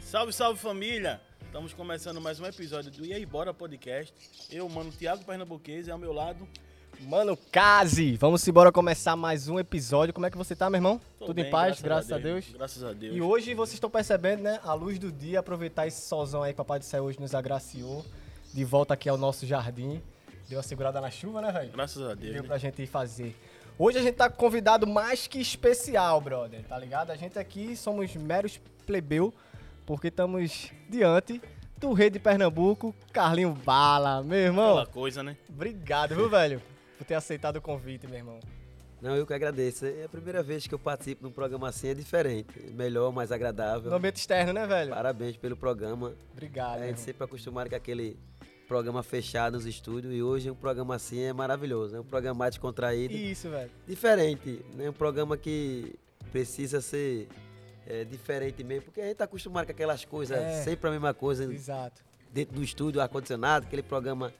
Salve, salve família! Estamos começando mais um episódio do E aí Bora Podcast. Eu, mano, Thiago Pernambuquês, é ao meu lado. Mano, Kazi, vamos embora começar mais um episódio. Como é que você tá, meu irmão? Tô Tudo bem, em paz, graças, a, Deus. Graças a Deus. E hoje vocês estão percebendo, né? A luz do dia, aproveitar esse solzão aí que o Papai do Céu hoje nos agraciou. De volta aqui ao nosso jardim. Deu uma segurada na chuva, né, velho? Graças a Deus. Deu né? pra gente ir fazer. Hoje a gente tá com convidado mais que especial, brother, tá ligado? A gente aqui somos meros plebeu, porque estamos diante do rei de Pernambuco, Carlinho Bala. Meu irmão, Aquela coisa, né? obrigado, viu, velho? Por ter aceitado o convite, meu irmão. Não, eu que agradeço. É a primeira vez que eu participo de um programa assim, é diferente. Melhor, mais agradável. No ambiente externo, né, velho? Parabéns pelo programa. Obrigado. a meu gente irmão. sempre é acostumado com aquele programa fechado nos estúdios e hoje um programa assim é maravilhoso. É um programa mais descontraído. Isso, velho. Diferente, né? Um programa que precisa ser é, diferente mesmo, porque a gente tá acostumado com aquelas coisas, É. sempre a mesma coisa, Exato. dentro do estúdio, ar-condicionado, aquele programa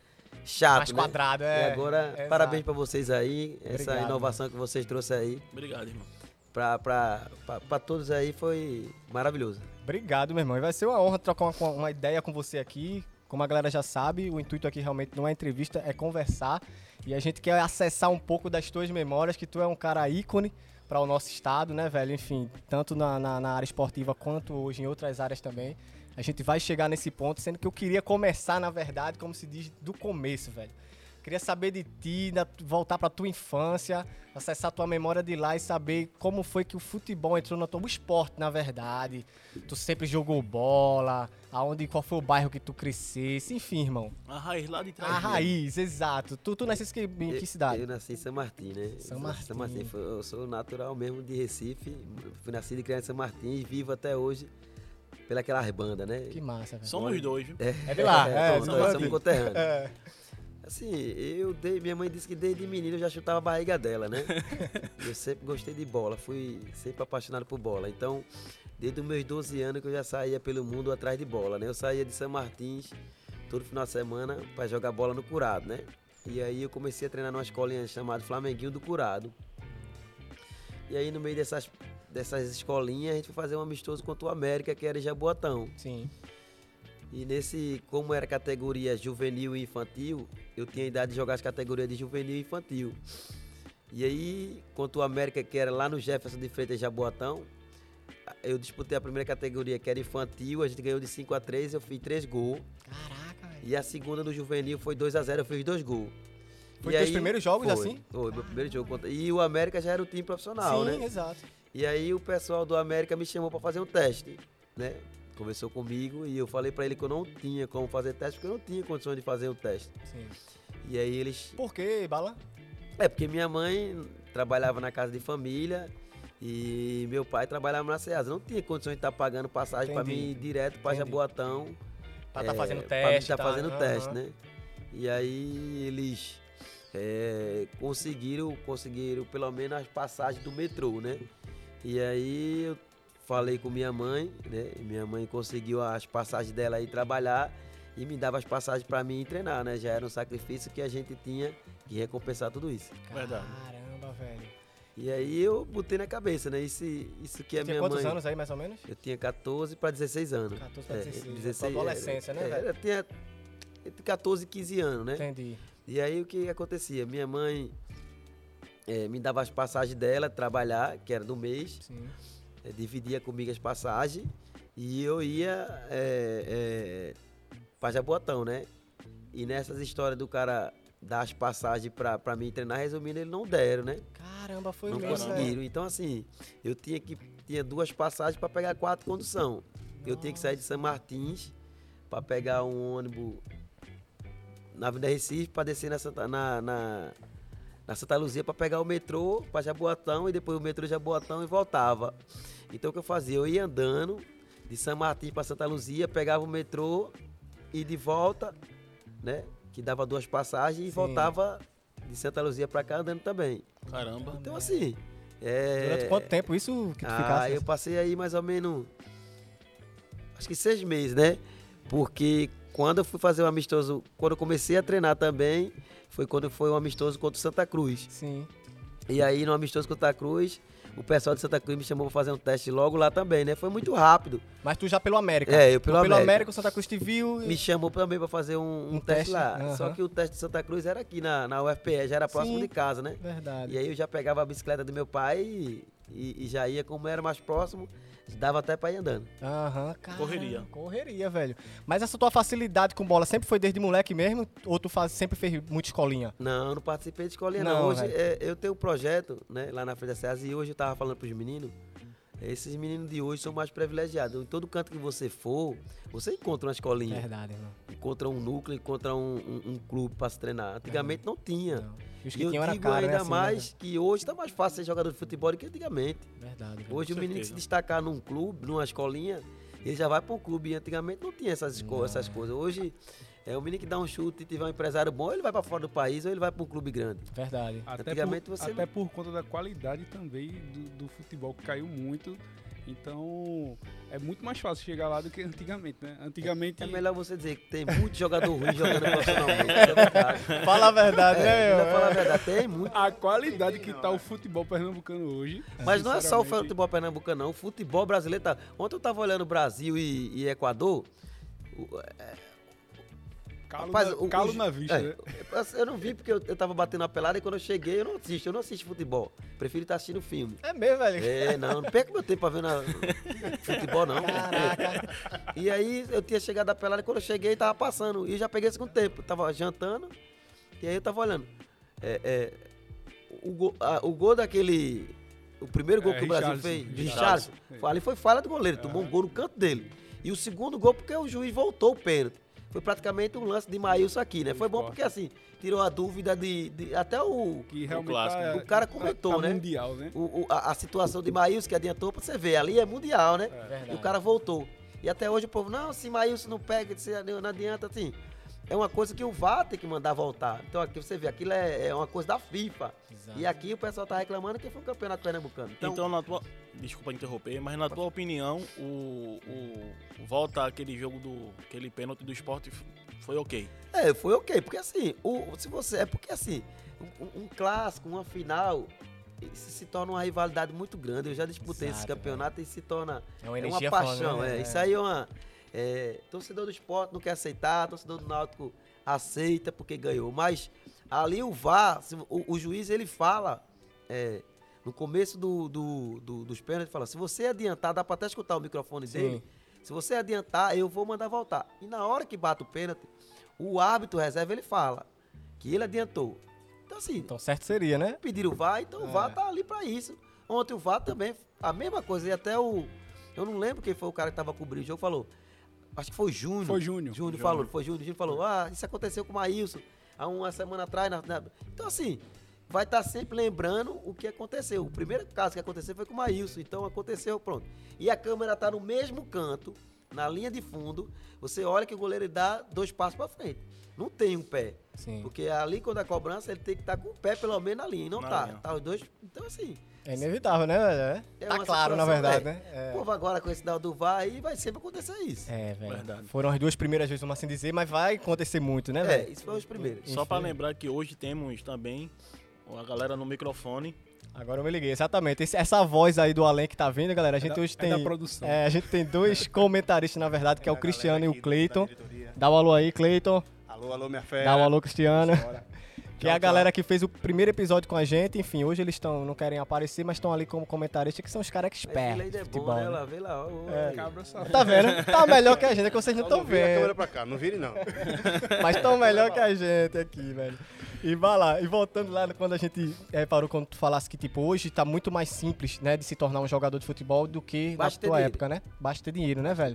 chato, Mais né? quadrado, é. e agora, Exato. parabéns pra vocês aí, essa Obrigado. inovação que vocês trouxeram aí. Obrigado, irmão. pra, pra, pra, pra todos aí foi maravilhoso. Obrigado, meu irmão. E vai ser uma honra trocar uma, uma ideia com você aqui. Como a galera já sabe, o intuito aqui realmente não é entrevista, é conversar. E a gente quer acessar um pouco das tuas memórias, que tu é um cara ícone para o nosso estado, né, velho? Enfim, tanto na, na- na área esportiva quanto hoje em outras áreas também. A gente vai chegar nesse ponto, sendo que eu queria começar, na verdade, como se diz, do começo, velho. Queria saber de ti, da- voltar pra tua infância, acessar tua memória de lá e saber como foi que o futebol entrou na tua. O esporte, na verdade. Tu sempre jogou bola, aonde, qual foi o bairro que tu crescesse, enfim, irmão. A raiz lá de trás. né? A raiz, exato. Tu, tu nascesse que- em que Eu- cidade? Eu nasci em São Martim, né? São Eu nasci em São Martim. Martim. Foi- Eu sou natural mesmo de Recife. Fui nascido e criança em São Martim e vivo até hoje pelaquelas bandas, né? Que massa, velho. Somos os dois, viu? É de lá, é, somos- de nós lá. somos conterrâneos. É. Assim, eu dei, minha mãe disse que desde menino eu já chutava a barriga dela, né? eu sempre gostei de bola, fui sempre apaixonado por bola. Então, desde os meus 12 anos que eu já saía pelo mundo atrás de bola, né? Eu saía de São Martins todo final de semana para jogar bola no Curado, né? E aí eu comecei a treinar numa escolinha chamada Flamenguinho do Curado. E aí no meio dessas, dessas escolinhas a gente foi fazer um amistoso contra o América, que era em Jaboatão. Sim. E nesse, como era categoria juvenil e infantil, eu tinha a idade de jogar as categorias de juvenil e infantil. E aí, contra o América, que era lá no Jefferson de Freitas, Jaboatão, eu disputei a primeira categoria, que era infantil, a gente ganhou de 5 a 3 eu fiz 3 gols. Caraca, velho. E a segunda no juvenil foi 2 a 0 eu fiz 2 gols. Foi E teus aí- primeiros jogos foi, assim? Foi, meu primeiro jogo. contra- E o América já era o time profissional, Sim, é né? exato. E aí o pessoal do América me chamou para fazer um teste, né? Conversou comigo e eu falei para ele que eu não tinha como fazer teste, porque eu não tinha condições de fazer o teste. Sim. E aí eles. Por quê, Bala? É, porque minha mãe trabalhava na casa de família e meu pai trabalhava na Ceasa. Não tinha condições de estar pagando passagem para Entendi. mim ir direto para Entendi. Jaboatão. Pra tá É, fazendo pra teste. mim tá fazendo aham. teste, né? E aí eles é, conseguiram, conseguiram pelo menos as passagens do metrô, né? E aí eu falei com minha mãe, né? E minha mãe conseguiu as passagens dela aí trabalhar e me dava as passagens para mim treinar, né? Já era um sacrifício que a gente tinha que recompensar tudo isso. Verdade. Caramba, velho. E aí eu botei na cabeça, né? Isso, isso que a Tem minha quantos mãe. Né? anos aí, mais ou menos? Eu tinha 14 para 16 anos. 14 pra É, 16, né? 16, Pra adolescência, é, né, é, velho? Eu tinha entre 14 e 15 anos, né? Entendi. E aí o que acontecia? Minha mãe eh, me dava as passagens dela, trabalhar, que era do mês, Sim. eh, dividia comigo as passagens e eu ia é, para Jaboatão, né? E nessas histórias do cara dar as passagens pra, pra mim treinar, resumindo, eles não deram, né? Caramba, foi não mesmo, né? caramba. velho. conseguiram. Então, assim, eu tinha que tinha duas passagens para pegar quatro condução. Eu tinha que sair de São Martins para pegar um ônibus na Avenida Recife para descer na Santa, na, na, na Santa Luzia para pegar o metrô para Jaboatão e depois o metrô de Jaboatão e voltava. Então, o que eu fazia? Eu ia andando de São Martins para Santa Luzia, pegava o metrô e de volta, né? Que dava duas passagens e Sim. voltava de Santa Luzia para cá andando também. Caramba. Então assim, é... Durante quanto tempo isso que tu Ah, ficasse? eu passei aí mais ou menos, acho que seis meses, né? Porque quando eu fui fazer o amistoso, quando eu comecei a treinar também, foi quando foi o amistoso contra o Santa Cruz. Sim. E aí no amistoso contra o Santa Cruz, o pessoal de Santa Cruz me chamou pra fazer um teste logo lá também, né? Foi muito rápido. Mas tu já pelo América. É, eu Tu pelo pelo América. América, o Santa Cruz te viu. e- Me chamou também pra fazer um, um Um teste, teste, lá. aham. Só que o teste de Santa Cruz era aqui na, na UFPE, já era próximo Sim. de casa, né? Verdade. E aí eu já pegava a bicicleta do meu pai e, e- e já ia, como era mais próximo, dava até pra ir andando. Aham, cara. Correria. Correria, velho. Mas essa tua facilidade com bola sempre foi desde moleque mesmo? Ou tu faz, sempre fez muita escolinha? Não, não participei de escolinha, não. Não, Hoje velho. é, eu tenho um projeto, né, lá na Frente da César, e hoje eu tava falando pros meninos. Esses meninos de hoje são mais privilegiados. Em todo canto que você for, você encontra uma escolinha, Verdade, irmão. encontra um núcleo, encontra um, um- um clube pra se treinar. Antigamente não tinha. É. Não. Então, E os E que eu tinham era digo caro, né, ainda assim, né, mais que hoje tá mais fácil ser jogador de futebol do que antigamente. velho? Verdade. velho. Hoje o menino que se certeza. destacar num clube, numa escolinha, ele já vai para um clube. E antigamente não tinha essas, esco- essas coisas. Hoje, é o menino que dá um chute e tiver um empresário bom, ele vai para fora do país ou ele vai para um clube grande. Verdade. Até, Antigamente por, você até por conta da qualidade também do, do futebol que caiu muito. Então é muito mais fácil chegar lá do que antigamente, né? Antigamente. É melhor você dizer que tem muito jogador ruim jogando profissionalmente. isso é verdade. Fala a verdade, É, né, eu vou falar a meu? verdade, tem muito. A qualidade que tá o futebol pernambucano hoje. Mas não é só o sinceramente, futebol pernambucano, não. O futebol brasileiro tá. Ontem eu tava olhando Brasil e, e Equador. o- Calo, Rapaz, na, o- calo o- na vista, é, né? eu- Eu não vi porque eu, eu tava batendo a pelada e quando eu cheguei eu não assisto, eu não assisto futebol. Prefiro estar assistindo filme. É mesmo, velho. É, não, não perco meu tempo pra ver na- futebol, não. Caraca. E aí eu tinha chegado da pelada, quando eu cheguei, tava passando. E eu já peguei o segundo tempo. Tava jantando, e aí eu tava olhando. É, é, o, gol, ah, o gol daquele. O primeiro gol É, que o Brasil Richarlison, fez, de Richarlison. É. Richarlison, ali foi falha do goleiro, tomou um gol no canto dele. E o segundo gol, porque o juiz voltou o pênalti. Foi praticamente um lance de Maílson aqui, né? Foi bom porque assim, tirou a dúvida de. de- até o, Que realmente clássico. tá- O cara tá- comentou, tá né? Mundial, né? o- o- a, a situação de Maílson que adiantou pra você ver. Ali é mundial, né? Verdade. E o cara voltou. E até hoje o povo, não, se Maílson não pega, se não adianta, assim. É uma coisa que o VAR tem que mandar voltar. Então aqui você vê, aquilo é, é uma coisa da FIFA. Exato. E aqui o pessoal tá reclamando que foi um campeonato pernambucano. Então, Então, na tua. Desculpa interromper, mas na tua opinião, o. o volta aquele jogo do. aquele pênalti do esporte foi ok. é, foi ok, porque assim, o, se você. É porque assim, um, um clássico, uma final, isso se torna uma rivalidade muito grande. Eu já disputei esse Exato, campeonato e se torna É uma É energia uma paixão, foda, né? é. Isso aí é uma. é, torcedor do esporte não quer aceitar, torcedor do Náutico aceita porque ganhou. Mas ali o VAR, se- o, o juiz ele fala é, no começo do, do- do- dos pênaltis, fala: se você adiantar, dá pra até escutar o microfone Sim. dele. Se você adiantar, eu vou mandar voltar. E na hora que bate o pênalti, o árbitro reserva ele fala que ele adiantou. Então assim, Então certo seria, né? pediram o VAR, então o É. VAR tá ali pra isso. Ontem o VAR também, a mesma coisa, e até o. Eu não lembro quem foi o cara que tava cobrindo o jogo, falou. Acho que foi o Júnior. Foi Júnior. Júnior falou, foi Júnior. Júnior falou, ah, isso aconteceu com o Maílson há uma semana atrás. na- na- Então, assim, vai estar sempre lembrando o que aconteceu. O primeiro caso que aconteceu foi com o Maílson, então aconteceu, pronto. E a câmera tá no mesmo canto, na linha de fundo, você olha que o goleiro dá dois passos pra frente. Não tem um pé. Sim. Porque ali, quando a cobrança, ele tem que estar com o pé pelo menos ali. E não Na tá. linha. Tá os dois. Então, assim. É inevitável, né, velho? É. É tá uma claro, na situação, verdade, é. né? É. O povo agora com esse dado do VAR aí vai sempre acontecer isso. É, É, velho. Verdade. Foram as duas primeiras vezes, vamos assim dizer, mas vai acontecer muito, É, né, velho? É, isso foi os primeiros. Só pra lembrar que hoje temos também a galera no microfone. Agora eu me liguei, exatamente. Esse- essa voz aí do além que tá vindo, galera, a gente da- hoje é tem. da produção. é, a gente tem dois comentaristas, na verdade, que é o da galera Cristiano e aqui o da Cleiton. diretoria. Dá um alô aí, Cleiton. Alô, alô, minha fera. Dá um alô, Cristiano. Bora. Que é a galera que fez o primeiro episódio com a gente. Enfim, hoje eles estão, não querem aparecer, mas estão ali como comentaristas, que são os caras Mas aquilo espertos. ainda é de bom, futebol, né? né? Lá, vê lá. ó, ó, aí. Cabra safado. Tá vendo? Tá melhor que a gente, é que vocês não Só estão não vire a vendo. câmera pra cá, não vire não. Mas estão melhor que a gente aqui, velho. E vai lá, e voltando lá quando a gente eh, reparou quando tu falasse que, tipo, hoje tá muito mais simples, né, de se tornar um jogador de futebol do que Basta ter na tua dinheiro. época, né? Basta ter dinheiro, né, velho?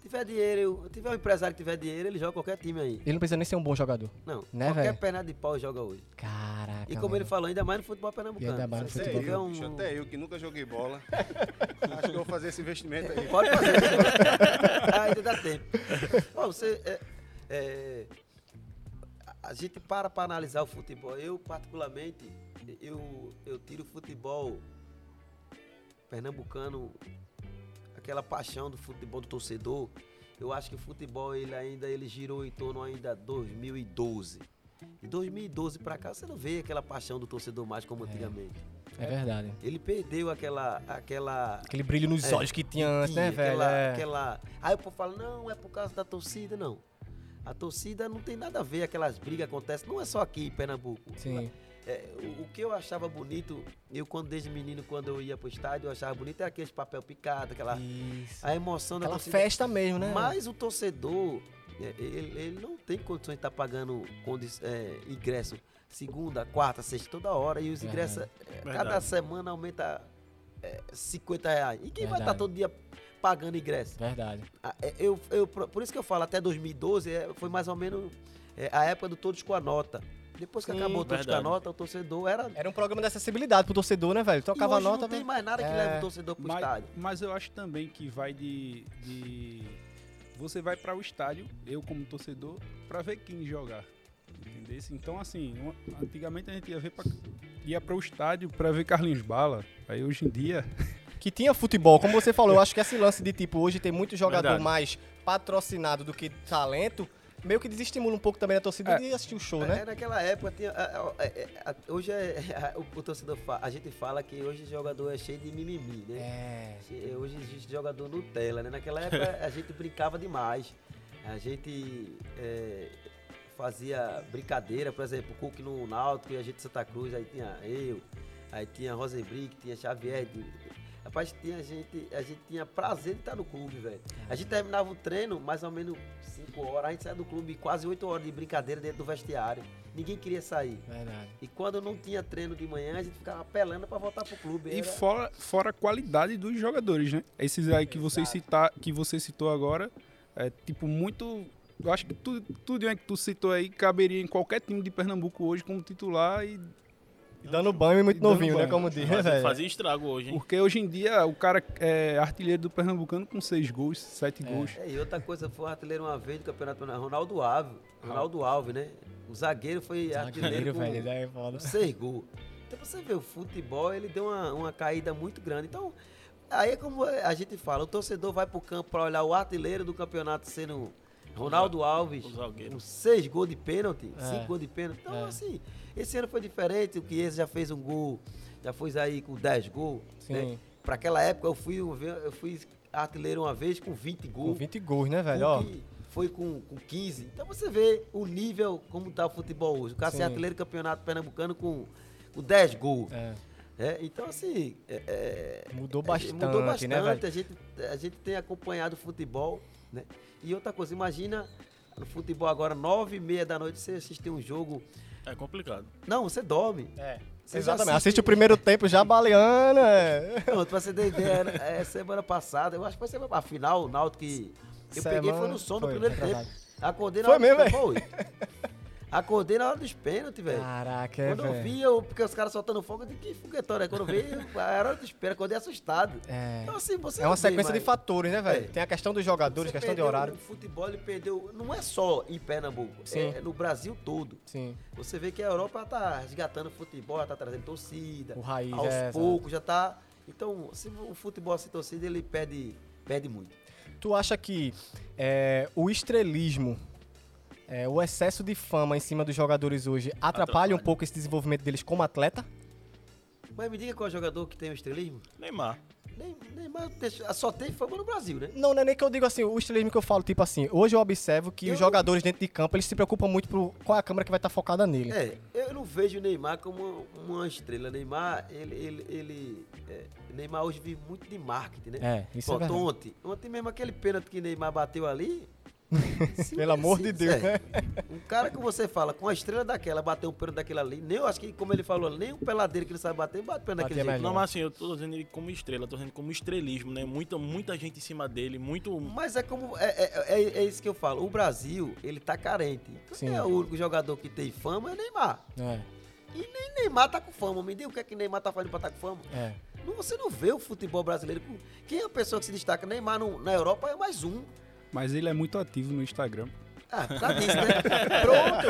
Se tiver dinheiro, eu- tiver um empresário que tiver dinheiro, ele joga qualquer time aí. Ele não precisa nem ser um bom jogador. Não, Né, qualquer velho? perna de pau joga hoje. Caraca. E como ele mano. falou, ainda mais no futebol pernambucano. E ainda mais no Se Até futebol. tiver eu, um- bicho, até eu que nunca joguei bola. Acho que eu vou fazer esse investimento aí. Pode fazer. Ah, ainda dá tempo. Ó, você. é, é, a- a gente para para analisar o futebol. Eu, particularmente, eu, eu tiro o futebol pernambucano, aquela paixão do futebol do torcedor. Eu acho que o futebol ele ainda ele girou em torno ainda de 2012. De 2012 para cá você não vê aquela paixão do torcedor mais como antigamente. É verdade. Ele perdeu aquela. aquela Aquele brilho nos É, olhos que tinha antes, né, velho? Aquela, É. aquela- Aí o povo fala, não, é por causa da torcida, não. A torcida não tem nada a ver, aquelas brigas acontecem, não é só aqui em Pernambuco. Sim. É, o, o que eu achava bonito, eu quando desde menino, quando eu ia pro estádio, eu achava bonito, era aqueles papel picado, aquela Isso. a emoção da Aquela torcida. festa mesmo, né? Mas o torcedor, é, ele, ele não tem condições de estar pagando condi- é, ingresso segunda, quarta, sexta, toda hora. E os Verdade. ingressos, é, cada Verdade. semana aumenta é, 50 reais. E quem vai estar Verdade. todo dia pagando ingresso? Verdade. Ah, é, Eu, eu, por por isso que eu falo, até 2012 é, foi mais ou menos é, a época do Todos com a Nota. Depois que Sim, acabou o Todos verdade. com a Nota, o torcedor era... Era um programa de acessibilidade pro torcedor, né, velho? Trocava e hoje nota, não tem velho. mais nada que É. leve o torcedor pro Mas, estádio. mas eu acho também que vai de. de- Você vai para o estádio, eu como torcedor, para ver quem jogar. Entendeu? Então, assim, uma- antigamente a gente ia ver pra, ia para o estádio para ver Carlinhos Bala. Aí hoje em dia. Que tinha futebol, como você falou, eu acho que esse lance de tipo, hoje tem muito jogador Verdade. mais patrocinado do que talento, meio que desestimula um pouco também a torcida É. de assistir o show, É, né? naquela época, tinha- é, é, é, é, hoje é, o, o torcedor, fa- a gente fala que hoje o jogador é cheio de mimimi, né? É. Che- Hoje existe jogador Nutella, né? Naquela época a gente brincava demais. A gente é, fazia brincadeira, por exemplo, o Cook no Náutico e a gente em Santa Cruz, aí tinha eu, aí tinha Rosenbrick, tinha Xavier. de- Rapaz, tinha gente, a gente tinha prazer de estar no clube, velho. A gente terminava o treino mais ou menos 5 horas, a gente saía do clube quase 8 horas de brincadeira dentro do vestiário. Ninguém queria sair. Verdade. E quando não tinha treino de manhã, a gente ficava apelando pra voltar pro clube. E Era- fora, fora a qualidade dos jogadores, né? Esses aí que você, citar, que você citou agora, é tipo muito. Eu acho que tu- tudo né, que tu citou aí caberia em qualquer time de Pernambuco hoje como titular. E, E dando banho e muito E dando novinho, né? banho. Como diz, né, Mas velho? Fazia estrago hoje, hein? porque hoje em dia o cara é artilheiro do Pernambucano com seis gols, sete gols. É, e outra coisa, foi um artilheiro uma vez do Campeonato Nacional, Ronaldo Alves, Ronaldo Alves, né? O zagueiro foi artilheiro Zagueiro, com velho, daí é foda. seis gols. Então você vê, o futebol, ele deu uma, uma caída muito grande. Então, aí é como a gente fala, o torcedor vai pro campo pra olhar o artilheiro do campeonato sendo Ronaldo Alves, o zagueiro. com seis gols de pênalti, É. cinco gols de pênalti. Então, É. assim, esse ano foi diferente, o Chiesa já fez um gol, já foi aí com 10 gols, né? Sim. Pra aquela época eu fui, um ve- eu fui artilheiro uma vez com 20 Com gols. 20 gols, né, velho? Ó. Com que foi com, com 15. Então você vê o nível como tá o futebol hoje. O cara ser Sim. artilheiro do campeonato pernambucano com, com 10 gols. É. né? então, assim. é- é- Mudou é- bastante, mudou bastante. né, velho? a, gente, a gente tem acompanhado o futebol. Né? E outra coisa, imagina no futebol agora, 9 e meia da noite, você assistir um jogo. É complicado. Não, você dorme. É. Você já Exatamente. assiste- Assiste o primeiro tempo já baleando. é. Pronto, pra você ter ideia, né? é, semana passada, eu acho que foi semana a final, o Náutico que eu peguei foi Semana- no sono foi, no primeiro retrasado. tempo. Acordei na Foi hora mesmo, dos- Foi. Acordei na hora dos pênaltis, velho. Caraca, é, Quando eu velho. vi, eu, porque os caras soltando fogo, eu disse, que foguetório, né? Quando eu vi, eu- era hora dos pênaltis, acordei assustado. É. Então, assim, você É uma vê, sequência de mas fatores, né, velho? É. Tem a questão dos você jogadores, questão de perdeu horário. O futebol, ele perdeu, não é só em Pernambuco, Sim. é no Brasil todo. Sim. Você vê que a Europa tá resgatando o futebol, tá trazendo torcida. O raiz, aos é, exato. poucos, já tá. Então, se o futebol sem torcida, ele perde, perde muito. Tu acha que é, o estrelismo, é, o excesso de fama em cima dos jogadores hoje atrapalha, um Atrapalha. pouco esse desenvolvimento deles como atleta? Mas me diga qual jogador que tem o estrelismo? Neymar. Nem, Neymar deixa- só tem fama no Brasil, né? Não, não é nem que eu digo assim, o estrelismo que eu falo, tipo assim, hoje eu observo que Eu- os jogadores dentro de campo, eles se preocupam muito pro qual é a câmera que vai estar focada nele. É, eu não vejo o Neymar como uma, uma estrela. Neymar, ele. ele, ele é, Neymar hoje vive muito de marketing, né? É, isso é Pronto, verdade. ontem. Ontem mesmo aquele pênalti que Neymar bateu ali. se- Pelo amor de Deus, né? Um cara que você fala, com a estrela daquela, bateu um pênalti daquele ali. Nem eu acho que, como ele falou, nem um peladeiro que ele sabe bater, bate pênalti daquele Batia jeito. melhor. Não, mas assim, eu tô dizendo ele como estrela, tô dizendo como estrelismo, né? Muita, muita gente em cima dele, muito. Mas é como. É, é- é- é isso que eu falo. O Brasil, ele tá carente. Sim. É o único jogador que tem fama é o Neymar. É, E nem Neymar tá com fama. Me diga o que é que Neymar tá fazendo pra tá com fama. é. Não, você não vê o futebol brasileiro. com- Quem é a pessoa que se destaca? Neymar no- na Europa é mais um. Mas ele é muito ativo no Instagram. Ah, tá disso, né? Pronto.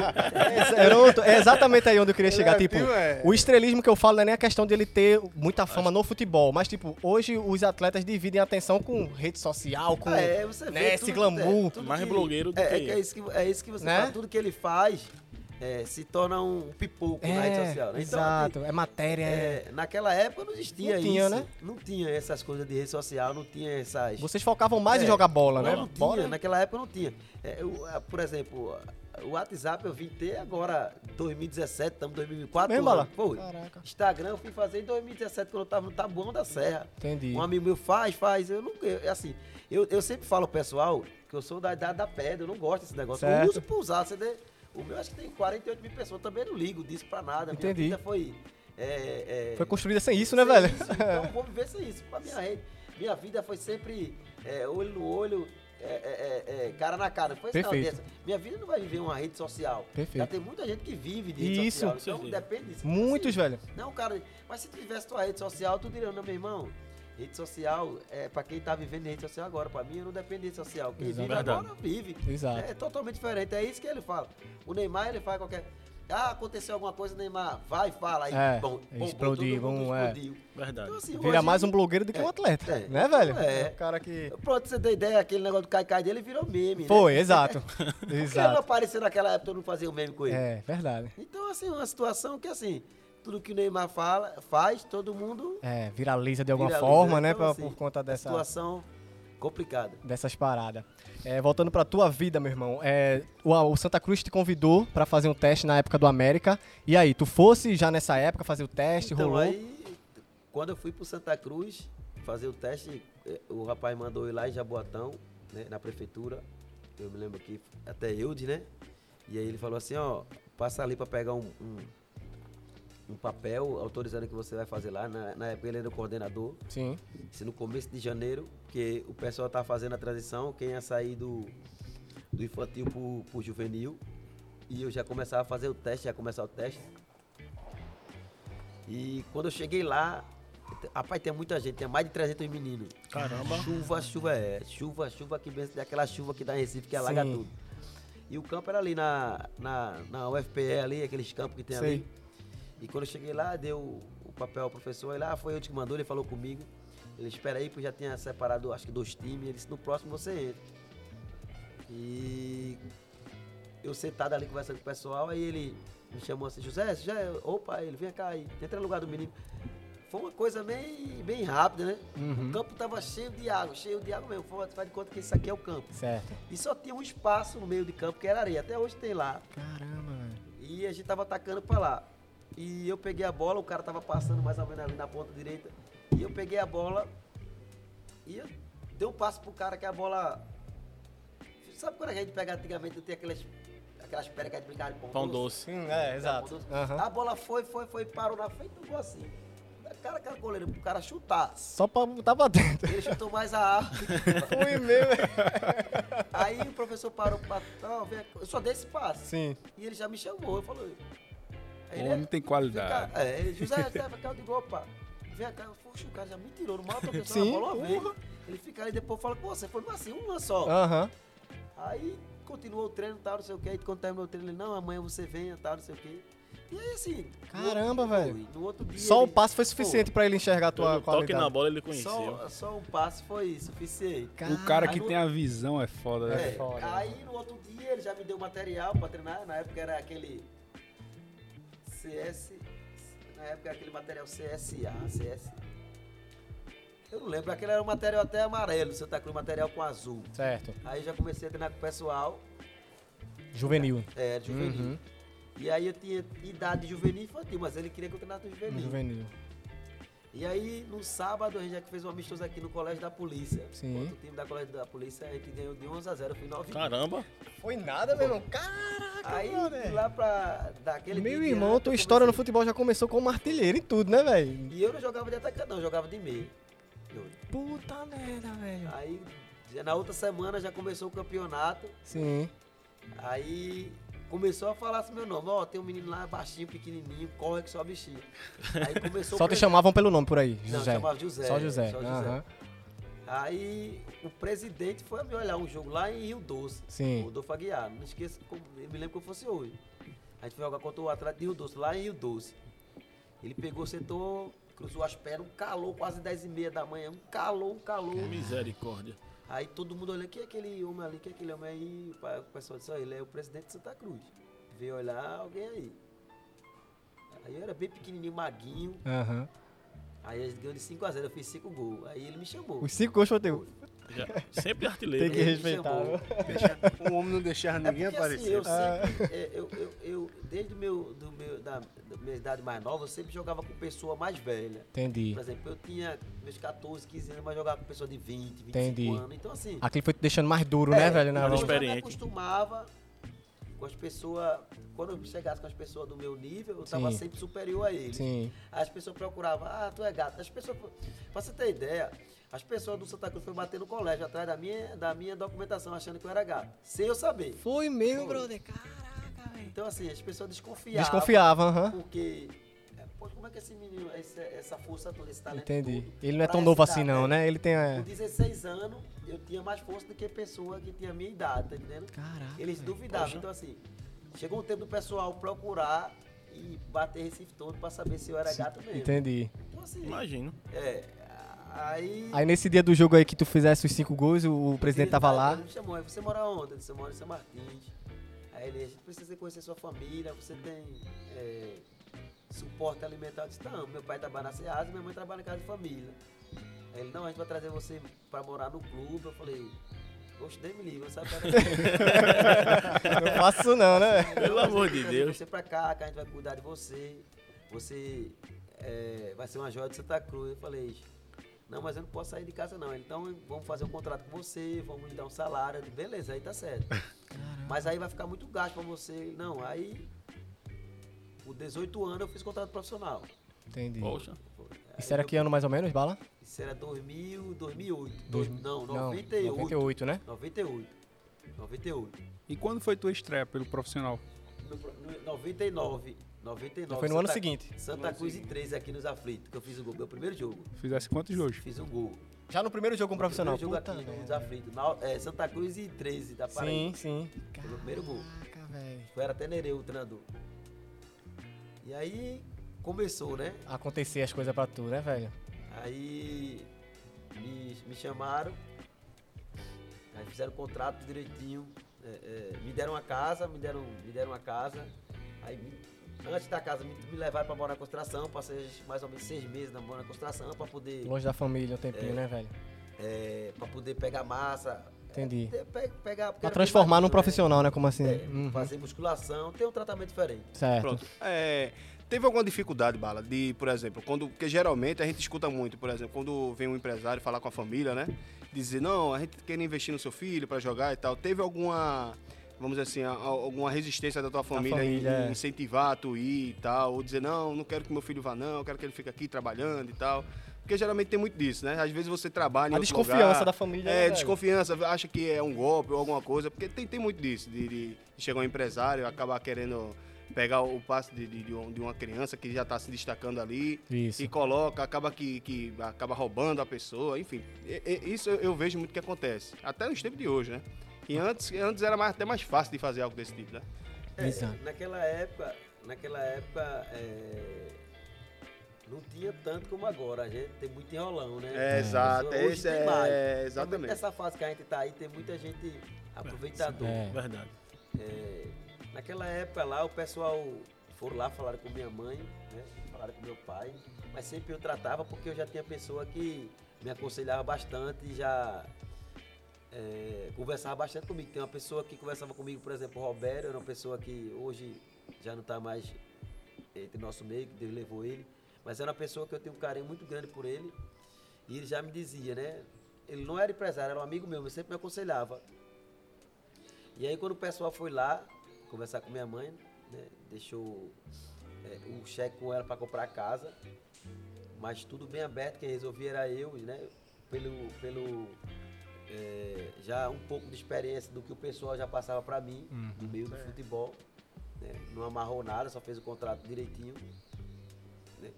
Esse- Pronto, é exatamente aí onde eu queria chegar. é Tipo, ativo, é. o estrelismo que eu falo não é nem a questão de ele ter muita fama no futebol, mas, tipo, hoje os atletas dividem a atenção com rede social, com. Ah, é, você vê. né, esse glamour. tudo Mais blogueiro do é, que- é, que é isso que. É isso que você Né? fala. Tudo que ele faz é, se torna um pipoco na rede social. Né? Então, É, exato. é matéria. é- É, naquela época não existia Não isso. tinha, né? Não tinha essas coisas de rede social, não tinha essas. Vocês focavam mais em É, jogar bola, não, né? não tinha, Bola. naquela época não tinha. É, eu, ah, por exemplo, ah, o WhatsApp eu vim ter agora 2017, estamos em 2004. Mesmo, Bala? Ah. Pô, Caraca. Instagram eu fui fazer em 2017 quando eu tava no Tabuão da Serra. Entendi. Um amigo meu faz, faz. Eu não. Eu, assim, eu, eu sempre falo ao pessoal que eu sou da idade da pedra, eu não gosto desse negócio. Certo. Eu uso pra usar. Você dê- o meu acho que tem 48 mil pessoas, também não ligo disso pra nada. Entendi. Minha vida foi. é, é, Foi construída sem isso, né, sem velho? isso, então eu vou viver sem isso. Pra minha rede. Minha vida foi sempre é, olho no olho. é, é, é, é, cara na cara, foi Perfeito. Minha vida não vai viver uma rede social. Perfeito. Já tem muita gente que vive de rede Isso, social. certeza. Então depende disso. Muitos, velho. Não, cara, mas se tivesse tua rede social, tu diria, não, meu irmão, rede social é pra quem tá vivendo em rede social agora. Pra mim, eu não dependo de rede social. Quem Exato. vive Verdade. agora, vive. Exato. É totalmente diferente. É isso que ele fala. O Neymar, ele faz qualquer... Ah, aconteceu alguma coisa, Neymar, vai, fala. Aí, É, bom, bom, explodiu, todo mundo vamos, é. explodiu. Verdade. Então, assim, Vira hoje- mais um blogueiro do que um é, atleta, é. né, velho? É. um cara que... Pronto, você deu ideia, aquele negócio do caicai dele virou meme, né? Foi, exato. Por que ele não exato. apareceu naquela época, todo mundo fazia o meme com ele? É, verdade. Então, assim, uma situação que, assim, tudo que o Neymar fala, faz, todo mundo É, viraliza de alguma Viraliza. forma, né? Então, pra- assim, por conta dessa... Situação complicada. dessas paradas. É, voltando pra tua vida, meu irmão. É, o, o Santa Cruz te convidou pra fazer um teste na época do América. E aí, tu fosse já nessa época fazer o teste, então, rolou? aí, quando eu fui pro Santa Cruz fazer o teste, eh, o rapaz mandou eu ir lá em Jaboatão, né, na prefeitura. Eu me lembro que até Eudes, né? E aí ele falou assim, ó, passa ali pra pegar um, um, um papel autorizando o que você vai fazer lá. Na, na época ele era o coordenador. Sim. Se no começo de janeiro, porque o pessoal tá fazendo a transição, quem ia sair do, do infantil pro, pro juvenil. E eu já começava a fazer o teste, já começar o teste. E quando eu cheguei lá, t- rapaz, tem muita gente, tem mais de 300 meninos. Caramba. Chuva, chuva é, chuva, chuva que benção, aquela chuva que dá em Recife Sim. que alaga tudo. E o campo era ali na, na, na UFPE, ali, aqueles campos que tem Sei. ali. E quando eu cheguei lá, deu o papel ao professor, ele, ah, foi eu que mandou, ele falou comigo. Ele, espera aí, porque já tinha separado, acho que dois times, ele disse, no próximo você entra. E eu sentado ali conversando com o pessoal, aí ele me chamou assim, José, José, opa, ele, vem cá aí, entra no lugar do menino. Foi uma coisa bem, bem rápida, né? O campo tava cheio de água, cheio de água mesmo. Foi- Faz de conta que isso aqui é o campo. Certo. E só tinha um espaço no meio de campo que era areia. Até hoje tem lá. Caramba, velho. E a gente tava atacando pra lá. E eu peguei a bola, o cara tava passando mais ou menos ali na ponta direita. E eu peguei a bola e eu dei um passo pro cara que a bola. Sabe quando a gente pega antigamente, tem aquelas, aquelas pedras que a gente brincava de pão, Pão doce. Sim, é, exato. Tá Aham. A bola foi, foi, foi, parou na frente do gol assim. Cara, cara, goleiro, pro cara chutar. Só pra botar pra dentro. Ele chutou mais a árvore. Foi mesmo. Aí o professor parou pra. Não, vem aqui. Eu só dei esse passo. Sim. E ele já me chamou, eu falei. Aí é Homem tem qualidade. Fica, é, ele, José, José, vai cá, eu digo, opa, vem cá, poxa, o cara já me tirou no mal, professor, Sim, a bola vem. Ele fica ali, depois fala, pô, você foi assim, um lance só. Aham. Aí continuou o treino, tal, não sei o quê, e quando terminou o treino, ele, não, amanhã você venha, tal, não sei o quê. E aí, assim... no Caramba, outro- velho. No outro dia... Só o ele- passo foi pô, suficiente pra ele enxergar a Pelo tua toque na qualidade. bola ele conheceu. Só, só um passo foi suficiente. O cara que Aí, tem a visão é foda, É, né? foda, aí no outro dia ele já me deu material pra treinar, na época era aquele CS, na época era aquele material CSA, CS. Eu não lembro, aquele era um material até amarelo, Santa Cruz, material com azul. Certo. Aí já comecei a treinar com o pessoal, Juvenil. é, juvenil. Uhum. E aí eu tinha idade juvenil e infantil, mas ele queria que eu treinasse no juvenil. Um Juvenil. E aí, no sábado, a gente já fez um amistoso aqui no Colégio da Polícia. Sim. Contra o time da Colégio da Polícia, a gente ganhou de 11 a 0, eu fui 9 Caramba. Foi nada, meu irmão. Caraca, Aí de brother. lá pra daquele Meu irmão, tua história no futebol já começou como artilheiro e tudo, né, velho? E eu não jogava de atacante, não, eu jogava de meio. Eu- Puta merda, velho. Aí já na outra semana já começou o campeonato. Sim. Aí começou a falar assim meu nome, ó, tem um menino lá baixinho, pequenininho, corre que só bichinho. Aí começou Só o te pre- chamavam pelo nome por aí, Não, José. chamava José. Só José. só Aham. Aí o presidente foi me olhar um jogo lá em Rio Doce. Sim. Rodolfo Aguiar. Não esqueça, como- eu me lembro que eu fosse hoje. A gente foi jogar contra o Atlético de Rio Doce, lá em Rio Doce. Ele pegou, sentou, cruzou as pernas, um calor, quase 10 e meia da manhã, um calor, um calor. Misericórdia. Aí todo mundo olhando, quem é aquele homem ali, quem é aquele homem aí? O pa- O pessoal disse, ó, ele é o presidente de Santa Cruz. veio olhar alguém aí. Aí eu era bem pequenininho, maguinho. Aham. Aí a gente ganhou de 5x0, eu fiz 5 gols. Aí ele me chamou. Os cinco gols foi teu. Já- sempre Tem artilheiro. que Ele me respeitar. viu? chamou. Ah. O um homem não deixava ninguém Porque, assim, aparecer. eu sempre, é, eu, eu, eu, desde meu, do meu, da, da minha idade mais nova, eu sempre jogava com pessoa mais velha. Entendi. Por exemplo, eu tinha meus 14, 15 anos, mas jogava com pessoa de 20, 25 Entendi. anos. Então, assim, Aquele foi te deixando mais duro, É, né, velho? Na eu mais volta. experiente. já me acostumava com as pessoas, quando eu chegasse com as pessoas do meu nível, eu estava Sim. sempre superior a eles. Sim. As pessoas procuravam, ah, tu é gato. As pessoas, pra você ter ideia, as pessoas do Santa Cruz foram bater no colégio atrás da minha, da minha documentação, achando que eu era gato, sem eu saber. Foi mesmo, Foi. brother. Caraca, velho. Então, assim, as pessoas desconfiavam. Desconfiava, aham. Porque, é, pô, como é que esse menino, esse- essa força toda, esse talento Entendi. todo, Ele não é pra tão essa novo assim, idade, não, né? né? Ele tem. é, Com 16 anos, eu tinha mais força do que a pessoa que tinha a minha idade, tá entendendo? Caraca. Eles velho. duvidavam. Então, assim, chegou um tempo do pessoal procurar e bater Recife todo pra saber se eu era gato mesmo. Entendi. Então, assim, né? Imagino. é. Aí. Aí nesse dia do jogo aí que tu fizesse os cinco gols, o, o presidente ele- tava aí lá. Ele me chamou, aí você mora onde? Eu disse, eu moro em São Martins. Aí ele, a gente precisa conhecer sua família, você tem é, suporte alimentar? Eu disse, não, meu pai trabalha na SEASA, minha mãe trabalha na casa de família. Aí ele, não, a gente vai trazer você pra morar no clube. Eu falei, poxa, Deus me livre, eu sabe? Não faço isso não, né? Pelo amor de trazer Deus. você pra cá, que a gente vai cuidar de você. Você é, vai ser uma joia de Santa Cruz. Eu falei, não, mas eu não posso sair de casa não. Ele, Então vamos fazer um contrato com você, vamos lhe dar um salário. Eu disse, Beleza, aí tá certo. Mas aí vai ficar muito gasto pra você. Ele, Não, aí com 18 anos eu fiz contrato profissional. Entendi. Poxa. Isso era que é ano mais ou menos, Bala? Isso era 2000, 2008. Dois- não, Não, 98. 98, né? 98. 98. E quando foi tua estreia pelo profissional? No, no, 99. 99. Foi no ano Santa- seguinte. Santa Cruz e 13 aqui nos aflitos, que eu fiz o gol. Meu primeiro jogo. Fizesse quantos gols? Fiz um gol. Já no primeiro jogo com o Um profissional. Primeiro jogo Puta aqui nos merda. aflitos. Na, é, Santa Cruz e 13 da Paraíba. Sim, sim. Foi meu primeiro gol. Caraca, velho. Foi era até Nereu o treinador. E aí começou, né? Acontecer as coisas pra tu, né, velho? Aí me, me chamaram, aí fizeram o contrato direitinho, é, é, me deram uma casa, me deram, me deram uma casa, aí me- antes da casa me, me levaram para morar na construção, passei mais ou menos seis meses na morar na construção para poder, Longe da família um tempinho, É. né, velho? é, pra poder pegar massa. Entendi. É, pe- pegar, porque Pra era transformar num bem magrinho, profissional, né? Como assim? né? É, Uhum. Fazer musculação, tem um tratamento diferente. Certo. Pronto. É, teve alguma dificuldade, Bala, de, por exemplo, quando. Porque geralmente a gente escuta muito, por exemplo, quando vem um empresário falar com a família, né? Dizer, não, a gente quer investir no seu filho pra jogar e tal. Teve alguma. Vamos dizer assim, a- a- alguma resistência da tua família, família, em é. incentivar tu ir e tal, ou dizer, não, não quero que meu filho vá, não, eu quero que ele fique aqui trabalhando e tal. Porque geralmente tem muito disso, né? Às vezes você trabalha. em A outro desconfiança lugar, da família, né, É, velho? desconfiança, acha que é um golpe ou alguma coisa, porque tem, tem muito disso, de, de chegar um empresário, acabar querendo pegar o passe de, de, de um- de uma criança que já está se destacando ali Isso. e coloca, acaba que, que acaba roubando a pessoa, enfim. E- e- isso eu, eu vejo muito que acontece, até nos tempos de hoje, né? E antes, antes era mais, até mais fácil de fazer algo desse tipo, né? É, Exato. naquela época, naquela época é, não tinha tanto como agora. A gente tem muito enrolão, né? É, A exato, pessoa hoje esse tem é- mais. é, Principalmente exatamente. Nessa fase que a gente tá aí, tem muita gente aproveitadora. É. Verdade. É, naquela época lá, o pessoal foram lá, falaram com minha mãe, né? falaram com meu pai, mas sempre eu tratava porque eu já tinha pessoa que me aconselhava bastante e já é, conversava bastante comigo. Tem uma pessoa que conversava comigo, por exemplo, o Roberto, era uma pessoa que hoje já não está mais entre nosso meio, que Deus levou ele, mas era uma pessoa que eu tenho um carinho muito grande por ele e ele já me dizia, né? Ele não era empresário, era um amigo meu, mas sempre me aconselhava. E aí quando o pessoal foi lá conversar com minha mãe, né, deixou é, um cheque com ela para comprar a casa, mas tudo bem aberto, quem resolvia era eu, né? Pelo, pelo é, já um pouco de experiência do que o pessoal já passava para mim, Uhum. do meio do futebol, né, não amarrou nada, só fez o contrato direitinho, né?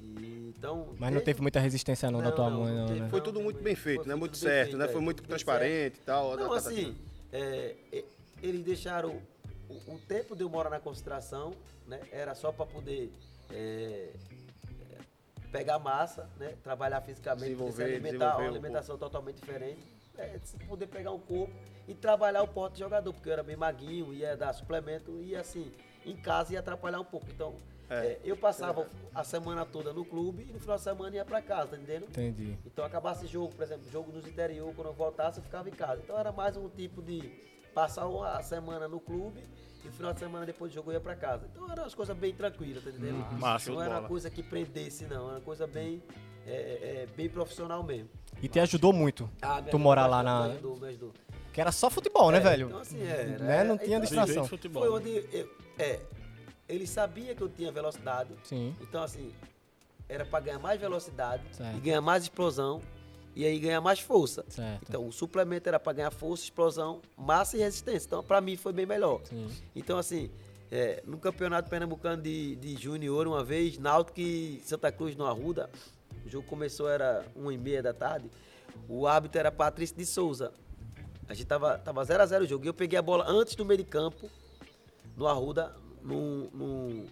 E, então, Mas não desde- teve muita resistência, não, da Não, tua não, mãe, não não, teve. né? Foi tudo muito bem feito, Foi- né? foi Muito tudo bem certo, feito, né? é, Foi muito tudo bem transparente e tal. Não, tá- tá- tá- assim, é, e- eles deixaram o, o tempo de eu morar na concentração, né? Era só para poder é, é, pegar massa, né? Trabalhar fisicamente, porque Desenvolver, alimentar, desenvolver uma o- alimentação totalmente diferente. é, se poder pegar um corpo e trabalhar o porte de jogador, porque eu era bem maguinho, ia dar suplemento e assim, em casa ia atrapalhar um pouco. Então, é, eu passava a semana toda no clube e no final de semana ia pra casa, tá entendendo? Entendi. Então acabasse jogo, por exemplo, jogo nos interior, quando eu voltasse, eu ficava em casa. Então era mais um tipo de passar uma semana no clube e final de semana depois do jogo eu ia pra casa. Então eram as coisas bem tranquilas, tá entendendo? Uhum. Massa, show não de era uma bola. coisa que prendesse, não. Era uma coisa bem, é, é, bem profissional mesmo. E te ajudou muito Ah, me tu ajudou morar lá bastante, Me na. ajudou, me ajudou. Que era só futebol, né, É, velho? então assim, era, né? Não é, tinha então- Viver distração. de futebol. né? Foi onde. Eu, é, ele sabia que eu tinha velocidade. Sim. Então, assim, era pra ganhar mais velocidade Certo. e ganhar mais explosão e aí ganhar mais força. Certo. Então, o suplemento era pra ganhar força, explosão, massa e resistência. Então, pra mim foi bem melhor. Sim. Então, assim, é, no campeonato pernambucano de, de junior, uma vez, Náutico e Santa Cruz no Arruda, o jogo começou, era 1h30 da tarde, o árbitro era Patrício de Souza. A gente tava 0x0 tava 0 a 0 o jogo. E eu peguei a bola antes do meio de campo, no Arruda, num. num-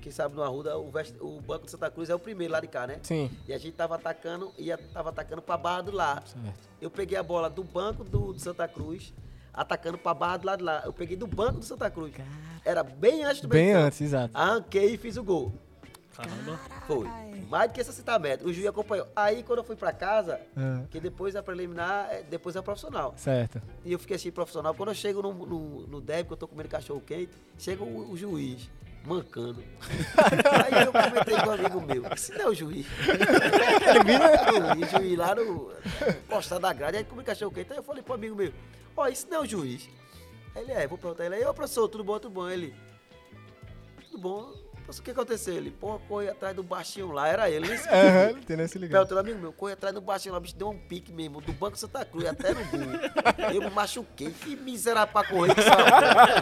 quem sabe no Arruda, o, vest- o Banco de Santa Cruz é o primeiro lá de cá, né? Sim. E a gente tava atacando, ia, tava atacando pra barra do lá. Certo. Eu peguei a bola do banco do, do Santa Cruz, atacando pra barra do lado de lá. Eu peguei do banco do Santa Cruz. Era bem então. antes do Bem meio campo. antes, exato. Arranquei e fiz o gol. Caramba. Foi. Mais do que 60 metros. O juiz acompanhou. Aí quando eu fui pra casa, Ah, que depois a preliminar, é- depois é a profissional. certo. E eu fiquei assim, profissional. Quando eu chego no, no, no débito, que eu tô comendo cachorro quente, chega o, o juiz, mancando. Aí eu comentei com um amigo meu, esse não é o juiz. o juiz lá no postado da grade, aí comendo cachorro quente. Aí eu falei pro amigo meu, ó, isso não é o juiz. Aí ele, é, vou perguntar ele, aí, ô professor, tudo bom, tudo bom? Aí Ele, tudo bom. Professor, o que aconteceu? Ele, pô, corre atrás do baixinho lá, era ele. né? Esse Aham, não tem nem se ligar. Perguntando, amigo meu, corre atrás do baixinho lá, o bicho deu um pique mesmo, do Banco Santa Cruz até no gol. Eu me machuquei, que miserável pra correr que saudade.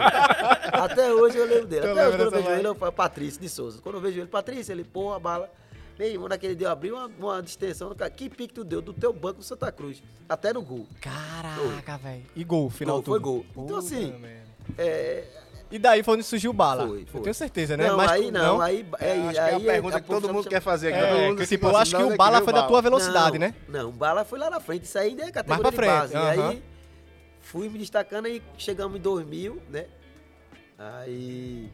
Até hoje eu lembro dele. Eu Até hoje lembro quando dessa eu vejo bala. ele, eu falo Patrício de Souza. Quando eu vejo ele, Patrício, ele, porra, a bala. Meu irmão, naquele dia eu abri uma, uma distensão no cara. Que pique tu deu do teu banco do Santa Cruz, até no gol. Caraca, velho. E gol, final Gol, foi tudo. gol. Então, Puta assim, merda. É, E daí foi onde surgiu o Bala. Foi, foi. Eu tenho certeza, né? não, Mas aí tu- não, aí... É, acho que é a aí pergunta que todo profissão mundo chama- quer fazer. que É, todo mundo, que, tipo tipo, eu assim, acho que não, o né, Bala veio foi o da Bala. tua velocidade, Não, né? Não, bala foi lá na frente, isso aí ainda é pra categoria de frente, base. E aham. aí fui me destacando e chegamos em 2000, né? Aí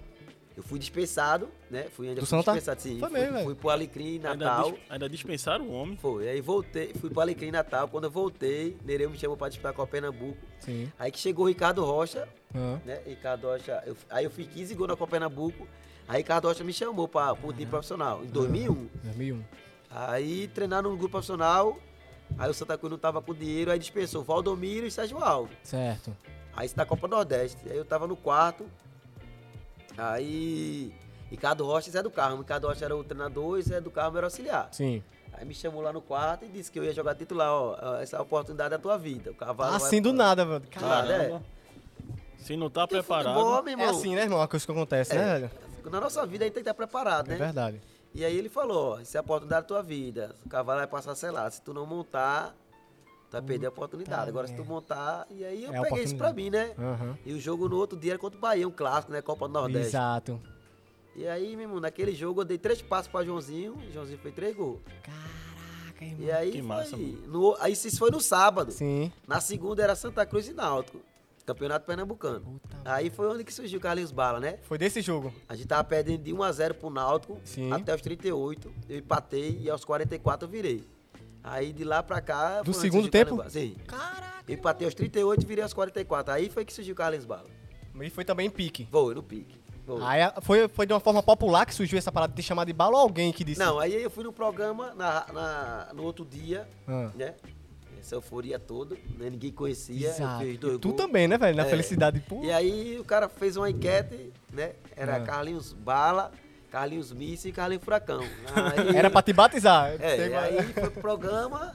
eu fui dispensado, né? Fui ainda Do fui Santa? dispensado, sim. Foi fui, mesmo, velho. fui pro Alecrim Ainda, Natal. dis- ainda dispensaram o homem. Foi, aí voltei, fui pro Alecrim Natal. Quando eu voltei, Nereu me chamou pra disputar com a Pernambuco. Sim. Aí que chegou o Ricardo Rocha, Ah, né? Ricardo Rocha, eu- aí eu fiz 15 gols na Copa Pernambuco. Aí Ricardo Rocha me chamou pra, pro time profissional, em 2001. 2001. Aí treinaram no grupo profissional. Aí o Santa Cruz não tava com dinheiro, aí dispensou Valdomiro e Sérgio Alves. Certo. Aí está a Copa Nordeste. Aí eu tava no quarto. Aí Ricardo Rocha e Zé do Carmo. Ricardo Rocha era o treinador e Zé do Carmo era o auxiliar. Sim. Aí me chamou lá no quarto e disse que eu ia jogar titular, ó. Essa é a oportunidade da tua vida. O cavalo. assim vai... Tá do nada, velho. Claro, Cara, Caramba. Se não tá Porque preparado. é. futebol, meu é irmão, assim, né, irmão? A coisa que acontece, né, velho? Na nossa vida a gente tem que estar preparado, É né? verdade. E aí ele falou, ó, essa é a oportunidade da tua vida. O cavalo vai passar, sei lá, se tu não montar, tu vai perder a oportunidade. Agora se tu merda. montar, e aí eu É a peguei isso pra mim, né? Aham. E o jogo no outro dia era contra o Bahia, um clássico, né? Copa do Nordeste. Exato. E aí, meu irmão, naquele jogo eu dei três passos pra Joãozinho, e Joãozinho foi três gols. Caraca, E aí, que foi, massa, mano. no, aí isso foi no sábado. Sim. Na segunda era Santa Cruz e Náutico, campeonato pernambucano. Puta Aí foi onde que surgiu o Carlinhos Bala, né? Foi desse jogo. A gente tava perdendo de 1x0 pro Náutico Sim. até os 38. Eu empatei e aos 44 eu virei. Aí de lá pra cá. Do foi onde segundo surgiu o tempo? Carlinhos Bala. Sim. Caraca! Eu empatei aos 38 e virei aos 44. Aí foi que surgiu o Carlinhos Bala. E foi também em pique. Voe no pique. Voe. Aí a- foi, foi de uma forma popular que surgiu essa parada de ter chamado de bala ou alguém que disse. Não, aí eu fui no programa na, na- no outro dia, Ah. né? Essa euforia toda, né? ninguém conhecia. eu Exato. fiz dois E tu gols. também, né, velho? Na É. felicidade. Pô. E aí o cara fez uma enquete, né? Era Ah. Carlinhos Bala, Carlinhos Míssil e Carlinhos Furacão. Aí- Era pra te batizar. É, Sei e lá. aí foi pro programa,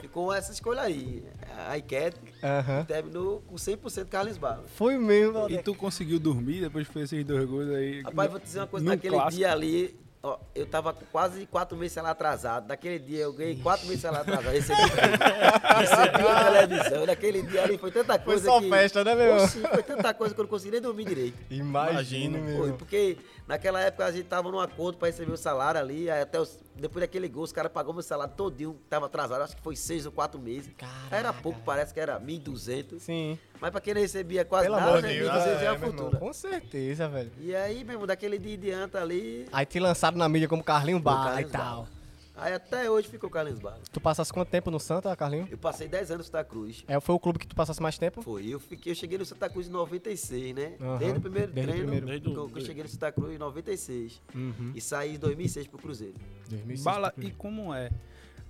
ficou essa escolha aí. A enquete Aham. terminou com 100% Carlos Bala. Foi mesmo, E velho. tu conseguiu dormir depois que fez esses dois gols aí? Rapaz, vou te dizer uma coisa, Num naquele clássico. dia ali, ó, eu tava com quase quatro meses lá atrasado. Naquele dia eu ganhei quatro meses lá atrasado. Recebi, recebi a televisão. Naquele dia ali foi tanta coisa. só que- festa, né, meu? Oxi, foi tanta coisa que eu não consegui nem dormir direito. Imagino, Imagino, meu. Foi, porque naquela época a gente tava num acordo pra receber o salário ali, aí até os depois daquele gol, os caras pagou meu salário todinho, tava atrasado, acho que foi seis ou quatro meses. Caraca. Era pouco, parece que era 1.200. Sim. Mas pra quem não recebia quase Pelo nada, amor né, de 1.200 Deus. é, é, uma meu irmão, fortuna. com certeza, velho. E aí, meu irmão, daquele dia em diante ali, Aí te lançaram na mídia como Carlinho Bala e Carlinhos tal. Bala. aí até hoje ficou Carlinhos Bala. Tu passasse quanto tempo no Santa, Carlinho? Eu passei 10 anos no Santa Cruz. É, foi o clube que tu passasse mais tempo? Foi, eu, fiquei, eu cheguei no Santa Cruz em 96, né? Aham, Desde o primeiro desde o treino, primeiro. Desde o- que eu- que eu cheguei no Santa Cruz em 96. Uhum. E saí em 2006 pro Cruzeiro. 2006. Bala, e como é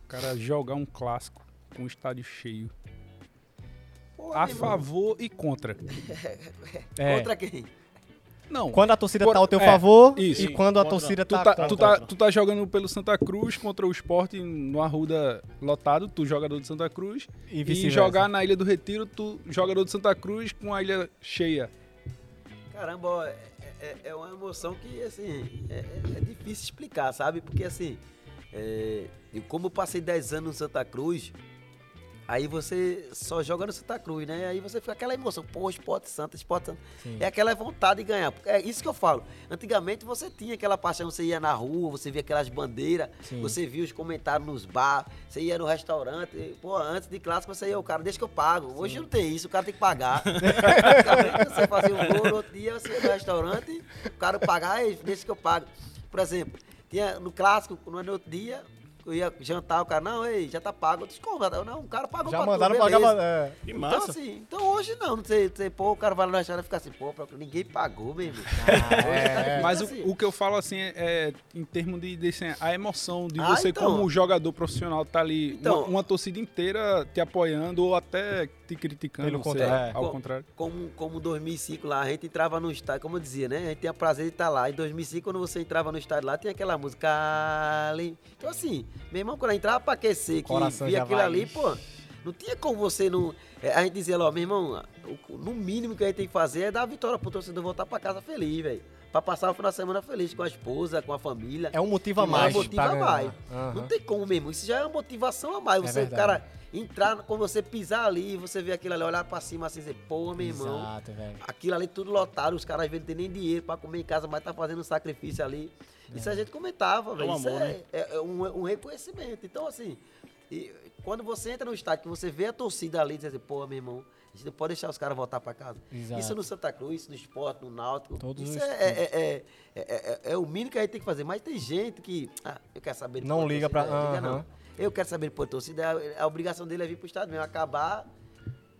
o cara jogar um clássico com o estádio cheio? A favor e contra. É. Contra quem? Não. Quando a torcida Por- tá ao teu é, favor isso. e quando a Contra- torcida Tu tá, tá, contra. tu, tá, tu tá jogando pelo Santa Cruz contra o esporte no Arruda lotado, tu jogador de Santa Cruz. E E, vice-versa. jogar na Ilha do Retiro, tu jogador de Santa Cruz com a ilha cheia. Caramba, ó, é, é- é uma emoção que, assim, é, é- é difícil explicar, sabe? Porque, assim, é, e como eu passei 10 anos no Santa Cruz, aí você só joga no Santa Cruz, né? Aí você fica aquela emoção, pô, Esporte Santa, Esporte Santa. Sim. É aquela vontade de ganhar. porque É isso que eu falo. Antigamente você tinha aquela paixão, você ia na rua, você via aquelas bandeiras, Sim. você via os comentários nos bar, você ia no restaurante. e, Pô, antes de clássico você ia, o cara, deixa que eu pago. Hoje não tem isso, o cara tem que pagar. Antigamente, você fazia um gol, no outro dia você ia no restaurante, o cara pagar, "Ei, deixa que eu pago. Por exemplo, tinha no clássico, no no outro dia, eu ia jantar, o cara, não, ei, já tá pago. Eu disse, como? Não, o cara pagou Já pra tu, mandaram beleza." pagar. ba- É. Que Então, massa. assim, então hoje não, não sei, sei, pô, o cara vai lá na estrada e fica assim, pô, pra- ninguém pagou mesmo. tá É. Mas assim. o, o que eu falo assim é, é em termos de, de, assim, a emoção de Ah, você então. como jogador profissional tá ali, uma- Então. uma, torcida inteira te apoiando ou até te criticando, Pelo sei contrário. lá, É. ao Co- contrário. Como, como 2005 lá, a gente entrava no estádio, como eu dizia, né? A gente tinha prazer de estar lá. Em 2005, quando você entrava no estádio lá, tinha aquela música. "Cali". Então, assim, meu irmão, quando eu entrava pra aquecer, que coração via já aquilo vai. ali, pô, não tinha como você não. é, a gente dizia, ó, meu irmão, o- no mínimo que a gente tem que fazer é dar a vitória pro torcedor voltar pra casa feliz, velho. Pra passar o final de semana feliz com a esposa, com a família. É um motivo a Não, mais. motivo pra a ganhar. mais. Aham. Não tem como mesmo. Isso já é uma motivação a mais. É Você, verdade. cara, entrar, quando você pisar ali, você vê aquilo ali, olhar pra cima assim, dizer, pô, meu irmão, Exato, velho. aquilo ali tudo lotado, os caras às vezes não tem nem dinheiro pra comer em casa, mas tá fazendo um sacrifício ali. Isso a É. gente comentava, velho. um Isso amor, é, né? é- é um, um reconhecimento. Então, assim, e quando você entra no estádio, que você vê a torcida ali, dizer, pô, meu irmão, a gente não pode deixar os caras voltar pra casa. Exato. Isso no Santa Cruz, isso no esporte, no Náutico. Todos isso os é, é- é- é- é- é o mínimo que a gente tem que fazer. Mas tem gente que. Ah, eu quero saber de Não pôr liga torcida, pra- liga aham. não. Eu quero saber de pôr torcida. A, a obrigação dele é vir pro estado mesmo. Acabar,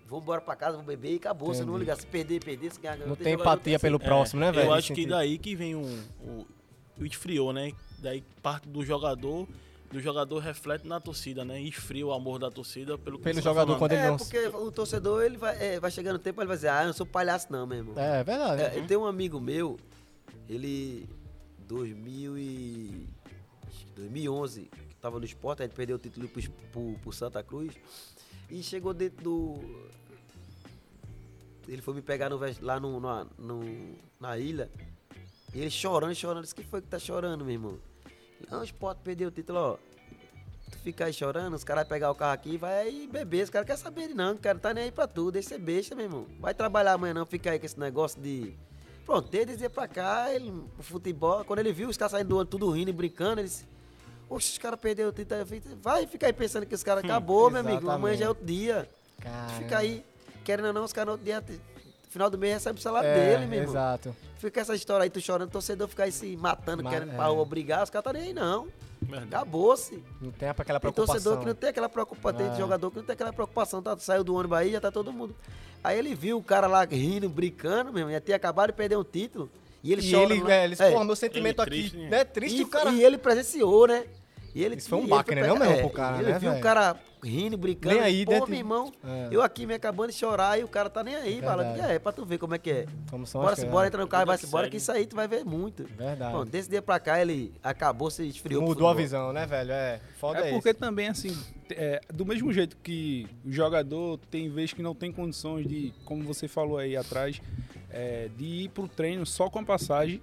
vou embora pra casa, vou beber e acabou. Você não Entendi. vai ligar. Se perder, perder, se ganhar, ganhar. Não Tem tem jogador empatia assim. pelo próximo, né, velho? É, Eu Nesse acho que sentido. daí que vem um, o, o esfriou, né? Daí parte do jogador, do jogador reflete na torcida, né? Esfria o amor da torcida pelo que Pelo você tá jogador falando. quando ele É, não. porque o torcedor, ele vai, é, vai chegando o tempo, ele vai dizer, ah, eu não sou palhaço não, meu irmão. É, é verdade. É, eu tenho um amigo meu, ele 2000 e- acho que 2011, que tava no esporte, a gente perdeu o título pro, es- pro- pro Santa Cruz e chegou dentro do ele foi me pegar no vest- lá no, na, no- na ilha. E ele chorando, chorando, disse: "Que foi que tá chorando, meu irmão?" Não, o esporte perdeu o título, ó. Tu ficar aí chorando, os caras vão pegar o carro aqui e vai aí beber. Os caras querem saber de não, o cara não tá nem aí pra tu, deixa ser besta, meu irmão. Vai trabalhar amanhã não, fica aí com esse negócio de. Pronto, desde esse dia pra cá, ele, o futebol, quando ele viu os caras saindo do ano, tudo rindo e brincando, ele disse. Oxe, os caras perderam o título. Eu falei, Vai ficar aí pensando que os caras acabou, meu amigo. Amanhã Hum, exatamente. já é outro dia. Tu Caramba. fica aí, querendo ou não, os caras no outro dia, final do mês recebe o salário É, dele, meu irmão. Exato. Fica essa história aí, tu chorando, torcedor ficar aí se matando, Ma- querendo é. pra obrigar, os caras tá nem aí não. Verdade. Acabou-se. Não tem aquela Tem preocupação. torcedor que não tem aquela preocupação, tem É. jogador que não tem aquela preocupação, tá, saiu do ônibus aí, já tá todo mundo. Aí ele viu o cara lá rindo, brincando, meu irmão, já tinha acabado de perder um título. E ele E chora. ele, não é, eles, É. pô, meu sentimento Ele aqui, triste, né? né? Triste e, o cara. e ele presenciou, né? E ele, Isso foi um e ele baque, né, pegar- é, não, meu, pro cara, Ele né, viu velho? o cara rindo, brincando. Nem aí Pô, dentro- meu irmão, É. eu aqui me acabando de chorar e o cara tá nem aí, Verdade. bala. É, pra tu ver como é que é. Como são as Bora-se coisas, embora, né? entra no carro e Vida vai-se que embora, segue. que isso aí tu vai ver muito. Verdade. Bom, desse dia pra cá ele acabou, se esfriou. pro Mudou a futebol. visão, né, velho? É, foda É é porque também, assim, t- é, do mesmo jeito que o jogador tem vez que não tem condições de, como você falou aí atrás, é, de ir pro treino só com a passagem,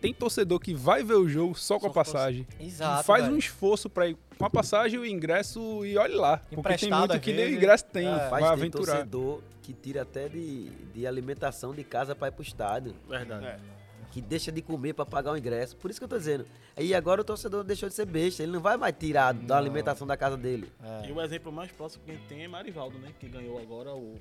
tem torcedor que vai ver o jogo só com a passagem. esse. Que Exato. faz Ah, tá velho. um esforço pra ir com a passagem, o ingresso e olhe lá. Porque tem Emprestado, muito às que nem o vezes. ingresso tem, É. vai Faz tem aventurar. torcedor que tira até de, de alimentação de casa pra ir pro estádio. Verdade. É. que deixa de comer para pagar o ingresso. Por isso que eu tô dizendo. E agora o torcedor deixou de ser besta. Ele não vai mais tirar da alimentação da casa dele. E o exemplo mais próximo que a gente tem é Marivaldo, né? Que ganhou agora o,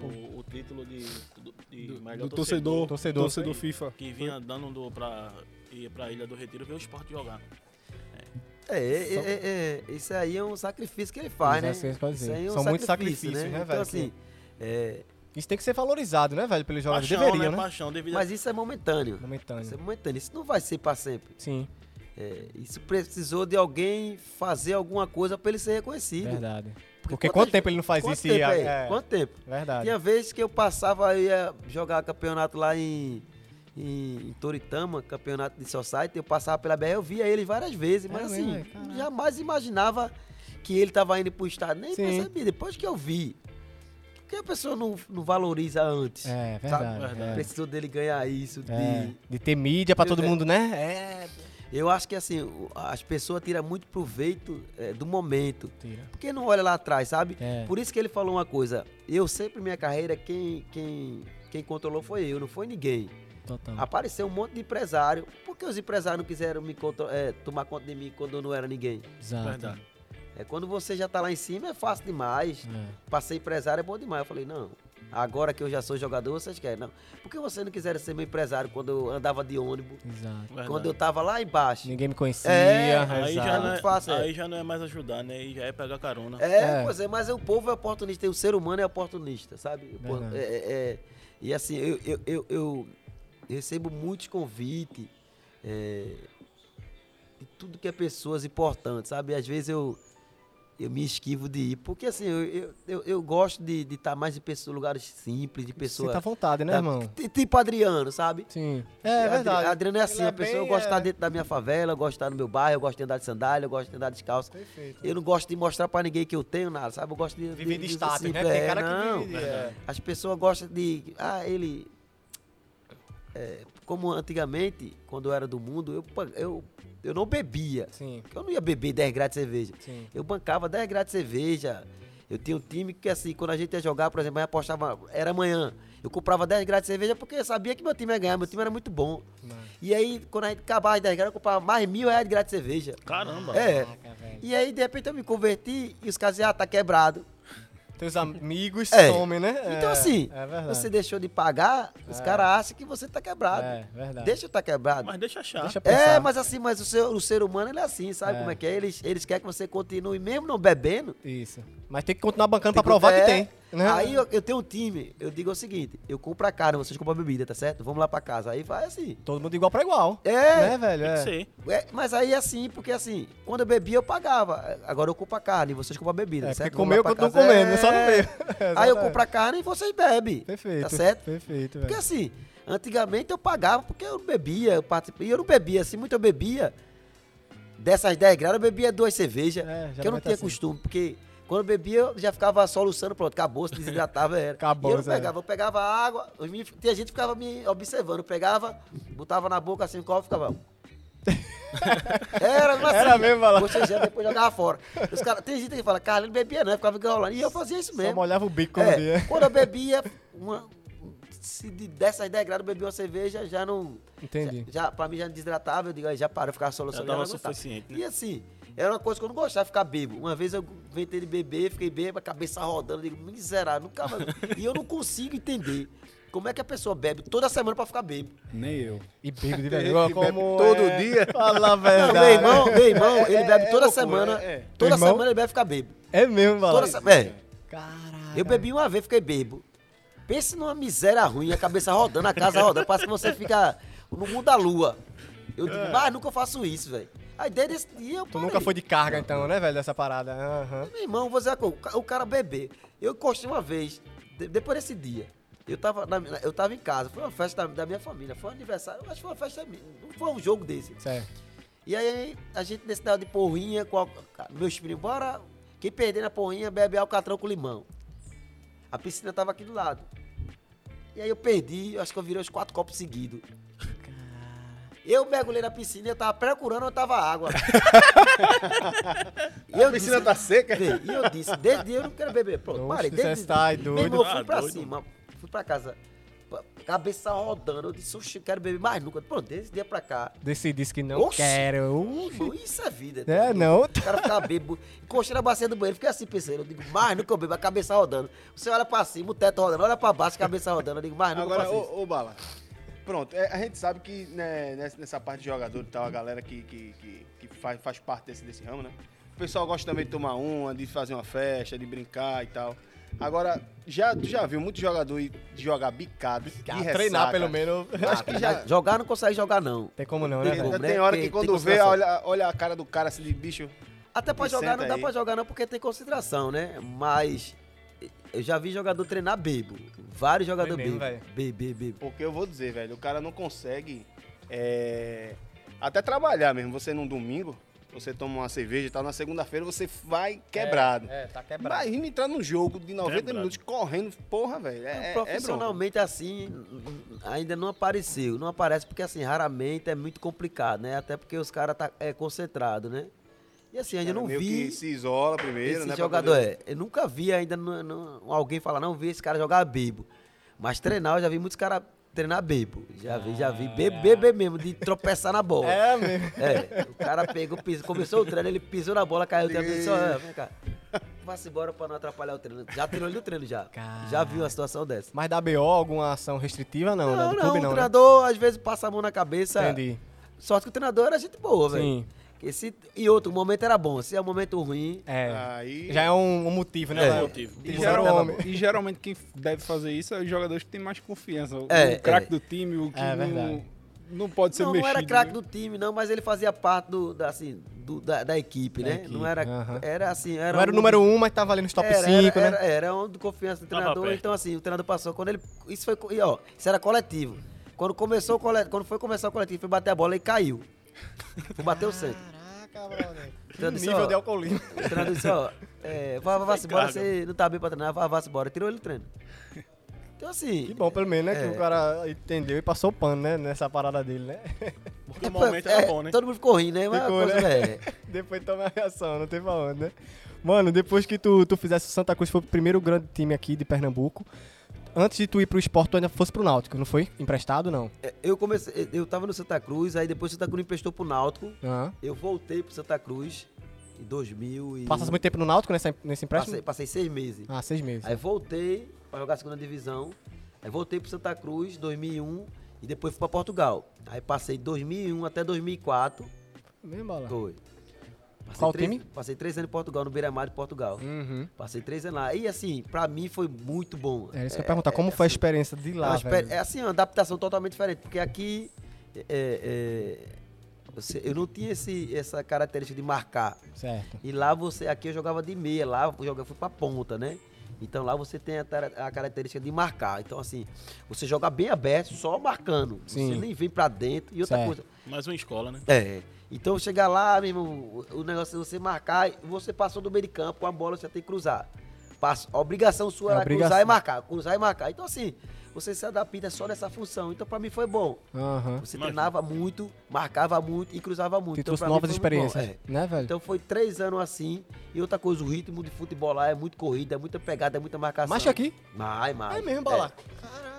o, o título de, do, de Do, melhor do torcedor, Torcedor. torcedor, FIFA. Que vinha dando do, pra ir pra Ilha do Retiro ver o esporte jogar. Então, É, é, é, é, isso aí é um sacrifício que ele faz, né? Isso é isso que eu ia Isso dizer. aí é um São muitos sacrifício, sacrifícios, né, Então, velho, assim, é, Isso tem que ser valorizado, né, velho, pelos jogadores. Paixão, Deveria, né? né? Paixão, devido mas isso é momentâneo. Isso é Momentâneo. momentâneo. Isso não vai ser para sempre. Sim, É, isso precisou de alguém fazer alguma coisa para ele ser reconhecido. verdade. Porque quantas- quanto tempo ele não faz quanto isso? Tempo, e, é? é, Quanto tempo? Verdade. Tinha vez que eu passava, eu ia jogar campeonato lá em, em, em Toritama, campeonato de society, eu passava pela BR, eu via ele várias vezes, É mas mesmo, assim, é? Caraca. jamais imaginava que ele estava indo pro estado, nem Sim. percebi, depois que eu vi. Por que a pessoa não, não valoriza antes? É, sabe? verdade. Verdade. é. Precisou dele ganhar isso, É, de de ter mídia pra Eu- todo é. mundo, né? É. Eu acho que assim, o- as pessoas tiram muito proveito eh, do momento. Tira. Porque não olha lá atrás, sabe? É. Por isso que ele falou uma coisa. Eu sempre, minha carreira, quem, quem, quem controlou foi eu, não foi ninguém. Total. Apareceu um monte de empresário. Por que os empresários não quiseram me contro- eh, tomar conta de mim quando eu não era ninguém? Exato. Verdade. É, quando você já tá lá em cima, é fácil demais. É. Passei empresário é bom demais. Eu falei, não. Agora que eu já sou jogador, vocês querem. Não. Por que vocês não quiseram ser meu empresário quando eu andava de ônibus? Exato. Verdade. Quando eu tava lá embaixo? Ninguém me conhecia. É, Aí já, exato. não Muito fácil, é, é. aí já não é mais ajudar, né? Aí já é pegar carona. É, É. pois é, mas o povo é oportunista, e o ser humano é oportunista, sabe? Pô, Verdade. é- é- é- e assim, eu, eu, eu- eu recebo muitos convites é, de tudo que é pessoas importantes, sabe? Às vezes eu, eu me esquivo de ir, porque assim, eu, eu, eu, eu gosto de estar mais em pessoas, lugares simples, de pessoas. Sinta à vontade, né, tá- irmão? ti- Tipo Adriano, sabe? Sim. É, Adri- verdade. Adriano é assim, Ele é a pessoa, eu bem, gosto de estar é. dentro da minha favela, eu gosto de estar no meu bairro, eu gosto de andar de sandália, eu gosto de andar descalço. Perfeito. Eu não gosto de mostrar pra ninguém que eu tenho nada, sabe? Eu gosto de. Viver de de- status, assim, né? Tem é, cara que não. vive de- é. As pessoas gostam de. Ah, ele. é, como antigamente, quando eu era do mundo, eu, pa- eu, eu não bebia. Sim, Eu não ia beber 10 graus de cerveja. sim. Eu bancava 10 graus de cerveja. Eu tinha um time que, assim, quando a gente ia jogar, por exemplo, eu apostava. Era amanhã. Eu comprava 10 graus de cerveja porque eu sabia que meu time ia ganhar. Meu time era muito bom. Mas- E aí, quando a gente acabava as 10 graus, eu comprava mais mil reais de graus de cerveja. Caramba. É. Caraca, velho. E aí, de repente, eu me converti e os caras diziam, ah, tá quebrado. Teus amigos É. somem, né? Então, É, assim, É verdade. você deixou de pagar, os É. caras acham que você tá quebrado. É, verdade. Deixa eu tá quebrado. Mas deixa achar. Deixa eu é, pensar. mas assim, mas o ser, o ser humano, ele é assim, sabe É. como é que é? Eles, eles querem que você continue, mesmo não bebendo. Isso. Mas tem que continuar bancando pra Tem provar é. que tem. Né? Aí eu, eu tenho um time, eu digo o seguinte, eu compro a carne, vocês compram a bebida, tá certo? Vamos lá pra casa. Aí vai assim. Todo mundo igual pra igual. É, Né, velho? Tem que É. ser. é, mas aí é assim, porque assim, quando eu bebia eu pagava. Agora eu compro a carne, vocês compram a bebida, É, tá porque certo? comeu Vamos quando lá não pra casa. comendo, né? só no É. meio. Aí eu Exatamente. compro a carne e vocês bebem. Perfeito. Tá certo? Perfeito, Porque velho. assim, antigamente eu pagava porque eu não bebia, eu participei. E eu não bebia, assim, muito eu bebia. Dessas 10 graus, eu bebia duas cervejas. É, que eu não vai tá tinha assim. costume, porque quando eu bebia, eu já ficava soluçando, pronto, acabou, se desidratava, era. Acabou, e eu não Zé. pegava, eu pegava água, os meninos- tinha gente que ficava me observando, eu pegava, botava na boca assim, o copo ficava... Era, mas Era mesmo, vai lá. Bocejando, depois jogava fora. Os cara, tem gente que fala, cara, ele não bebia não, eu ficava enrolando. E eu fazia isso Só mesmo. molhava o bico É, quando via. quando eu bebia, uma, se de- dessas 10 graus eu bebia uma cerveja, já não. Entendi. Já, já, pra mim já não desidratava, eu digo, aí já parou, eu ficava Já solucionando. tava eu não aguentava. suficiente, né? E assim, era uma coisa que eu não gostava, ficar bebo. Uma vez eu inventei de beber, fiquei bebo, a cabeça rodando, eu digo, miserável, nunca mais. e eu não consigo entender como é que a pessoa bebe toda semana pra ficar bebo. Nem eu. E bebo de Tem gente vez. que Como bebe todo é- dia. Fala a Não, verdade. meu irmão, meu irmão, ele bebe é toda loucura, semana, é, é. toda Meu irmão? semana ele bebe ficar bebo. É mesmo, Bala. Toda semana. É. Caraca. Eu bebi uma vez, fiquei bebo. Pense numa miséria ruim, a cabeça rodando, a casa rodando. Parece que você fica no mundo da lua. Eu digo, mas nunca faço isso, velho. Aí desde esse dia eu É. Tu nunca foi de carga, então, né, velho, dessa parada? Aham. Meu irmão, vou dizer uma coisa, o ca- o cara beber. Eu encostei uma vez, de- depois desse dia. Eu tava, na minha- eu tava em casa, foi uma festa da, da minha família, foi um aniversário, acho que foi uma festa minha, não foi um jogo desse. Certo. E aí a gente nesse dado de porrinha, com a, meus primos, bora. Quem perder na porrinha bebe alcatrão com limão. A piscina tava aqui do lado. E aí eu perdi, acho que eu virei os quatro copos seguidos. Eu mergulhei na piscina e eu tava procurando onde tava a água. E eu A piscina disse- tá seca. tá Vê, E eu disse, desde eu não quero beber. Pronto, Oxe, parei. você Desde, está meu irmão, doido. eu fui Ah, pra doido. cima, fui pra casa. cabeça rodando. Eu disse, oxe, eu quero beber mais nunca. Pronto, desse dia pra cá. Decidisse que não Oxe. quero. Irmão, isso é vida. tá É, ligado? não. O cara fica bebo. Encostei na bacia do banheiro, fiquei assim pensando. Eu digo, mais nunca eu bebo, a cabeça rodando. Você olha pra cima, o teto rodando, olha pra baixo, a cabeça rodando. Eu digo, mais Ah, nunca Agora, eu faço isso. ô, ô Bala. Pronto, é, a gente sabe que né, nessa, nessa parte de jogador e tal, a galera que, que, que, que faz, faz parte desse, desse ramo, né? O pessoal gosta também de tomar uma, de fazer uma festa, de brincar e tal. Agora, já, tu já viu muito jogador ir- de jogar bicado, de ressaca. Ah, Treinar, pelo menos. Ah, já... Jogar não consegue jogar, não. Tem como não, né, Tem, velho? tem né? hora Tem- que tem quando vê, concentração. olha, olha a cara do cara assim de bicho. Até pra Me jogar senta não dá aí. pra jogar não, porque tem concentração, né? Mas eu já vi jogador treinar bebo. Vários jogadores mesmo, bebo. Bebo, bebo, bebo. Porque eu vou dizer, velho, o cara não consegue é, até trabalhar mesmo. Você num domingo, você toma uma cerveja e tal, na segunda-feira você vai quebrado. É, tá quebrado. Imagina entrar num jogo de 90 Quebrado. minutos correndo, porra, velho. É, é, profissional. Profissionalmente assim, ainda não apareceu. Não aparece porque assim, raramente é muito complicado, né? Até porque os caras tá é, concentrado, né? E assim, ainda não meio vi que se isola primeiro, esse né? pra jogador poder- é. Eu nunca vi ainda não- não- alguém falar, não vi esse cara jogar bebo. Mas treinar, eu já vi muitos caras treinar bebo. Já vi, já vi. Bebo, bebo mesmo, de tropeçar na bola. Ah. É mesmo. É, o cara pegou, pisou, começou o treino, ele pisou na bola, caiu o treino, ele só, "Ah, vem cá, vá-se embora pra não atrapalhar o treino. Já tirou ele do treino, já. Cara. Já viu uma situação dessa. Mas da BO, alguma ação restritiva, não, né? Não, Do não, clube, o não, né? treinador às vezes passa a mão na cabeça. Entendi. Sorte que o treinador era gente boa, velho. Sim. Esse E outro, o momento era bom, se é um momento ruim... É. Aí. Já é um, um motivo, né? É. velho? Motivo. Tem E, que Zero ser um dava homem. geralmente, e geralmente quem deve fazer isso é os jogadores que têm mais confiança. O- É, o craque é. do time, o que É verdade. não, não pode ser não, mexido. não era craque né? do time, não, mas ele fazia parte do, da, assim, do- da, da equipe, Da né? equipe, Não era... aham. Era assim... Era Não era o um- número 1, um, mas tava ali nos top era, era- 5, né? Era, era um de confiança do Tava treinador, perto. então assim, o treinador passou. Quando ele. Isso foi. co- E, ó, isso era coletivo. Quando começou o coletivo, quando foi começar o coletivo, foi bater a bola e caiu. Foi bater o centro. Caraca, brother. Que Tradição. nível de alcoolismo. O treinador disse, ó, é, vá, vá, vá-se embora, Carga. você não tá bem pra treinar, vá, vá-se embora. Tirou ele do treino. Então assim. Que bom, pelo menos, né? Que É. o cara entendeu e passou o pano, né? Nessa parada dele, né? Porque é, o momento é, era bom, né? Todo mundo ficou rindo, né? Mas a Ficou, coisa, né? é, Depois toma a reação, não teve aonde, né? Mano, depois que tu, tu fizesse o Santa Cruz, foi o primeiro grande time aqui de Pernambuco. Antes de tu ir pro esporte, tu ainda fosse pro Náutico, não foi? Emprestado, não? é, Eu comecei, eu tava no Santa Cruz, aí depois o Santa Cruz emprestou pro Náutico. Aham. Eu voltei pro Santa Cruz em 2000 e... Passasse muito tempo no Náutico nessa, nesse empréstimo? passei, passei seis meses. Ah, seis meses. Aí voltei pra jogar a segunda divisão. Aí voltei pro Santa Cruz, 2001, e depois fui pra Portugal. Aí passei 2001 até 2004. Mesmo bola. Foi. Passei Tá. Qual três, time? Passei três anos em Portugal, no Beira-Mar de Portugal. Uhum. Passei três anos lá. E assim, pra mim foi muito bom. É isso que eu ia perguntar, como foi a experiência de é, lá, uma experi- velho? é assim, uma adaptação totalmente diferente, porque aqui é, é, você- eu não tinha esse, essa característica de marcar. Certo. E lá você, aqui eu jogava de meia, lá eu jogava, fui pra ponta, né? Então lá você tem a, tara- a característica de marcar. Então, assim, você joga bem aberto, só marcando. Sim. Você nem vem pra dentro. E outra Certo. coisa. Mais uma escola, né? É. Então chegar lá, meu irmão, o- o negócio é você marcar, você passou do meio de campo, com a bola você tem que cruzar. Passa- a obrigação sua É é obrigação. cruzar e marcar, cruzar e marcar. Então, assim, você se adapta só nessa função. Então, pra mim foi bom. Aham. Você Imagina. treinava muito, marcava muito e cruzava muito. Te então, trouxe pra mim, novas foi muito bom. experiências, É. né, velho? Então foi três anos assim. E outra coisa, o ritmo de futebol lá é muito corrida, é muita pegada, é muita marcação. Macho aqui? Mais, mais. É mesmo, bola.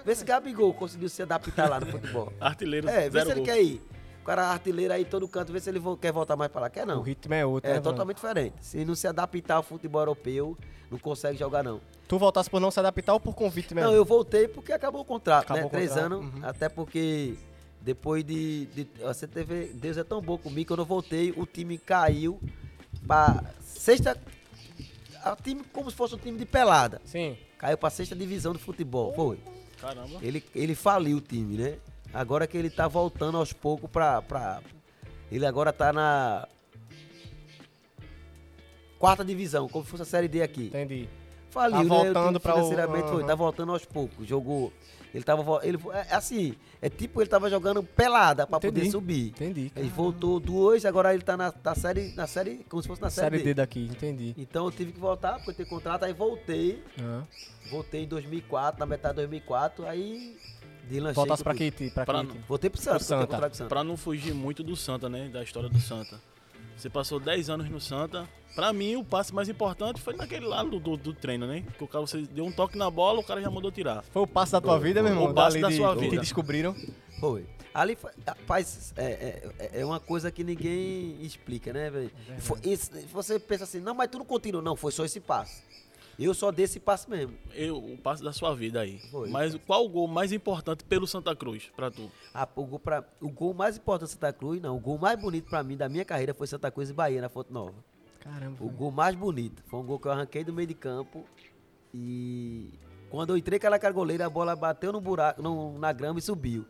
Vê se Gabigol conseguiu se adaptar lá no futebol. Artilheiro, É, vê zero se ele gol. quer ir. O cara é artilheiro aí todo canto, vê se ele vo- quer voltar mais pra lá. Quer O não. ritmo é outro, É né, velho? totalmente diferente. Se não se adaptar ao futebol europeu, não consegue jogar não. Tu voltasse por não se adaptar ou por convite mesmo? Não, eu voltei porque acabou o contrato, É. Acabou né? o Três contrato, anos, uhum. até porque depois de, de. Você teve. Deus é tão bom comigo, quando eu voltei, o time caiu pra sexta. O time como se fosse um time de pelada. Sim. Caiu pra sexta divisão do futebol. Foi. Caramba. Ele, ele faliu o time, né? Agora que ele tá voltando aos poucos pra, pra. Ele agora tá na. Quarta divisão, como se fosse a Série D aqui. Entendi. Faliu, Tá né? voltando O time pra o- financeiramente foi, Aham. tá voltando aos poucos. Jogou. Ele tava. vo- Ele, é é assim, é tipo ele tava jogando pelada pra Entendi. poder subir. Entendi. Ele voltou duas, agora ele tá na, na série. Na série. Como se fosse na série, Série D D. daqui, entendi. Então eu tive que voltar, porque tem contrato, aí tá voltei. Aham. Voltei em 2004, na metade de 2004, aí deslanchei. Voltasse com pra tudo. que, ti- pra Pra que não. ti- Voltei pro Santos, Pro voltei Santa. contrato com o Santos. Pra não fugir muito do Santa, né? Da história do Santa. Você passou 10 anos no Santa. Pra mim, o passe mais importante foi naquele lado do, do treino, né? Que o cara, você deu um toque na bola, o cara já mandou tirar. Foi o passo da tua vida, meu irmão? o passo Dali da de- sua Que vida. descobriram. Foi. Ali, fa- rapaz, é, é- é, é uma coisa que ninguém explica, né, velho? É Foi esse- Você pensa assim, não, mas tu não continua. Não, foi só esse passo. Eu só dei esse passo mesmo. Eu, o passe da sua vida aí. Foi. Mas qual o gol mais importante pelo Santa Cruz pra tu? Ah, o, gol pra- o gol mais importante do Santa Cruz, não. O gol mais bonito pra mim da minha carreira foi Santa Cruz e Bahia na Fonte Nova. Caramba. O gol mais bonito. Foi um gol que eu arranquei do meio de campo. E quando eu entrei com aquela goleira, a bola bateu no buraco, no- na grama e subiu.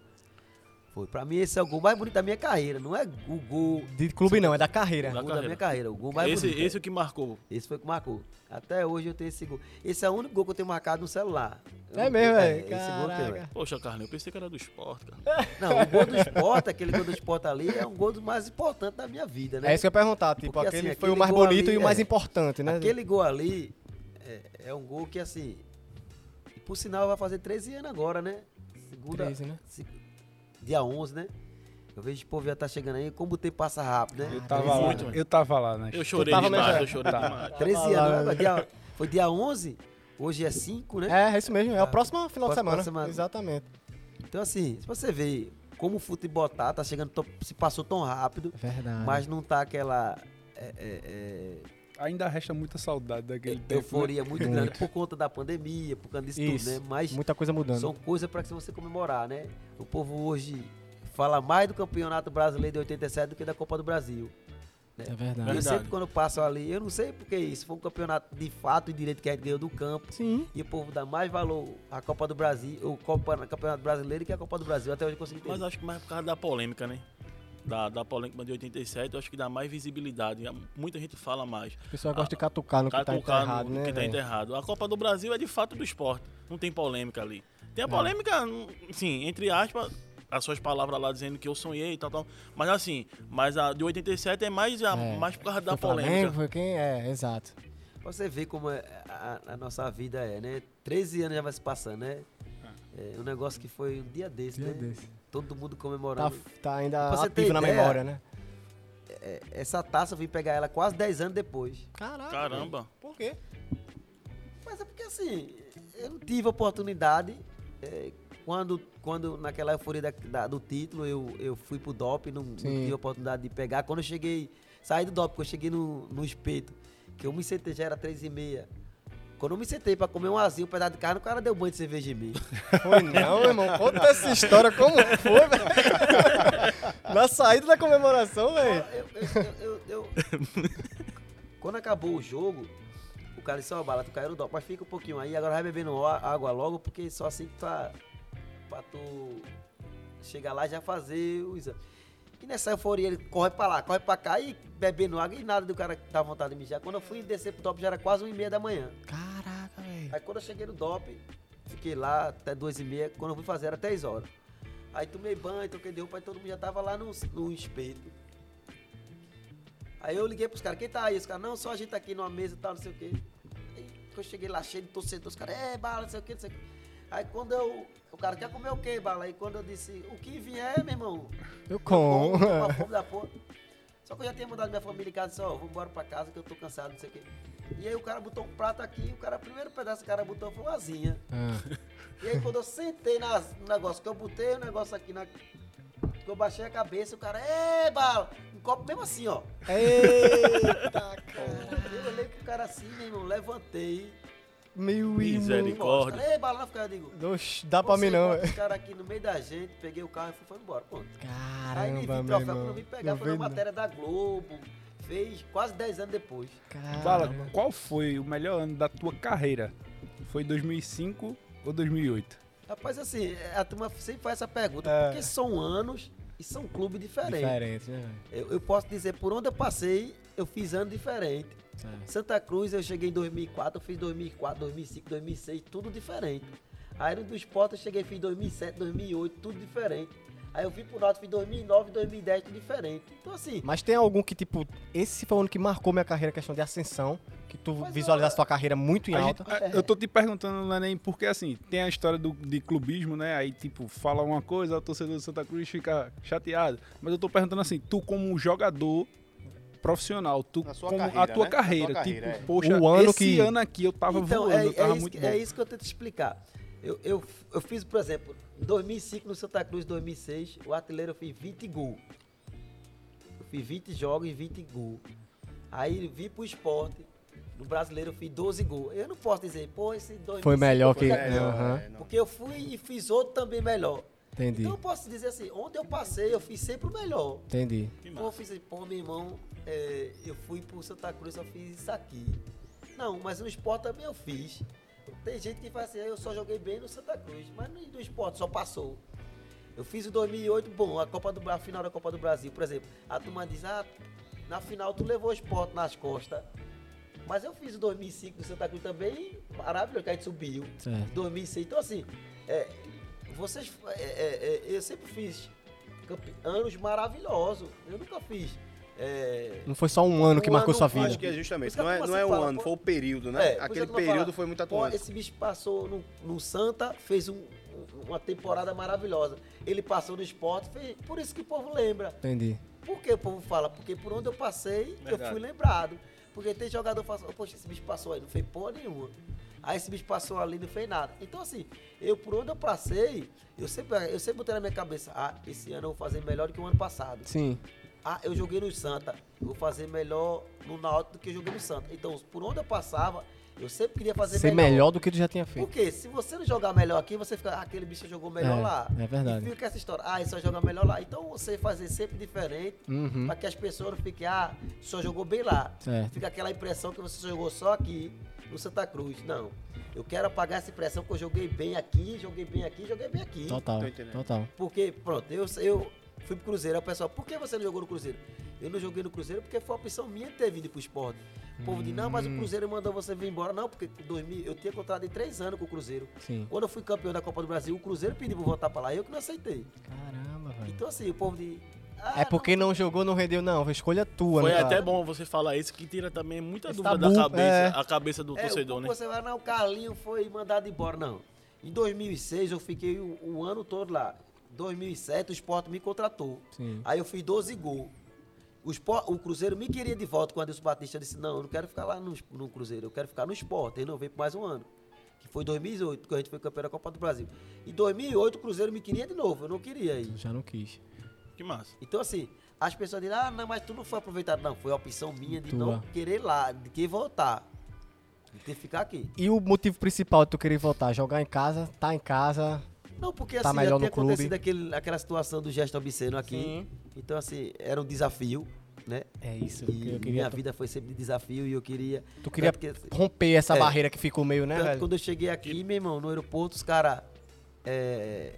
Foi. Pra mim, esse é o gol mais bonito da minha carreira. Não é o gol, De clube não, é da carreira. Da o gol da carreira. minha carreira. O gol mais esse, bonito. esse é o que marcou. Esse foi o que marcou. Até hoje eu tenho esse gol. Esse é o único gol que eu tenho marcado no celular. Eu É não- mesmo, é, velho. Esse gol eu tenho, Caraca. velho. Poxa, Carlinhos, eu pensei que era do esporte, cara. Não, o gol do Sport, aquele gol do Sport ali, é um gol do mais importante da minha vida, né? É isso que eu ia perguntar. Tipo, Porque, assim, aquele foi o aquele mais gol bonito ali, e o mais é. importante, né? Aquele gol ali é, é um gol que, assim. e Por sinal, vai fazer 13 anos agora, né? Segunda. 13, né? se- dia 11, né? Eu vejo o povo já tá chegando aí. Como o tempo passa rápido, né? Eu tava lá, muito, mano. eu tava lá, É, né? Eu chorei tava demais, nessa- eu chorei Tá. demais. 13 Tava lá, anos, né? velho. Dia- foi dia 11, hoje é 5, né? É, é isso mesmo. É o próximo final de Próxima semana. semana. Exatamente. Então, assim, se você vê como o futebol tá, tá chegando, tão- se passou tão rápido, É Verdade. mas não tá aquela. é, é, é, Tá. Ainda resta muita saudade daquele tempo. né? euforia muito grande por conta da pandemia, por conta disso Isso. tudo, né? Mas Muita coisa mudando. São coisas para você comemorar, né? O povo hoje fala mais do Campeonato Brasileiro de 87 do que da Copa do Brasil. É verdade. Eu Verdade. sempre quando passo ali, eu não sei porque isso foi um campeonato de fato e direito que a gente ganhou do campo. Sim. E o povo dá mais valor à Copa do Brasil, ou Copa, Campeonato Brasileiro que a Copa do Brasil. Até hoje eu consigo Mas entender. acho que mais por causa da polêmica, né? Da, da polêmica de 87, eu acho que dá mais visibilidade. Muita gente fala mais. O pessoal gosta de catucar no que tá Catucar no- enterrado, no né? que tá velho? enterrado. A Copa do Brasil é de fato do esporte. Não tem polêmica ali. É. Tem a polêmica, sim, entre aspas, as suas palavras lá dizendo que eu sonhei e tal, tal. Mas assim, mas a de 87 é mais, a, É. mais por causa Foi da o Flamengo, polêmica. Foi quem? É, exato. Você vê como é a, a nossa vida é, né? 13 anos já vai se passando, né? É um negócio que foi um dia desse, Dia né? desse. Todo mundo Tá, comemorando. tá ainda Pra você ter ativo na ideia, memória, né? É, Essa taça eu vim pegar ela quase 10 anos depois. Caraca. Caramba. Por quê? Mas é porque assim, eu não tive oportunidade. eh, quando, quando naquela euforia da- da- do título, eu, eu fui pro DOP, não, não Sim. tive oportunidade de pegar. Quando eu cheguei, saí do DOP, quando eu cheguei no, no espeto, que eu me sentei, já era 3h30. Quando eu me sentei pra comer um azinho, um pedaço de carne, o cara deu banho de cerveja em mim. Foi não, meu irmão. Conta essa história como foi, velho. Na saída da comemoração, velho. Eu- eu- eu- eu- eu- Quando acabou o jogo, o cara disse, ó, Bala, tu caiu no dó, mas fica um pouquinho aí, agora vai bebendo ó- água logo, porque só assim que tá pra tu chegar lá e já fazer o exame. E nessa euforia ele corre pra lá, corre pra cá e bebendo água e nada do cara que tava à vontade de mijar. Quando eu fui descer pro top já era quase 1 e meia da manhã. Caraca, velho. Aí quando eu cheguei no DOP, fiquei lá até 2 e meia, quando eu fui fazer era 10 horas. Aí tomei banho, troquei de roupa, aí todo mundo já tava lá no, no espeto. Aí eu liguei pros caras, quem tá aí? Os caras, não, só a gente tá aqui numa mesa e tal, não sei o quê. Aí quando eu cheguei lá cheio de torcedor, os caras, é, bala, não sei o quê, não sei o quê. Aí quando eu. O cara quer comer o quê, bala? Aí quando eu disse, o que vier, meu irmão, Eu Bom, com. tô com uma fome da porra. Só que eu já tinha mandado minha família em casa e disse, ó, vou embora pra casa que eu tô cansado, não sei o quê. E aí o cara botou um prato aqui, o cara, primeiro pedaço que o cara botou foi uma asinha. Ah, E aí quando eu sentei nas- no negócio, que eu botei o negócio aqui na. Que eu baixei a cabeça, o cara, ê, bala! Um copo mesmo assim, ó. Eita, cara. Eu olhei pro cara assim, meu irmão, levantei. Meu Misericórdia. irmão. Misericórdia. Ei, bala, não fica, eu digo. Oxe, dá pra mim não, é." bota velho. Os caras aqui no meio da gente, peguei o carro e fui, foi embora, pronto. Aí me Caramba, vi meu troféu, quando eu irmão. vim pegar, Não foi na vem não. matéria da Globo. Fez quase 10 anos depois. Bala, Caramba. qual foi o melhor ano da tua carreira? Foi 2005 ou 2008? Rapaz, assim, a turma sempre faz essa pergunta, É. porque são anos e são clubes diferentes. Diferente, né, velho? Eu, eu posso dizer, por onde eu passei, eu fiz ano diferente. Certo. Santa Cruz, eu cheguei em 2004, eu fiz 2004, 2005, 2006, tudo diferente. Aí no do esporte, eu cheguei e fiz 2007, 2008, tudo diferente. Aí eu vim pro Norte, fiz 2009, 2010, tudo diferente. Então, assim, Mas tem algum que, tipo, esse foi o ano que marcou minha carreira, questão de ascensão, que tu Mas, visualizasse tua carreira muito em A alta. gente- a- É, eu tô te perguntando, não é nem porque assim, tem a história do, de clubismo, né? Aí, tipo, fala uma coisa, o torcedor do Santa Cruz fica chateado. Mas eu tô perguntando assim, tu como um jogador, profissional, tu, Na sua como a carreira, tua né? Na tua carreira. carreira, tipo, é. poxa, O ano esse que- ano aqui eu tava então, voando, é, eu tava é, isso, muito que- bom. é isso que eu tento explicar. Eu, eu, eu fiz, por exemplo, em 2005 no Santa Cruz, 2006, o artilheiro eu fiz 20 gols. Eu fiz 20 jogos e 20 gols. Aí vim pro esporte, no brasileiro eu fiz 12 gols. Eu não posso dizer, pô, esse 2005 Foi melhor foi que- melhor. Aham. é, não. Porque eu fui e fiz outro também melhor. Entendi, Então eu posso dizer assim, onde eu passei, eu fiz sempre o melhor. entendi. Que Pô, eu massa. fiz assim, pô, meu irmão, é, eu fui pro Santa Cruz, só fiz isso aqui. Não, mas no esporte também eu fiz. Tem gente que fala assim, "Ah, eu só joguei bem no Santa Cruz, mas no, no esporte só passou. Eu fiz o 2008, bom, a Copa do Bra- a final da Copa do Brasil, por exemplo. A turma diz, ah, na final tu levou o esporte nas costas. Mas eu fiz o 2005 no Santa Cruz também, maravilhoso, que a gente subiu. Certo. 2006. Então, assim, é, vocês. é, é, é, eu sempre fiz campe- anos maravilhosos. Eu nunca fiz. é, Não foi só um ano que Um marcou ano sua Eu foi- vida. Acho que é justamente, Por isso que não é, a turma não é sempre o fala, ano, pô, foi o período, é, né? por isso Aquele que eu tô período falando, foi muito pô, atuante. esse bicho passou no, no Santa, fez um- uma temporada maravilhosa. Ele passou no esporte, fez- por isso que o povo lembra. Entendi. Por que o povo fala? Porque por onde eu passei, eu Verdade. fui lembrado. Porque tem jogador que fala assim, poxa, esse bicho passou aí, não fez porra nenhuma. Aí esse bicho passou ali, não fez nada. Então, assim, eu por onde eu passei, eu sempre, eu sempre botei na minha cabeça, ah, esse ano eu vou fazer melhor do que o ano passado. Sim, Ah, eu joguei no Santa, eu vou fazer melhor no Náutico do que eu joguei no Santa. Então, por onde eu passava, eu sempre queria fazer ser melhor do que tu já tinha feito. porque se você não jogar melhor aqui, você fica, ah, aquele bicho jogou melhor É, lá. é verdade. E fica essa história, ah, ele só joga melhor lá. Então você fazer sempre diferente, Uhum. para que as pessoas não fiquem, ah, só jogou bem lá. Certo. Fica aquela impressão que você só jogou só aqui, no Santa Cruz. Não. Eu quero apagar essa impressão que eu joguei bem aqui, joguei bem aqui, joguei bem aqui. Total, Tô entendendo. total. Porque, pronto, eu, eu fui pro Cruzeiro. Aí o pessoal, por que você não jogou no Cruzeiro? Eu não joguei no Cruzeiro porque foi a opção minha ter vindo pro esporte. O povo diz, não, mas o Hum. Cruzeiro mandou você vir embora. Não, porque em 2000, eu tinha contrato de três anos com o Cruzeiro. Sim. Quando eu fui campeão da Copa do Brasil, o Cruzeiro pediu pra eu voltar pra lá, eu que não aceitei. Caramba, velho. Então assim, o povo diz... ah, É porque não jogou, não rendeu, não. Escolha tua, Foi né? cara? até bom você falar isso, que tira também muita Esse dúvida tabu, da cabeça, é. a cabeça do É, torcedor, o, né? Você vai, não, o Carlinho foi mandado embora, não. Em 2006 eu fiquei o, o ano todo lá. 2007 o Sport me contratou. Sim. Aí eu fiz 12 gols. O, Sport- o Cruzeiro me queria de volta quando o Adilson Batista disse: Não, eu não quero ficar lá no, no Cruzeiro, eu quero ficar no Sport. Ele não veio por mais um ano. Que foi 2008, que a gente foi campeão da Copa do Brasil. Em 2008 o Cruzeiro me queria de novo, eu não queria ir. Já não quis. Que massa. Então, assim, as pessoas dizem, ah, não, mas tu não foi aproveitado. Não, foi a opção minha de não Tua. querer ir lá, de querer voltar. De ter que ficar aqui. E o motivo principal de tu querer voltar? Jogar em casa, tá em casa. Não, porque Tá assim, melhor já tinha no clube. acontecido aquele, aquela situação do gesto obsceno aqui. Sim. Então, assim, era um desafio, né? É isso. E eu minha queria, tu, vida foi sempre de desafio e eu queria. tu queria tanto que, assim, romper essa É. barreira que ficou meio, né, tanto velho? quando eu cheguei aqui, meu irmão, no aeroporto, os caras é,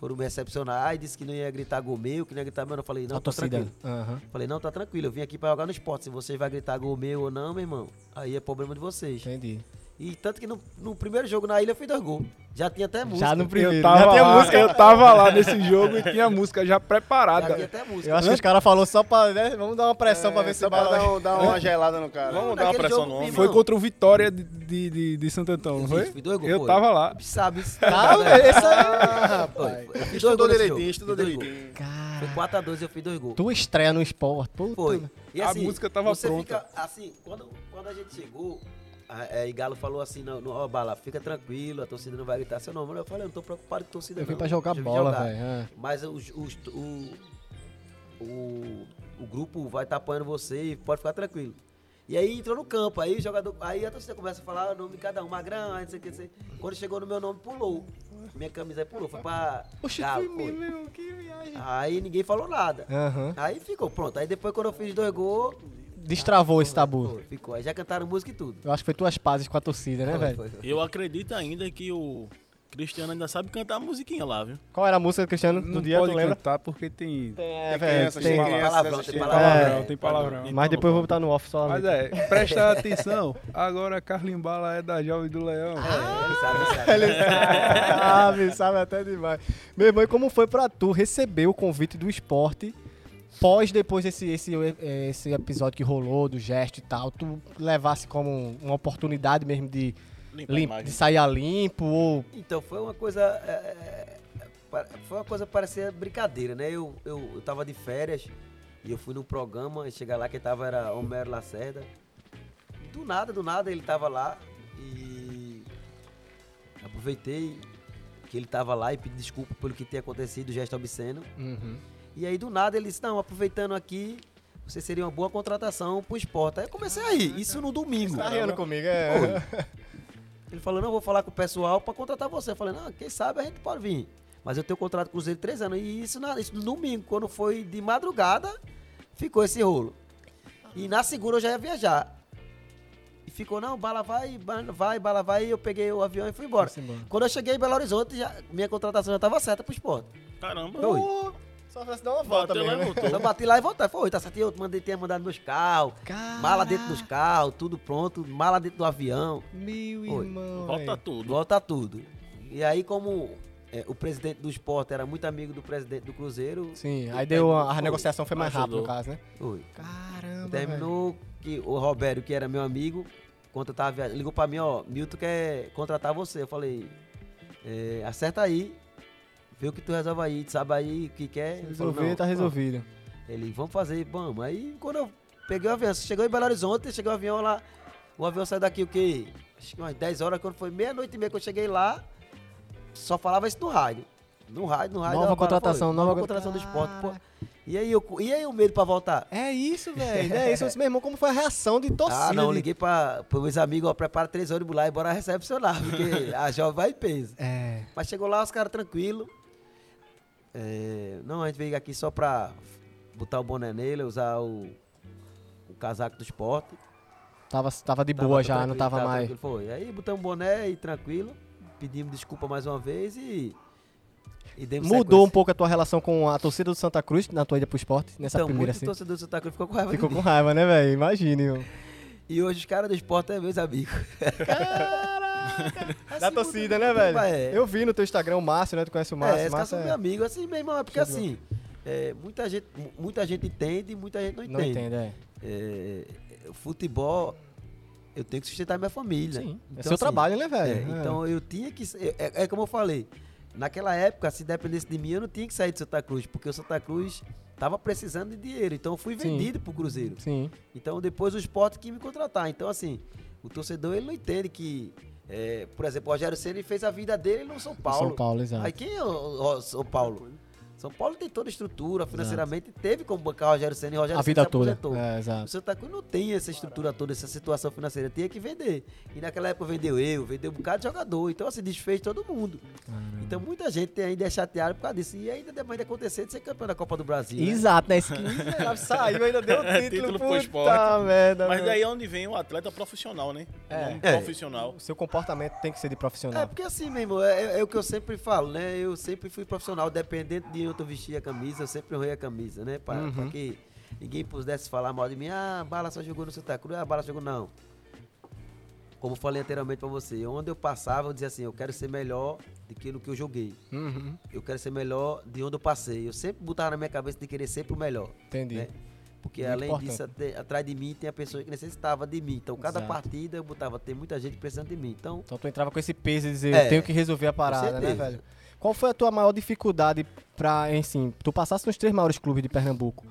foram me recepcionar e disse que não ia gritar gol meu, que não ia gritar meu. Eu falei, não, A tô torcida. tranquilo. Aham. Falei, não, tá tranquilo, eu vim aqui pra jogar no esporte. Se vocês vão gritar gol meu ou não, meu irmão, aí é problema de vocês. Entendi. E tanto que no, no primeiro jogo na ilha eu fiz dois gols. Já tinha até música. Já no primeiro. eu, tava já tem a lá, música. eu tava lá nesse jogo e tinha a música já Já preparada. tinha até música. Eu acho que os caras falaram só pra. né, Vamos dar uma pressão pra ver É, se só bala pra vai. dar, um- dar uma gelada no cara. Vamos dar uma naquele pressão jogo, no homem. meu Foi irmão, contra o Vitória de, de, de, de Santo Antão, não Eu foi? fiz, fiz dois gols, Eu foi. tava lá. Sabe isso. Tá, velho, esse Ah, aí- Foi, foi. Eu fiz dois Estudou gols nesse jogo, direitinho, estudou fiz dois gols. direitinho. Cara, Foi 4x2 eu fiz dois gols. tua estreia no esporte. Puta. Foi. E A assim, música tava você pronta. Fica, assim, quando, quando a gente chegou, a, é, e Galo falou assim, não, não, ó, Bala, fica tranquilo, a torcida não vai gritar seu nome. Eu falei, eu não tô preocupado com a torcida Eu vim não, pra jogar eu vim bola, jogar. velho. é. Mas os, os- o, o, o grupo vai estar apoiando você e pode ficar tranquilo. E aí entrou no campo, aí o jogador. Aí a torcida começa a falar o nome de cada um, Magrão, aí não sei o que, não sei. o que. Quando chegou no meu nome, pulou. Minha camisa aí pulou, foi pra. Oxe, Galo, foi foi. mesmo, irmão, que viagem. Aí ninguém falou nada. Aham. Aí ficou, pronto. Aí depois quando eu fiz dois gols, Destravou esse tabu. foi, ficou. Aí já cantaram música e tudo. Eu acho que foi tuas pazes com a torcida, né, Foi, velho? foi, foi. Eu acredito ainda que o Cristiano ainda sabe cantar a musiquinha lá, viu? Qual era a música, Cristiano, do Não dia, tu pode lembra? cantar porque tem. É, Tem velho, crianças, tem- tem crianças palavrão, tem assistindo. palavrão. Palavrão, É. tem palavrão. Mas depois eu vou botar no off só. Mas amigo. é, presta atenção. Agora Carlinho Bala é da Jovem do Leão. É, ele sabe, ele sabe. Ele sabe, sabe até demais. Meu irmão, e como foi pra tu receber o convite do esporte pós depois desse esse, eh, esse episódio que rolou, do gesto e tal, tu levasse como um, uma oportunidade mesmo de, Limpa a lim- de imagem. sair a limpo ou... Então, foi uma coisa. é, é, é, pa- foi uma coisa que parecia brincadeira, né? Eu, eu, eu tava de férias E eu fui num programa, e chegar lá, quem tava era Homero Lacerda. Do nada, do nada, ele tava lá e aproveitei que ele tava lá e pedi desculpa pelo que tinha acontecido, gesto obsceno. E aí do nada ele disse, não, aproveitando aqui, você seria uma boa contratação pro esporte. Aí eu comecei aí, isso no domingo. Tá rindo comigo, é. Ele falou, não, eu vou falar com o pessoal pra contratar você. Eu falei, não, quem sabe a gente pode vir. Mas eu tenho um contrato com o Cruzeiro de três anos. E isso, na, isso no domingo, quando foi de madrugada, ficou esse rolo. E na segunda eu já ia viajar. E ficou, não, bala vai, bala vai, bala vai. E eu peguei o avião e fui embora. Vamos embora. Quando eu cheguei em Belo Horizonte, já- minha contratação já estava certa pro esporte. Caramba. Oi. Pô, Só pra se dar uma volta Bateu lá mesmo, e né? voltou. Eu bati lá e voltei. Foi, tá certo. Eu mandei, tinha mandado meus carros, mala dentro dos carros, tudo pronto, mala dentro do avião. Meu Oi. irmão. Volta velho. tudo. Volta tudo. E aí, como é, o presidente do esporte era muito amigo do presidente do Cruzeiro, Sim, aí deu a, a negociação foi mais rápida, Ajudou. no caso, né? foi. Caramba. velho. Terminou que o Robério, que era meu amigo, quando eu tava viajando, ligou pra mim, ó, Milton quer contratar você. Eu falei, é, acerta aí, vê o que tu resolve aí, tu sabe aí o que quer. Ele falou, Resolvido, não, tá não. resolvido. Ele, vamos fazer, vamos. Aí quando eu peguei o avião, chegou em Belo Horizonte, chegou o avião lá, o avião saiu daqui o quê? Acho que umas 10 horas, quando foi meia-noite e meia, quando eu cheguei lá, só falava isso no rádio. No rádio, no rádio. Nova ela fala, contratação, foi, nova- contratação do esporte. pô. E aí, eu, e aí o medo pra voltar? É isso, velho. É isso. Eu disse, meu irmão, como foi a reação de torcida? Ah, não, de- liguei para meus amigos, ó, prepara três ônibus lá e bora recepcionar, porque a jovem vai e pesa. É. Mas chegou lá, os caras tranquilo. É, não, a gente veio aqui só pra botar o boné nele, usar o, o casaco do esporte. Tava, tava de Tava boa já, não tranquilo, tava mais. tranquilo, Foi. Aí botamos o boné e tranquilo, pedimos desculpa mais uma vez e, e demos Mudou um sequência. pouco a tua relação com a torcida do Santa Cruz na tua ida pro esporte, nessa Então, primeira, muito assim. torcedor do Santa Cruz ficou com raiva de Assim, Ficou mim. com raiva, né, velho? Imagine. eu. E hoje os caras do esporte são meus amigos. Caraca! Da torcida, né, velho? É. Eu vi no teu Instagram o Márcio, né? Tu conhece o Márcio. é, esse cara Márcio são é- meu amigo, assim, meu irmão, é porque Show de assim, é, muita, gente, mu- muita gente entende e muita gente não Não entende. entendo, é. É, é, o futebol, eu tenho que sustentar minha família. Sim. Então, é seu assim, trabalho, né, é, velho? É. Então eu tinha que. eu- É, é como eu falei, naquela época, se dependesse de mim, eu não tinha que sair do Santa Cruz, porque o Santa Cruz tava precisando de dinheiro. Então eu fui Sim. vendido pro Cruzeiro. Sim. Então depois o esporte que me contratar. Então, assim, o torcedor ele não entende que. é, por exemplo, o Rogério Senna ele fez a vida dele no São Paulo. São Paulo, exato. Aí quem é o, o São Paulo? São Paulo tem toda a estrutura, financeiramente teve como bancar o Rogério Senna e o Rogério a Ceni vida se toda. aposentou. É, O exato. Santa Cruz não tem essa estrutura toda, essa situação financeira, tinha que vender. E naquela época vendeu eu, vendeu um bocado de jogador, então assim, desfez todo mundo. Então muita gente ainda é chateada por causa disso. E ainda depois de acontecer de ser campeão da Copa do Brasil. né? Exato, né? Esse que miserável saiu, ainda deu o É, título. título pro puta esporte. merda, Mas velho. daí é onde vem o atleta profissional, né? O É. nome É. Profissional. O seu comportamento tem que ser de É, profissional. porque assim mesmo, é, é o que eu sempre falo, né? Eu sempre fui profissional, dependente de onde eu vestia a camisa, eu sempre honrei a camisa, né? Para Uhum. que ninguém pudesse falar mal de mim, ah, a bala só jogou no Santa Cruz, ah, a bala jogou não. Como eu falei anteriormente pra você, onde eu passava, eu dizia assim, eu quero ser melhor do que no que eu joguei. Uhum, Eu quero ser melhor de onde eu passei. Eu sempre botava na minha cabeça de querer sempre o melhor. entendi. Né? Porque Muito além importante. disso, até- atrás de mim tem a pessoa que necessitava de mim. Então, cada Exato. partida eu botava, tem muita gente precisando de mim. Então, Então tu entrava com esse peso de dizer, É, eu tenho que resolver a parada, né, certeza. velho? Qual foi a tua maior dificuldade pra, assim, tu passasse nos três maiores clubes de Pernambuco?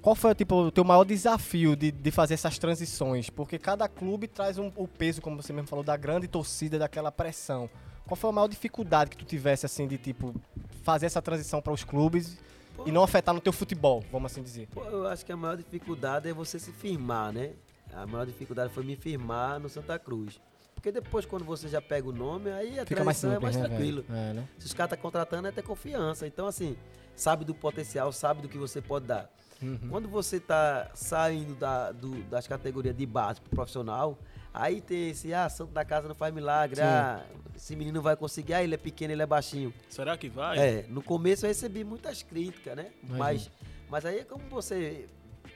Qual foi, tipo, o teu maior desafio de, de fazer essas transições? Porque cada clube traz um, o peso, como você mesmo falou, da grande torcida, daquela pressão. Qual foi a maior dificuldade que tu tivesse, assim, de, tipo, fazer essa transição para os clubes e não afetar no teu futebol, vamos assim dizer? Pô, eu acho que a maior dificuldade é você se firmar, né? A maior dificuldade foi me firmar no Santa Cruz. Porque depois, quando você já pega o nome, aí a Fica mais transição simples, é mais né, tranquilo. velho? É, né? Se os caras estão contratando, é ter confiança. Então, assim, sabe do potencial, sabe do que você pode dar. Uhum. Quando você tá saindo da- do- das categorias de base pro profissional, aí tem esse, ah, santo da casa não faz milagre, Sim. ah, esse menino vai conseguir, ah, ele é pequeno, ele é baixinho. Será que vai? É, no começo eu recebi muitas críticas, né? Imagina. Mas, mas aí é como você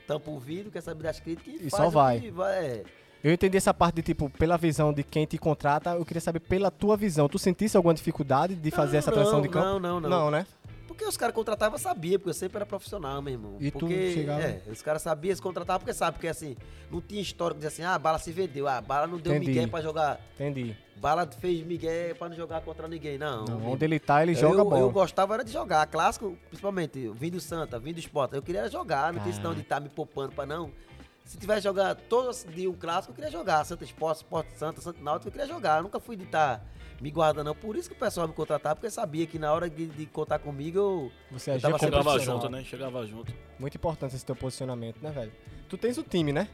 tampa o vidro, quer saber das críticas e, E faz só o vai. que vai. É. Eu entendi essa parte de, tipo, pela visão de quem te contrata, eu queria saber pela tua visão. Tu sentisse alguma dificuldade de fazer Não, essa transição não, de campo? Não, não, não. né? Porque Porque os caras contratavam, sabia, porque eu sempre era profissional, meu irmão. E tu porque, chegava- É, os caras sabiam, eles contratavam porque sabe, porque assim, não tinha histórico de dizer assim, ah, a bala se vendeu, ah, a bala não deu Entendi. migué pra jogar, Entendi. bala fez migué pra não jogar contra ninguém, não. Não, meu onde ele tá, ele eu, joga eu, bola. eu gostava era de jogar. Clássico, principalmente, eu vim do Santa, vim do Sport. Eu queria era jogar, não tinha questão de estar me poupando pra não. Se tivesse jogado todo esse dia um clássico, eu queria jogar. Santa Esporte, Sport Santa, Santa Náutico, eu queria jogar. Eu nunca fui de estar me guardando, não. Por isso que o pessoal me contratava, porque sabia que na hora de, de contar comigo, eu Você eu agia tava como sempre Chegava profissional. junto, né? Chegava junto. Muito importante esse teu posicionamento, né, velho? Tu tens o time, né?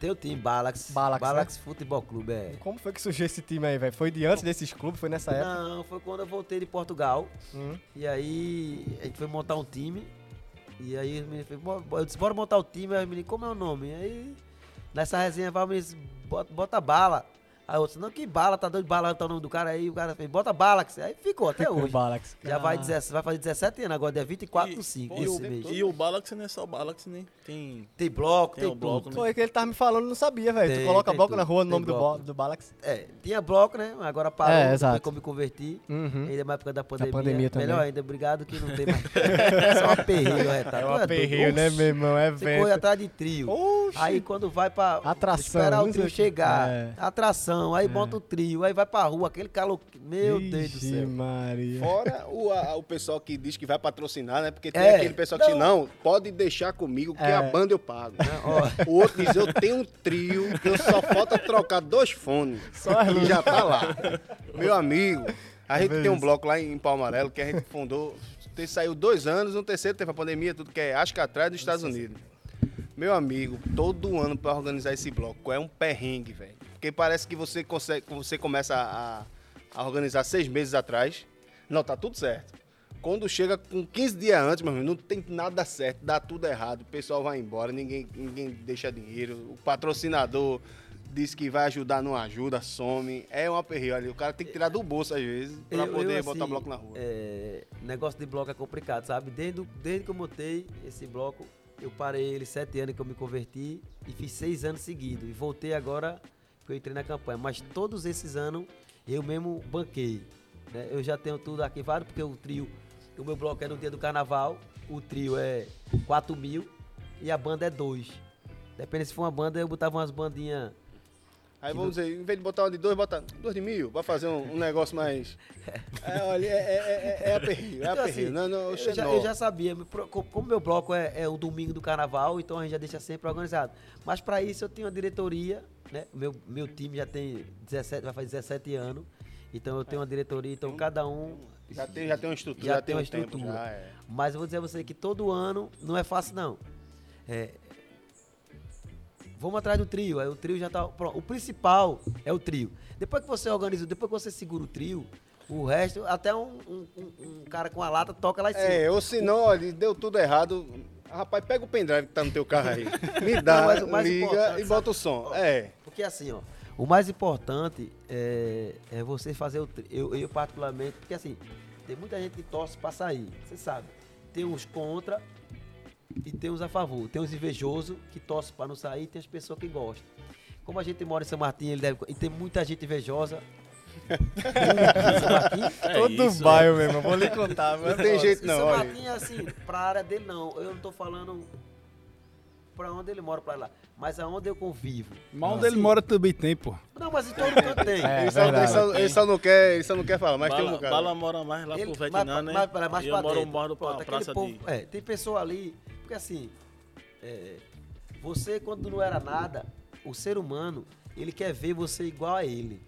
tenho o time, Balax. Balax, né? Futebol Clube, é. Como foi que surgiu esse time aí, velho? Foi de antes desses clubes? Foi nessa época? Não, foi quando eu voltei de Portugal. Hum. E aí a gente foi montar um time. E aí os meninos falaram, "Bora- bora", eu disse, bora montar o time. Aí os meninos, como é o nome? E aí, nessa resenha, vai, o menino disse, bota, bota bala. Aí outro, não, que bala, tá doido, bala, tá o nome do cara aí. O cara fez, bota bala. que você-". Aí ficou até O hoje. Balax. Já vai, 17 vai fazer 17 anos, agora dia 24 E- do 5 e esse o- mês. E o Balax não é só o Balax, né? Tem. Tem bloco, Tem tem, o bloco, né? tudo. Foi que ele tava me falando, não sabia, velho. Tu Tem, coloca tem bloco na tudo. rua no Tem nome do, bloco. bo- do Balax. É, tinha bloco, né? Agora parou, É, não tem exato. como me converti. Uhum. Ainda mais por causa da pandemia. pandemia também. Melhor ainda, obrigado que não tem mais. Só um aperreio, é, tá? É Tu um doido. aperreio, né, Oxe, meu irmão? É Você corre vento. atrás de trio. Oxi. Aí quando vai pra Atração, esperar não sei o o trio que- chegar, É. atração, aí bota o trio, aí vai pra rua, aquele calor. que- Meu Deus do Ixi, céu. Maria. Fora o, a- o pessoal que diz que vai patrocinar, né? Porque tem É. aquele pessoal que diz, não, pode deixar comigo que É. a banda eu pago. Ó, O outro diz, eu tenho um trio, que eu só falta trocar dois fones. Só as e luzes. já tá lá. Meu amigo, a gente vejo tem um isso. bloco lá em Palmarelo que a gente fundou. te- Saiu dois anos, no terceiro teve a pandemia, tudo que é Ascatrás dos Estados Unidos. Meu amigo, todo ano pra organizar esse bloco é um perrengue, velho. Porque parece que você consegue, você começa a, a organizar seis meses atrás. Não, tá tudo certo. Quando chega com 15 dias antes, meu amigo, não tem nada certo, dá tudo errado. O pessoal vai embora, ninguém, ninguém deixa dinheiro. O patrocinador diz que vai ajudar, não ajuda, some. É um aperreio ali. O cara tem que tirar do bolso às vezes pra eu- poder eu, botar assim, bloco na rua. é, negócio de bloco é complicado, sabe? Desde, o- desde que eu montei esse bloco, eu parei ele sete anos que eu me converti e fiz seis anos seguidos. E voltei agora que eu entrei na campanha. Mas todos esses anos eu mesmo banquei. né? Eu já tenho tudo arquivado, porque o trio, o meu bloco é no dia do carnaval, o trio é 4 mil e a banda é 2. Depende se for uma banda, eu botava umas bandinhas. Aí vamos dizer, em vez de botar uma de dois, bota dois de mil, vai fazer um, um negócio mais. É, olha, é, é, é, é aperreio, é Então, assim, aperreio. Não, não, eu, oxe, já, não. eu já sabia, me pro- co- como meu bloco é, é o domingo do carnaval, então a gente já deixa sempre organizado. Mas para isso eu tenho a diretoria, né? Meu, meu time já tem 17, vai fazer 17 anos, então eu tenho uma diretoria, então cada um. Já tem, já tem uma estrutura, já, Já tem tem um uma tempo. estrutura. Já, é. Mas eu vou dizer a você que todo ano não é fácil, não. É, vamos atrás do trio, aí o trio já tá. pronto. O principal é o trio. Depois que você organiza, depois que você segura o trio, o resto, até um, um- um- um cara com a lata toca lá em cima. É, ou se não, olha, deu tudo errado. Rapaz, pega o pendrive que tá no teu carro aí. Me dá, Não, mas o mais liga importante, e bota o som. É. Porque assim, ó, o mais importante é, é você fazer o. tri- Eu, eu particularmente, porque assim, tem muita gente que torce pra sair, você sabe. Tem uns contra e tem uns a favor. Tem uns invejosos que torcem pra não sair e tem as pessoas que gostam. Como a gente mora em São Martinho, ele deve- e tem muita gente invejosa. em São Martinho, É Todo isso, bairro, meu irmão. Vou lhe contar, é Não mano. tem jeito São não, olha. Martinho, assim, pra área dele não. Eu não tô falando pra onde ele mora, pra lá. Mas aonde eu convivo. Mas onde ele mora também tem, pô. Não, mas em todo canto tem. É, Ele só, ele, verdade. só, ele só não quer, ele só não quer falar, mas tem um Bala, lugar. Bala mora mais lá Ele- pro Vietnã, mas- né? mas- mas- mas E eu pra moro, dentro. moro pra Pronto, aquele praça povo- de... é, tem pessoa ali, porque assim, é, você quando não era nada, o ser humano, ele quer ver você igual a ele.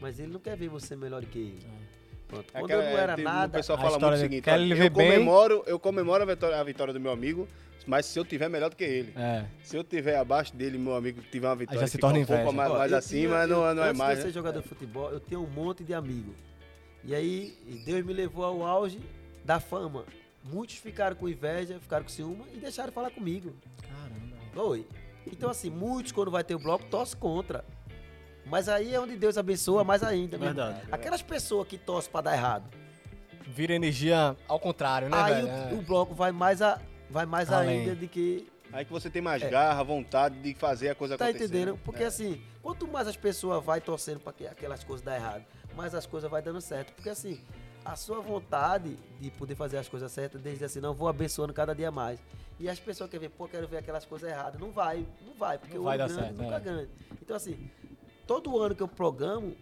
Mas ele não quer ver você melhor que ele. Pronto, Quando É Aquela- eu não era tem- um O nada, pessoal a fala muito história o de seguinte: quero olha, ele eu, ver bem. comemoro, eu comemoro a vitória, a vitória do meu amigo, mas se eu tiver melhor do que ele. É. Se eu tiver abaixo dele, meu amigo tiver uma vitória, já se fica torna um pouco inveja. mais, Ó, mais eu acima, tinha- não, eu- não é antes mais. de eu ser né? jogador de futebol, eu tenho um monte de amigo. E aí, e Deus me levou ao auge da fama. Muitos ficaram com inveja, ficaram com ciúme e deixaram de falar comigo. Caramba. Oi. Então, assim, muitos quando vai ter o bloco, torce contra. Mas aí é onde Deus abençoa mais ainda. meu irmão. É. Verdade. Aquelas pessoas que torcem pra dar errado. Vira energia ao contrário, né, aí velho? o, É. o bloco vai mais, a, vai mais Além. ainda de que. Aí que você tem mais garra, vontade de fazer a coisa É. Tá acontecer. entendendo? né? Porque assim, quanto mais as pessoas vai torcendo pra que aquelas coisas dar errado, mais as coisas vai dando certo. Porque assim, a sua vontade de poder fazer as coisas certas, desde assim, não, vou abençoando cada dia mais. E as pessoas que vêm, pô, quero ver aquelas coisas erradas. Não vai, não vai, porque Não o vai dar grande certo, nunca é. grande. Então, assim, todo ano que eu programo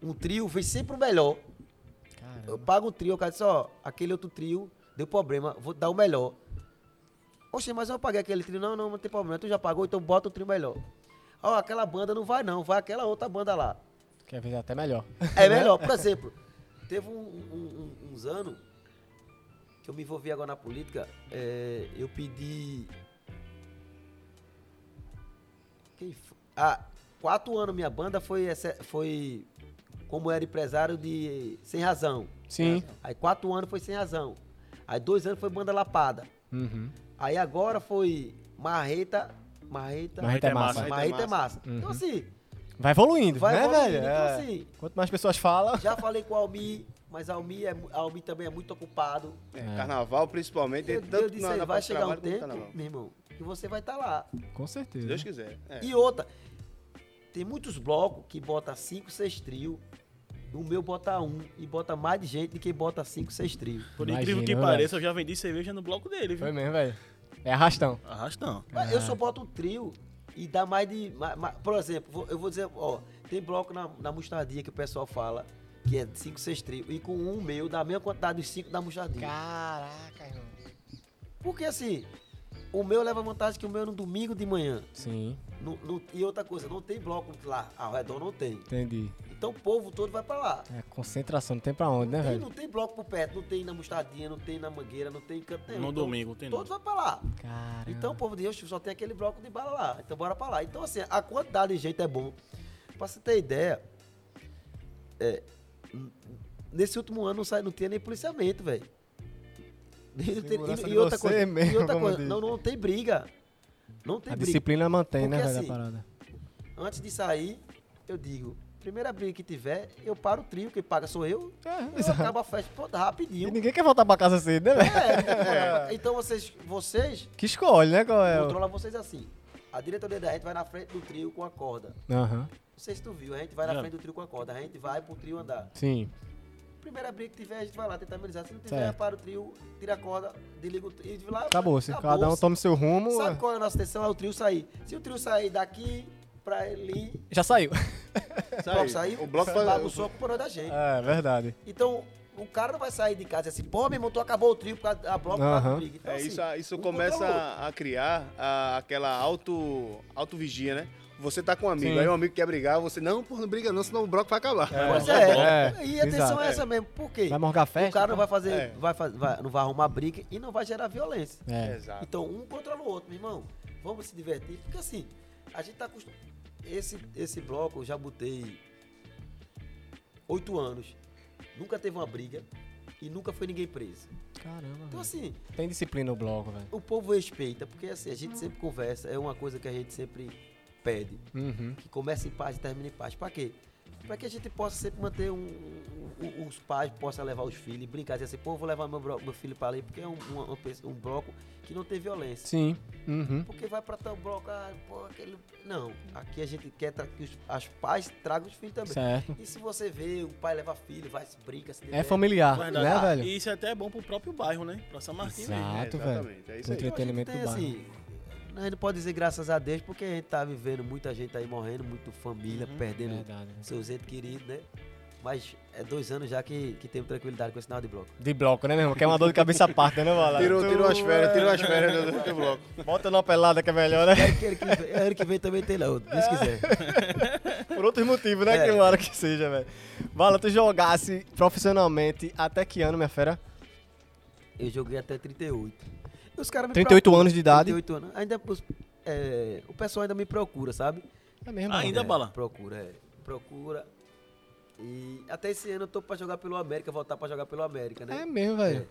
um trio, vem sempre o melhor. Eu Caramba. pago um trio, o cara diz, ó, aquele outro trio deu problema, vou dar o melhor. Oxe, mas eu paguei aquele trio. Não, não, não tem problema. Tu já pagou, então bota o trio melhor. Ó, aquela banda não vai não, vai aquela outra banda lá. Quer ver até melhor. É melhor, por exemplo, teve um- um- um- uns anos que eu me envolvi agora na política, é, eu pedi. Quem foi? Ah, quatro anos minha banda foi, essa- foi como era empresário de Sem Razão. Sim. Aí quatro anos foi Sem Razão. Aí dois anos foi Banda Lapada. Uhum. Aí agora foi Marreta. Marreta. Marreta é massa. Marreta é massa. Uhum. Então assim, Vai evoluindo, vai né, evoluindo. velho? Então É. assim, Quanto mais pessoas falam. já falei com o Almi, mas Almi, é, mu- Almi também é muito ocupado. É, Carnaval, principalmente, tem Meu tanto Deus, disse na, aí, na vai parte de chegar um trabalho quanto tempo, carnaval. meu irmão, que você vai estar lá. Com Se certeza. Deus quiser. É. E outra, tem muitos blocos que bota 5, 6 trio. O meu bota um e bota mais de gente do que bota 5, 6 trio. Por Imagina, incrível que né, pareça, eu já vendi cerveja no bloco dele, Foi viu? mesmo, velho. É arrastão. Arrastão. Mas eu só boto um trio e dá mais de. ma- ma- por exemplo, vou- eu vou dizer, ó, tem bloco na, na mostardinha que o pessoal fala, que é 5, 6 trio. E com um meu dá a mesma quantidade dos 5 da mostardinha. Caraca, irmão. Porque assim, o meu leva vantagem que o meu é no domingo de manhã. Sim, Não- não- e outra coisa, não tem bloco lá, ao redor não tem. entendi. Então o povo todo vai pra lá. É concentração, não tem pra onde, né, Tem- velho? não tem bloco por perto, não tem na mostardinha, não tem na mangueira, não tem em canto nenhum. No Então, domingo, tem Todos não. vão pra lá. Caramba. Então o povo de Oxe, só tem aquele bloco de bala lá. Então bora pra lá. Então assim, a quantidade de gente é bom. Pra você ter ideia, é, n- nesse último ano não, sai, não tinha nem policiamento, velho. E, não tem- Segurança e- de e outra você coisa, mesmo, e outra como coisa, diz. não, não tem briga. Não tem A briga. disciplina mantém, né, Porque, velho, a assim, parada. Antes de sair, eu digo, primeira briga que tiver, eu paro o trio, quem paga sou eu, É, eu acabo a festa pronto, E rapidinho. ninguém quer voltar pra casa cedo, né, velho? É, então vocês, vocês Que escolhe, né, qual é? o- controla vocês assim. A diretoria da gente vai na frente do trio com a corda. Aham, Não sei se tu viu, a gente vai na É. frente do trio com a corda, a gente vai pro trio andar. sim. Primeira briga que tiver, a gente vai lá tentar amenizar. Se não tiver, Certo. para o trio, tira a corda, desliga o trio. e vai lá, Acabou-se. Cada um acabou-se. toma seu rumo. Sabe é. qual é a nossa intenção? É o trio sair. Se o trio sair daqui pra ali, Já saiu. o bloco sair, O bloco faz- bagunçou com o problema da gente. É, verdade. Então, o cara não vai sair de casa e assim, pô, meu irmão, tu acabou o trio por causa da bloco, por causa da Aham. briga. Então, É, assim, isso, isso um começa contra o outro. a, a criar a- aquela auto, auto vigia, né? Você tá com um amigo, Sim. aí um amigo quer brigar, você, não, pô, não briga não, senão o bloco vai acabar. Pois É, é. é, E a atenção exato. Tá é essa mesmo. Por quê? Vai morgar festa? O cara não vai fazer, É. vai, faz- vai- não vai arrumar briga e não vai gerar violência. É. Exato. Então, um controla o outro, meu irmão. Vamos se divertir, porque assim, a gente tá acostumado. Esse, esse bloco eu já botei oito anos. Nunca teve uma briga e nunca foi ninguém preso. Caramba. Então, velho. assim, Tem disciplina o bloco, velho. o povo respeita, porque assim, a gente sempre conversa, é uma coisa que a gente sempre pede. Uhum. Que comece em paz e termine em paz. Pra quê? Pra que a gente possa sempre manter um, um- um- os pais, possam levar os filhos e brincar. Dizer assim, pô, vou levar meu, bro- meu filho pra ali, porque é um, uma- uma pe- um bloco que não tem violência. Sim. Uhum. Porque vai pra tal bloco, ah, pô, aquele... Não, aqui a gente quer tra- que os as pais tragam os filhos também. Certo. E se você vê, o pai leva filho, vai, se brinca, se É diverte. familiar, Verdade. né, velho? E isso é até bom pro próprio bairro, né? Pra São Martinho mesmo. Exato, É, velho. exatamente, é O isso aí. entretenimento Tem do bairro. assim, a gente pode dizer graças a Deus, porque a gente tá vivendo muita gente aí morrendo, muito família, perdendo Uhum. Verdade. né? seus entes queridos, né? Mas é dois anos já que, que temos tranquilidade com esse sinal de bloco. De bloco, né, meu irmão? Que é uma dor de cabeça à parte, né, mano? Tirou, tirou as férias, tirou as férias do, do bloco. Bota numa pelada que é melhor, né? É que ano que vem, ano que vem também tem lá, outro, se quiser. Por outros motivos, né? É. Que hora que seja, velho. Vala, tu jogasse profissionalmente até que ano, minha fera? Eu joguei até 38. E os caras me 38 anos de idade. 38 anos. Ainda, os- é, o pessoal ainda me procura, sabe? É mesmo, Ainda- é, Bala? Procura, é. Procura. E até esse ano eu tô pra jogar pelo América, voltar pra jogar pelo América, É né? mesmo, velho.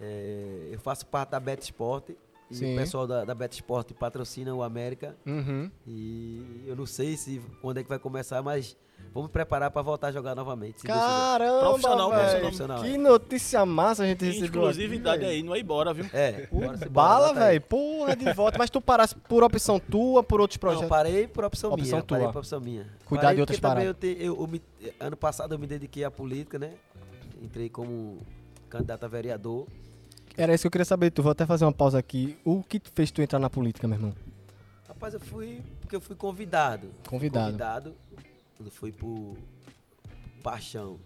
É, eu faço parte da Bet Sport. E Sim. o pessoal da, da Bet Sport patrocina o América. Uhum. E eu não sei se quando é que vai começar, mas vamos preparar pra voltar a jogar novamente. se Deus quiser. Caramba, Profissional, velho. profissional, Que notícia massa a gente Tem recebeu exclusividade aqui, aí, não é embora, viu? É, bora velho. Bala, tá se bora, bota aí. velho. Porra, de volta. Mas tu parasse por opção tua, por outros Não, projetos? parei por opção, Opção minha. Parei tua. por opção minha. Cuidar parei de outras porque também eu te- eu- eu me- ano passado eu me dediquei à política, né? Entrei como candidato a vereador. Era isso que eu queria saber, tu. Vou até fazer uma pausa aqui. O que te fez tu entrar na política, meu irmão? Rapaz, eu fui porque eu fui convidado. Convidado. Convidado. Eu fui por paixão.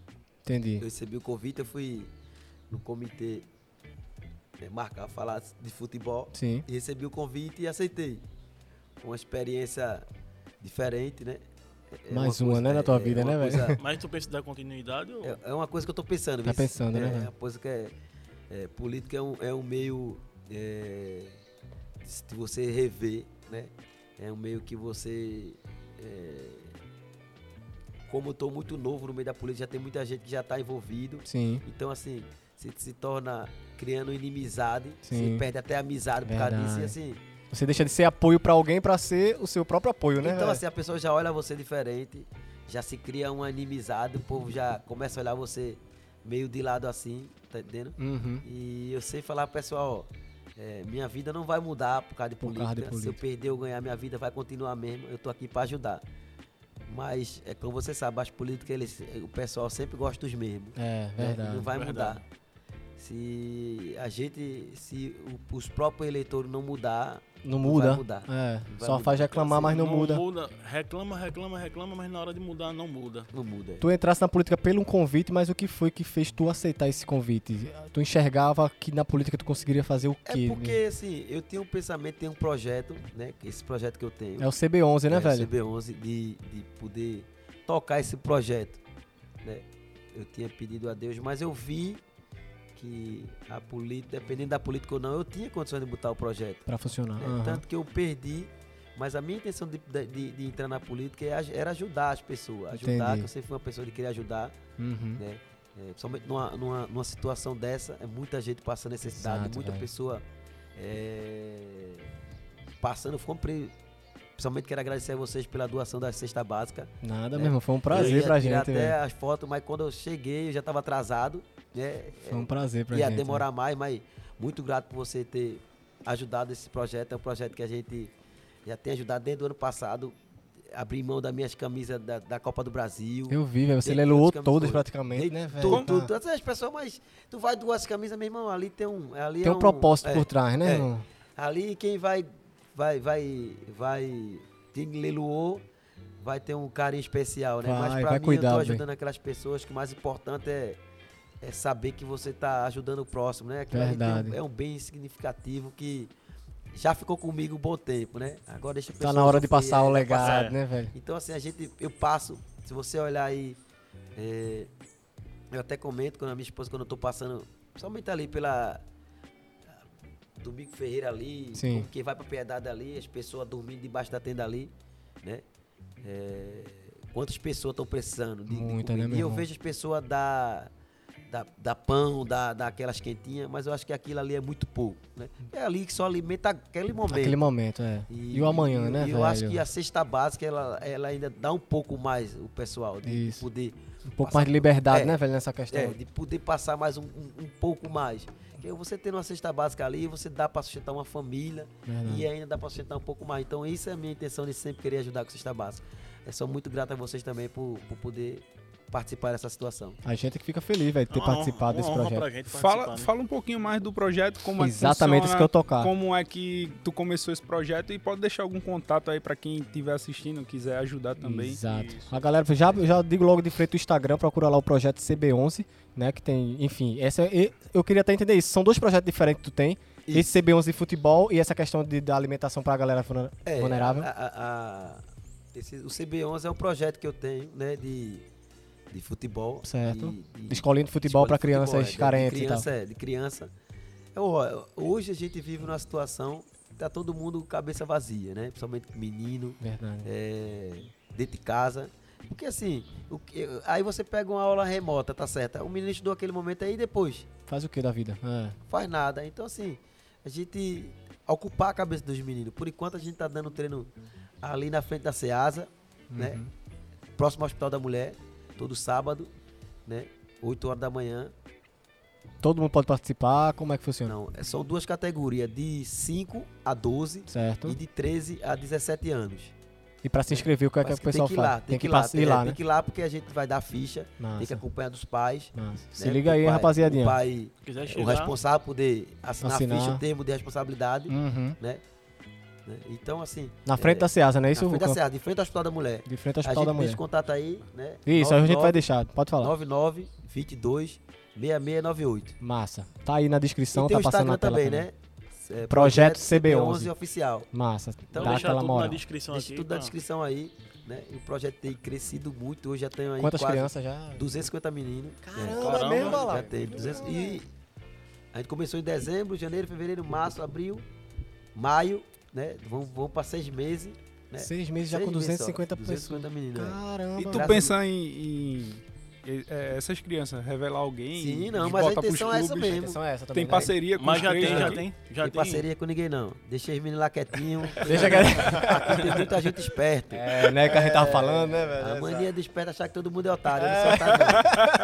Entendi. Eu recebi o convite, eu fui no comitê eh, marcar, falar de futebol. Sim. E recebi o convite e aceitei. Foi Uma experiência diferente, né? É Mais uma, coisa- né, na tua vida, uma né, velho? coisa- Mas tu pensa em dar continuidade ou... É, é uma coisa que eu tô pensando. Tá vice. pensando, é, né, É velho? uma coisa que é... é, política é um, é um meio... É, se você rever, né? É um meio que você... é, como eu tô muito novo no meio da política, já tem muita gente que já tá envolvido. Sim. Então, assim, você se torna criando inimizade. Sim. Você perde até a amizade por causa disso. E, Verdade. assim, Você deixa de ser apoio pra alguém pra ser o seu próprio apoio, né? então, velho? assim, a pessoa já olha você diferente, já se cria uma inimizade, o povo já começa a olhar você meio de lado assim, tá entendendo? Uhum. E eu sei falar, pessoal, é, minha vida não vai mudar por causa de Por política. causa de Se eu política. perder ou ganhar, minha vida vai continuar mesmo. Eu tô aqui para ajudar. Mas, é como você sabe, as políticas, eles, o pessoal sempre gosta dos mesmos É, né? verdade. Não vai Verdade. mudar. Se a gente, se o- os próprios eleitores não mudar, Não muda. vai É, mudar. Não vai só mudar. Assim, faz reclamar, mas não, muda. Reclama, reclama, reclama, mas na hora de mudar não muda. não muda. Tu entrasse na política pelo um convite, mas o que foi que fez tu aceitar esse convite? Tu enxergava que na política tu conseguiria fazer o É quê? porque, assim, eu tenho um pensamento, tenho um projeto, né? Esse projeto que eu tenho. É o CB11, né, é, velho? CB11 de, de poder tocar esse projeto. né? Eu tinha pedido a Deus, mas eu vi que a política, dependendo da política ou não, eu tinha condições de botar o projeto. Pra funcionar. né? Aham. Tanto que eu perdi, mas a minha intenção de, de- de entrar na política é aj- era ajudar as pessoas. Ajudar, Entendi. que eu sempre fui uma pessoa de querer ajudar, Uhum. né? É, principalmente numa, numa, numa situação dessa, é muita gente passando necessidade, Exato, muita velho. pessoa é, passando fome. pre- Principalmente quero agradecer a vocês pela doação da cesta básica. Nada, É. meu irmão. Foi um eu prazer ia pra tirar gente, né? até velho. as fotos, mas quando eu cheguei, eu já estava atrasado. Né? Foi um prazer pra ia gente. demorar mais, mas muito grato por você ter ajudado esse projeto. É um projeto que a gente já tem ajudado desde o ano passado. Abri mão das minhas camisas da, da Copa do Brasil. Eu vi, velho. Você Dei leiloou todas as todas camisas. praticamente, Dei né, velho? tudo, Tá. tudo. Todas as pessoas, mas tu vai duas camisas, meu irmão, ali tem um. Ali Tem é um propósito é, por trás, né, é. irmão? Ali quem vai. Vai, vai, vai. Quem leiloou vai ter um carinho especial, né? mas Vai, pra vai mim cuidar, eu tô velho. ajudando aquelas pessoas que o mais importante é, é saber que você tá ajudando o próximo, né? Aquilo ali tem um- Verdade. é um bem significativo que já ficou comigo um bom tempo, né? Agora deixa a Tá pessoa na hora de sofrer, passar o aí vai assim, passar. legado, é. né, velho? Então, assim, a gente, eu passo, se você olhar aí, é, eu até comento com a minha esposa quando eu tô passando, somente ali pela Domingo Ferreira ali, Sim. como que vai pra Piedade ali, as pessoas dormindo debaixo da tenda ali, né? É, quantas pessoas estão precisando de, de Muita, comida. né, meu E eu irmão? vejo as pessoas da, da, da pão, da, daquelas quentinhas, mas eu acho que aquilo ali é muito pouco, né? É ali que só alimenta aquele momento. Aquele momento, é. E, o amanhã, e- né, e velho? Eu acho que a cesta básica, ela, ela ainda dá um pouco mais o pessoal, de Isso. poder, Um pouco mais de liberdade, É. né, velho, nessa questão. é, de poder passar mais um, um- um pouco mais. Porque você tendo uma cesta básica ali, você dá para sustentar uma família Verdade. e ainda dá para sustentar um pouco mais. Então, isso é a minha intenção de sempre querer ajudar com cesta básica. Eu sou muito grato a vocês também por, por poder participar dessa situação. A gente é que fica feliz, velho, de ter É Uma honra- participado uma desse honra projeto. Pra gente Fala, participar, né? fala um pouquinho mais do projeto, como Exatamente é que isso que eu funciona, tocar. Como é que tu começou esse projeto e pode deixar algum contato aí pra quem estiver assistindo, quiser ajudar também. Exato. Isso. A galera, já, já digo logo de frente o Instagram, procura lá o projeto CB11, né? Que tem, enfim, essa, é, e- eu queria até entender isso. São dois projetos diferentes que tu tem. Esse CB11 de futebol e essa questão de, da alimentação pra galera vulner- É, vulnerável. a- a- a- esse- o CB11 é um projeto que eu tenho, né, de, de futebol. Certo. de- de- De escolinha de futebol Escola pra de futebol, crianças é, de- carentes de e criança, é, de criança. Eu, ó, hoje a gente vive numa situação que tá todo mundo com cabeça vazia, né? Principalmente menino, tal. Verdade. é, dentro de casa. Porque assim, o que- aí você pega uma aula remota, tá certo? O menino estudou aquele momento aí e depois Faz o que da vida? É. faz nada. Então assim, a gente ocupar a cabeça dos meninos. Por enquanto a gente tá dando treino ali na frente da Ceasa, né? Uhum. Próximo ao Hospital da Mulher, todo sábado, né? 8 horas da manhã. Todo mundo pode participar, como é que funciona? Não, é- são duas categorias, de 5 a 12 Certo? e de 13 a 17 anos. E pra se inscrever, o que é que Mas o pessoal tem que ir faz? lá, tem, que ir lá, pass- tem, ir lá, é, né? tem que ir lá porque a gente vai dar ficha, tem que Massa, acompanhar dos pais. massa. Se né, liga pro aí, pai- rapaziadinha. O pai, Se quiser o chegar, responsável poder assinar, Assinar. a ficha, o termo de responsabilidade, Uhum. né? Então, assim, Na frente da Ceasa, né? Isso, na frente da Vulcão? Serra, de frente ao Hospital da Mulher. De frente ao a Hospital gente da deixa Mulher. o contato aí, né? Isso, aí a gente vai deixar. Pode falar. 99 22 6698. Massa. Tá aí na descrição, e tem tá o passando Instagram na tela também, também, né? É, Projeto CB11 CB11. oficial. Massa. Então, Dá deixar aquela tudo na moral. descrição Deixa aqui. tá? tudo na pra- descrição aí, né? E o projeto tem crescido muito, hoje já tenho aí Quantas quase crianças já? 250 meninos. né? Caramba, é mesmo, Já tem 200 e a gente começou em dezembro, janeiro, fevereiro, março, abril, maio, né? Vamos, vamos para seis meses. né? Seis meses já Seis com meses só, 250 pessoas. 250 meninos. é. Caramba. E tu Graças a pensar em, em, eh, essas crianças, revelar alguém? Sim, e não, mas a botar pros intenção é essa clubes? mesmo. Atenção é essa também, Tem né? parceria com Mas os já três tem, já aqui? tem. Já né? tem parceria com ninguém, não. Deixei os meninos lá quietinhos. Deixa que... Aqui tem muita gente esperta. É, né? Que a gente tava falando, né, A velho? mania do esperto é achar que todo mundo é otário. Ele só tá,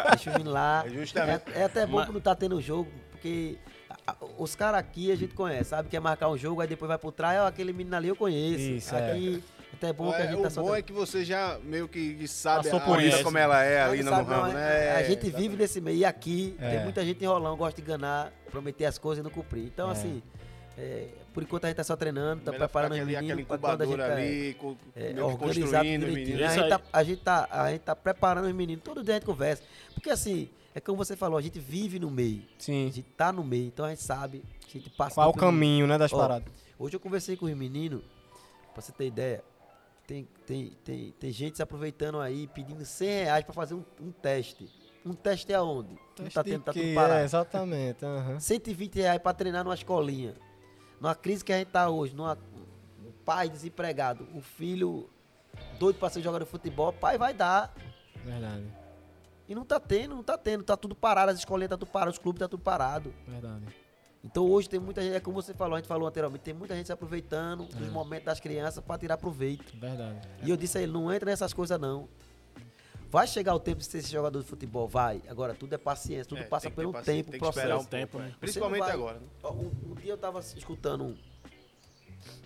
não. Deixa o menino lá. É justamente. É, é até bom Mas- que não tá tendo jogo, porque a- a- os caras aqui a gente conhece, sabe? Quer marcar um jogo, aí depois vai pro trás, ó, aquele menino ali eu conheço. Isso, é. aqui, até é bom que a É, gente o tá bom é soltando. que você já meio que que sabe Passou a por vida isso. como ela é ali no Sabe, não, ramo, é- né? a gente vive nesse meio. E aqui É. tem muita gente enrolando, gosta de enganar, prometer as coisas e não cumprir. Então, É. assim, é, por enquanto a gente tá só treinando, tá Melhor preparando os ficar aquele- meninos. pra aquela quando a gente incubadora tá- ali, co- é, meio que organizado construindo os direitinho. meninos. A Isso gente, aí. tá, a, gente tá, a gente tá preparando os meninos, todo dia a gente conversa. Porque assim, é como você falou, a gente vive no meio, a Sim. gente tá no meio, então a gente sabe, a gente passa... Qual é o pelo- caminho, né, das Ó, paradas? Hoje eu conversei com os meninos, pra você ter ideia, tem, tem, tem, tem gente se aproveitando aí, pedindo 100 reais pra fazer um, um teste. Um teste é onde? Não Teste tá de tendo, tá tudo quê? parado. É, exatamente. aham. 120 reais pra treinar numa escolinha. Numa crise que a gente tá hoje, numa... um pai desempregado, o filho doido pra ser jogador de futebol, pai vai dar. Verdade, E não tá tendo, não tá tendo, tá tudo parado, as escolinhas tá tudo parado, os clubes tá tudo parado. verdade. Então hoje tem muita gente, é como você falou, a gente falou anteriormente, tem muita gente se aproveitando dos É. momentos das crianças pra tirar proveito. Verdade. E eu disse a ele, não entra nessas coisas não. Vai chegar o tempo de ser jogador de futebol, vai. Agora tudo é paciência, tudo É, passa tem que ter pelo paciência, tempo, tem que processo. esperar um tempo, né? Principalmente vai- agora. né? Ó, Um, um dia eu tava escutando um-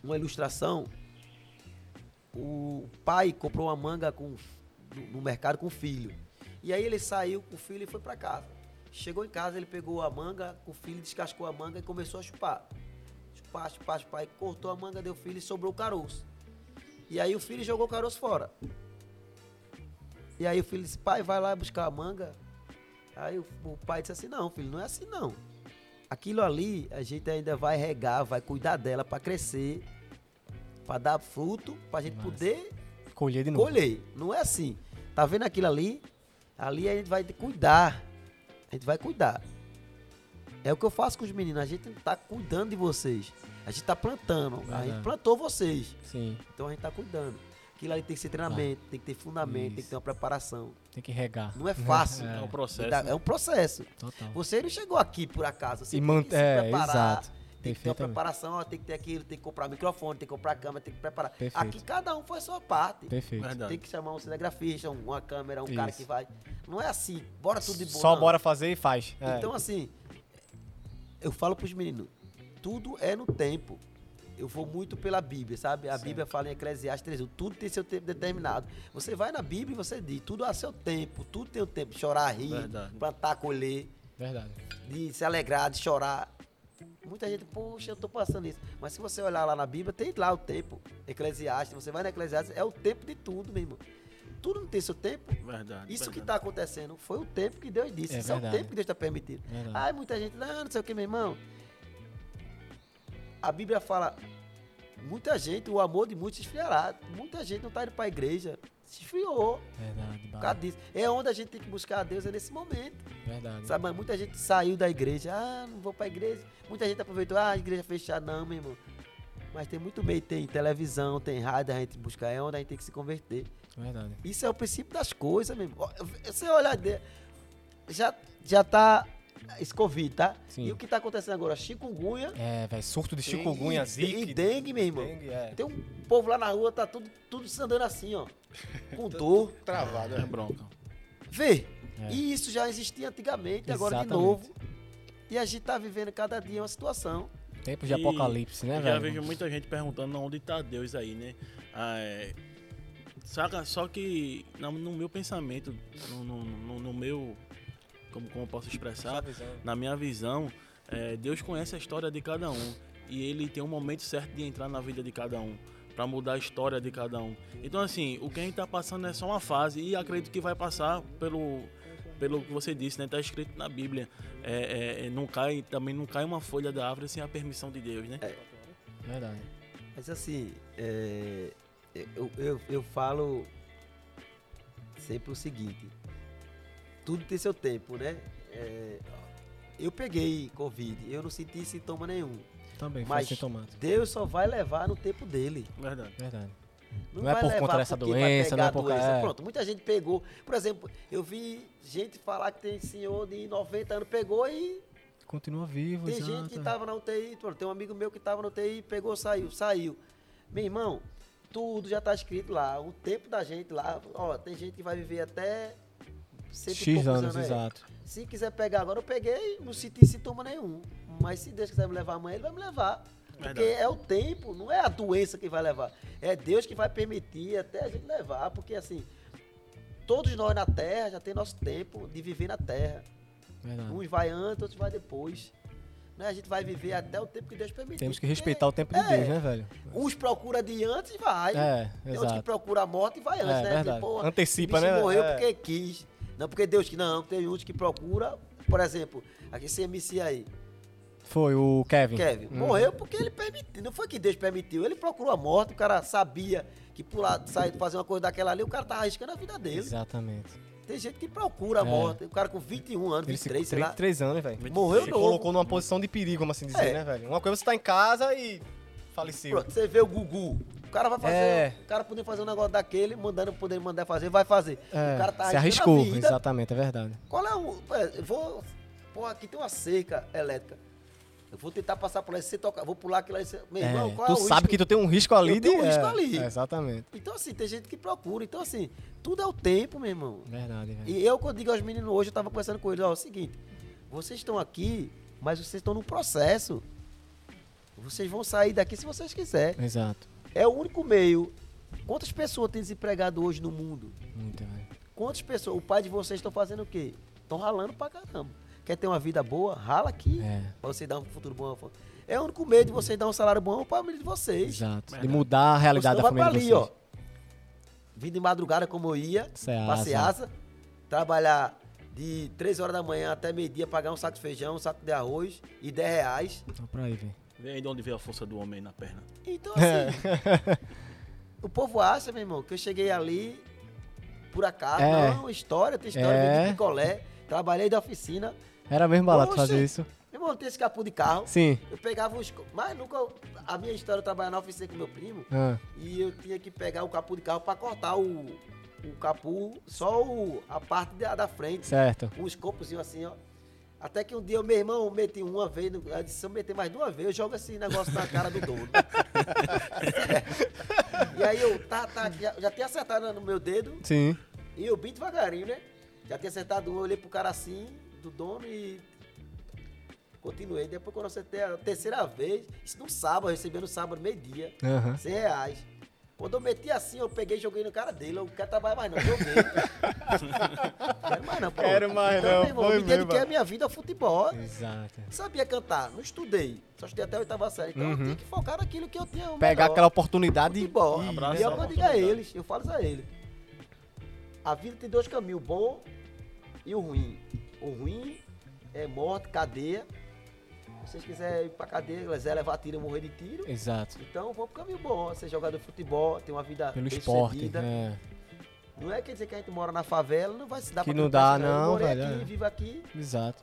uma ilustração. O pai comprou uma manga com- no, no mercado com o filho. E aí ele saiu com o filho e foi pra casa. Chegou em casa, ele pegou a manga, o filho descascou a manga e começou a chupar. Chupar, chupar, chupar. E cortou a manga, deu filho e sobrou o caroço. E aí o filho jogou o caroço fora. E aí o filho disse, pai, vai lá buscar a manga. Aí o, o pai disse assim, não, filho, não é assim não. Aquilo ali a gente ainda vai regar, vai cuidar dela pra crescer, pra dar fruto, pra gente Massa. poder Colher de novo. colher. Não é assim. Tá vendo aquilo ali? Ali a gente vai cuidar. A gente vai cuidar. É o que eu faço com os meninos. A gente tá cuidando de vocês. A gente tá plantando. A gente Verdade. plantou vocês. Sim. Então a gente tá cuidando. Aquilo ali tem que ser treinamento, tem que ter fundamento, tem Tá. Isso. que ter uma preparação. Tem que regar. Não é fácil. É um processo. Dá- É um processo. Total. Você não chegou aqui por acaso. Você E tem man- que se é, preparar. exato. Tem que ter uma Perfeitamente. preparação, ó, tem que ter aquilo, tem que comprar microfone, tem que comprar câmera, tem que preparar. Perfeito. Aqui cada um foi a sua parte. Perfeito. Verdade. Tem que chamar um cinegrafista, um- uma câmera, um cara Isso. que vai. Não é assim, bora tudo de boa. Só não. bora fazer e faz. É. Então, assim, eu falo pros meninos, tudo é no tempo. Eu vou muito pela Bíblia, sabe? A Bíblia fala em Eclesiastes 3, tudo tem seu tempo determinado. Você vai na Bíblia e você diz, tudo a seu tempo, tudo tem o tempo. Chorar, rir, Verdade. plantar, colher, Verdade. de se alegrar, de chorar. Muita gente, poxa, eu tô passando isso. Mas se você olhar lá na Bíblia, tem lá o tempo. Eclesiastes, você vai na Eclesiastes, é o tempo de tudo, meu irmão. Tudo não tem seu tempo. Verdade. Isso verdade. que está acontecendo foi o tempo que Deus disse. É isso é o verdade. É. tempo que Deus está permitindo. Verdade. Ai, muita gente, não, não sei o que, meu irmão. A Bíblia fala, muita gente, o amor de muitos se esfriará. Muita gente não está indo para a igreja, se esfriou Verdade. por bala. causa disso. É onde a gente tem que buscar a Deus, é nesse momento. Verdade. Sabe, mas muita gente saiu da igreja. Ah, não vou pra igreja. Muita gente aproveitou. Ah, a igreja fechada. Não, meu irmão. Mas tem muito meio. Tem televisão, tem rádio, a gente buscar. É onde a gente tem que se converter. Verdade. Isso é o princípio das coisas, meu irmão. Ó, Você olha, de- já, já tá escovido, tá? Sim. E o que tá acontecendo agora? Chikungunya É, velho. Surto de chikungunya, e, e zika. dengue, meu irmão. Dengue, é. Tem um povo lá na rua, tá tudo, tudo se andando assim, ó. Com dor. Travado, É né? bronca. Vê. É. E isso já existia antigamente, agora de Exatamente. novo. E a gente tá vivendo cada dia uma situação. Tempo de E apocalipse, né, Eu velho? já vejo muita gente perguntando onde tá Deus aí, né? Ah, é, Saca? Só que na- no meu pensamento, no, no- no- no meu. Como, como eu posso Sua expressar? visão. Na minha visão, é, Deus conhece a história de cada um. E ele tem um momento certo de entrar na vida de cada um. Pra mudar a história de cada um. Então, assim, o que a gente tá passando é só uma fase. E acredito que vai passar pelo. Pelo que você disse, né? Tá escrito na Bíblia. É, é, é, não cai, também não cai uma folha da árvore sem a permissão de Deus, né? Verdade. Mas assim, é, eu, eu, eu falo sempre o seguinte, tudo tem seu tempo, né? É, eu peguei Covid, eu não senti sintoma nenhum. Também, foi Mas- sintomático. Deus só vai levar no tempo dele. Verdade. Verdade. Não, Não é vai por levar conta dessa porque vai doença, pegar não é a por doença. ca- é. Pronto, muita gente pegou. Por exemplo, eu vi gente falar que tem senhor de 90 anos pegou e Continua vivo, tá tem gente que tava na UTI. Pronto, tem um amigo meu que tava na UTI, pegou, saiu, saiu. Meu irmão, tudo já tá escrito lá. O tempo da gente lá, ó, tem gente que vai viver até cento e X poucos anos, né? exato. Se quiser pegar agora, eu peguei, não senti sintoma nenhum. Mas se Deus quiser me levar amanhã, ele vai me levar. Porque Verdade. é o tempo, não é a doença que vai levar. É Deus que vai permitir até a gente levar. Porque assim, todos nós na Terra já tem nosso tempo de viver na Terra. Verdade. Uns vai antes, outros vai depois. Né? A gente vai viver até o tempo que Deus permitir. Temos que respeitar o tempo de É. Deus, né, velho? Porque Uns procuram de antes e vai. É, Tem outros que exato. procuram a morte e vai antes, É, né? verdade. Tipo, Antecipa, o bicho né? morreu É. porque quis. Não, porque Deus que não. Tem uns que procura, por exemplo, aqui esse MC aí, Foi o Kevin. Kevin. Hum. Morreu porque ele permitiu. Não foi que Deus permitiu. Ele procurou a morte, o cara sabia que pular, sair, fazer uma coisa daquela ali, o cara tá arriscando a vida dele. Exatamente. Tem gente que procura a É. morte. O cara com 21 anos, Ele se 23, sei lá. 33 anos, velho. Morreu Se novo. colocou numa posição de perigo, como assim dizer, É. né, velho? Uma coisa você tá em casa e faleceu. Pronto, você vê o Gugu. O cara vai fazer. É. O cara podia fazer um negócio daquele, mandando, poder mandar fazer, vai fazer. É, o cara tá se arriscando arriscou, a vida. exatamente, é verdade. Qual é o. pô, Eu vou. Pô, aqui tem uma cerca elétrica. Eu vou tentar passar por lá, se você tocar, vou pular aquilo ali. você- Meu irmão, É, qual é tu o sabe risco? que tu tem um risco ali Eu de. tenho um risco é, ali. é, exatamente. Então, assim, tem gente que procura. Então, assim, tudo é o tempo, meu irmão. Verdade, velho. E eu, quando digo aos meninos hoje, eu tava conversando com eles, ó, é o seguinte, vocês estão aqui, mas vocês estão num processo. Vocês vão sair daqui se vocês quiserem. Exato. É o único meio. Quantas pessoas tem desempregado hoje no mundo? Muito, velho. Quantas pessoas? O pai de vocês estão fazendo o quê? Estão ralando pra caramba. Quer ter uma vida boa? Rala aqui. É, Pra você dar um futuro bom. É o único meio de vocês dar um salário bom pra família de vocês. exato. De Verdade. mudar a realidade Ou da família senão vai pra de ali, vocês. é Ah, ó. Vim de madrugada como eu ia, Ceasa. pra Ceasa, trabalhar de 3 horas da manhã até meio-dia, pagar um saco de feijão, um saco de arroz e 10 reais. Ó, pra aí, velho. Vê aí de onde veio a força do homem na perna. Então, assim, É. o povo acha, meu irmão, que eu cheguei ali por acaso. É. Não, história, tem história, É. vendi picolé, trabalhei da oficina. Era mesmo barato Poxa. fazer isso. Meu irmão, tem esse capô de carro. Sim. Eu pegava os. co- Mas nunca. A minha história, eu trabalhava na oficina com meu primo. Ah, e eu tinha que pegar o capô de carro para cortar o, o capô, só o- a parte da, da frente, certo. uns copozinhos assim, ó. Até que um dia, meu irmão, eu meti uma vez, no- eu disse, se eu meter mais duas vezes, eu jogo esse negócio na cara do dono. e aí eu tá, tá, já, já tinha acertado no meu dedo, Sim. e eu bem devagarinho, né? Já tinha acertado um, eu olhei pro cara assim, do dono, e continuei. Depois, quando eu acertei a terceira vez, isso no sábado, recebendo sábado, meio-dia. Aham. 100 reais. é Quando eu meti assim, eu peguei e joguei no cara dele. Eu não quero trabalhar mais não, joguei. não quero mais não, pô. Quero mais então, não, meu irmão, foi me dediquei mesmo. a minha vida ao futebol. Exato. Sabia cantar, não estudei. Só estudei até a oitava série. Então eu Uhum. tinha que focar naquilo que eu tinha o Pegar melhor. aquela oportunidade e. futebol. e- Abraço. E é o que eu digo a Oportunidade. eles, eu falo isso a eles. A vida tem dois caminhos, o bom e o ruim. O ruim é morte, cadeia. Se vocês quiserem ir pra cadeia, quiser levar tiro, eu morrer de tiro. Exato. Então vou pro caminho bom, ser jogador de futebol, ter uma vida Pelo bem esporte. sucedida. É. Não é quer dizer que a gente mora na favela, não vai se dar Que pra não ter dá, um pensamento, não, Eu morei velho, aqui, é. vivo aqui. Exato.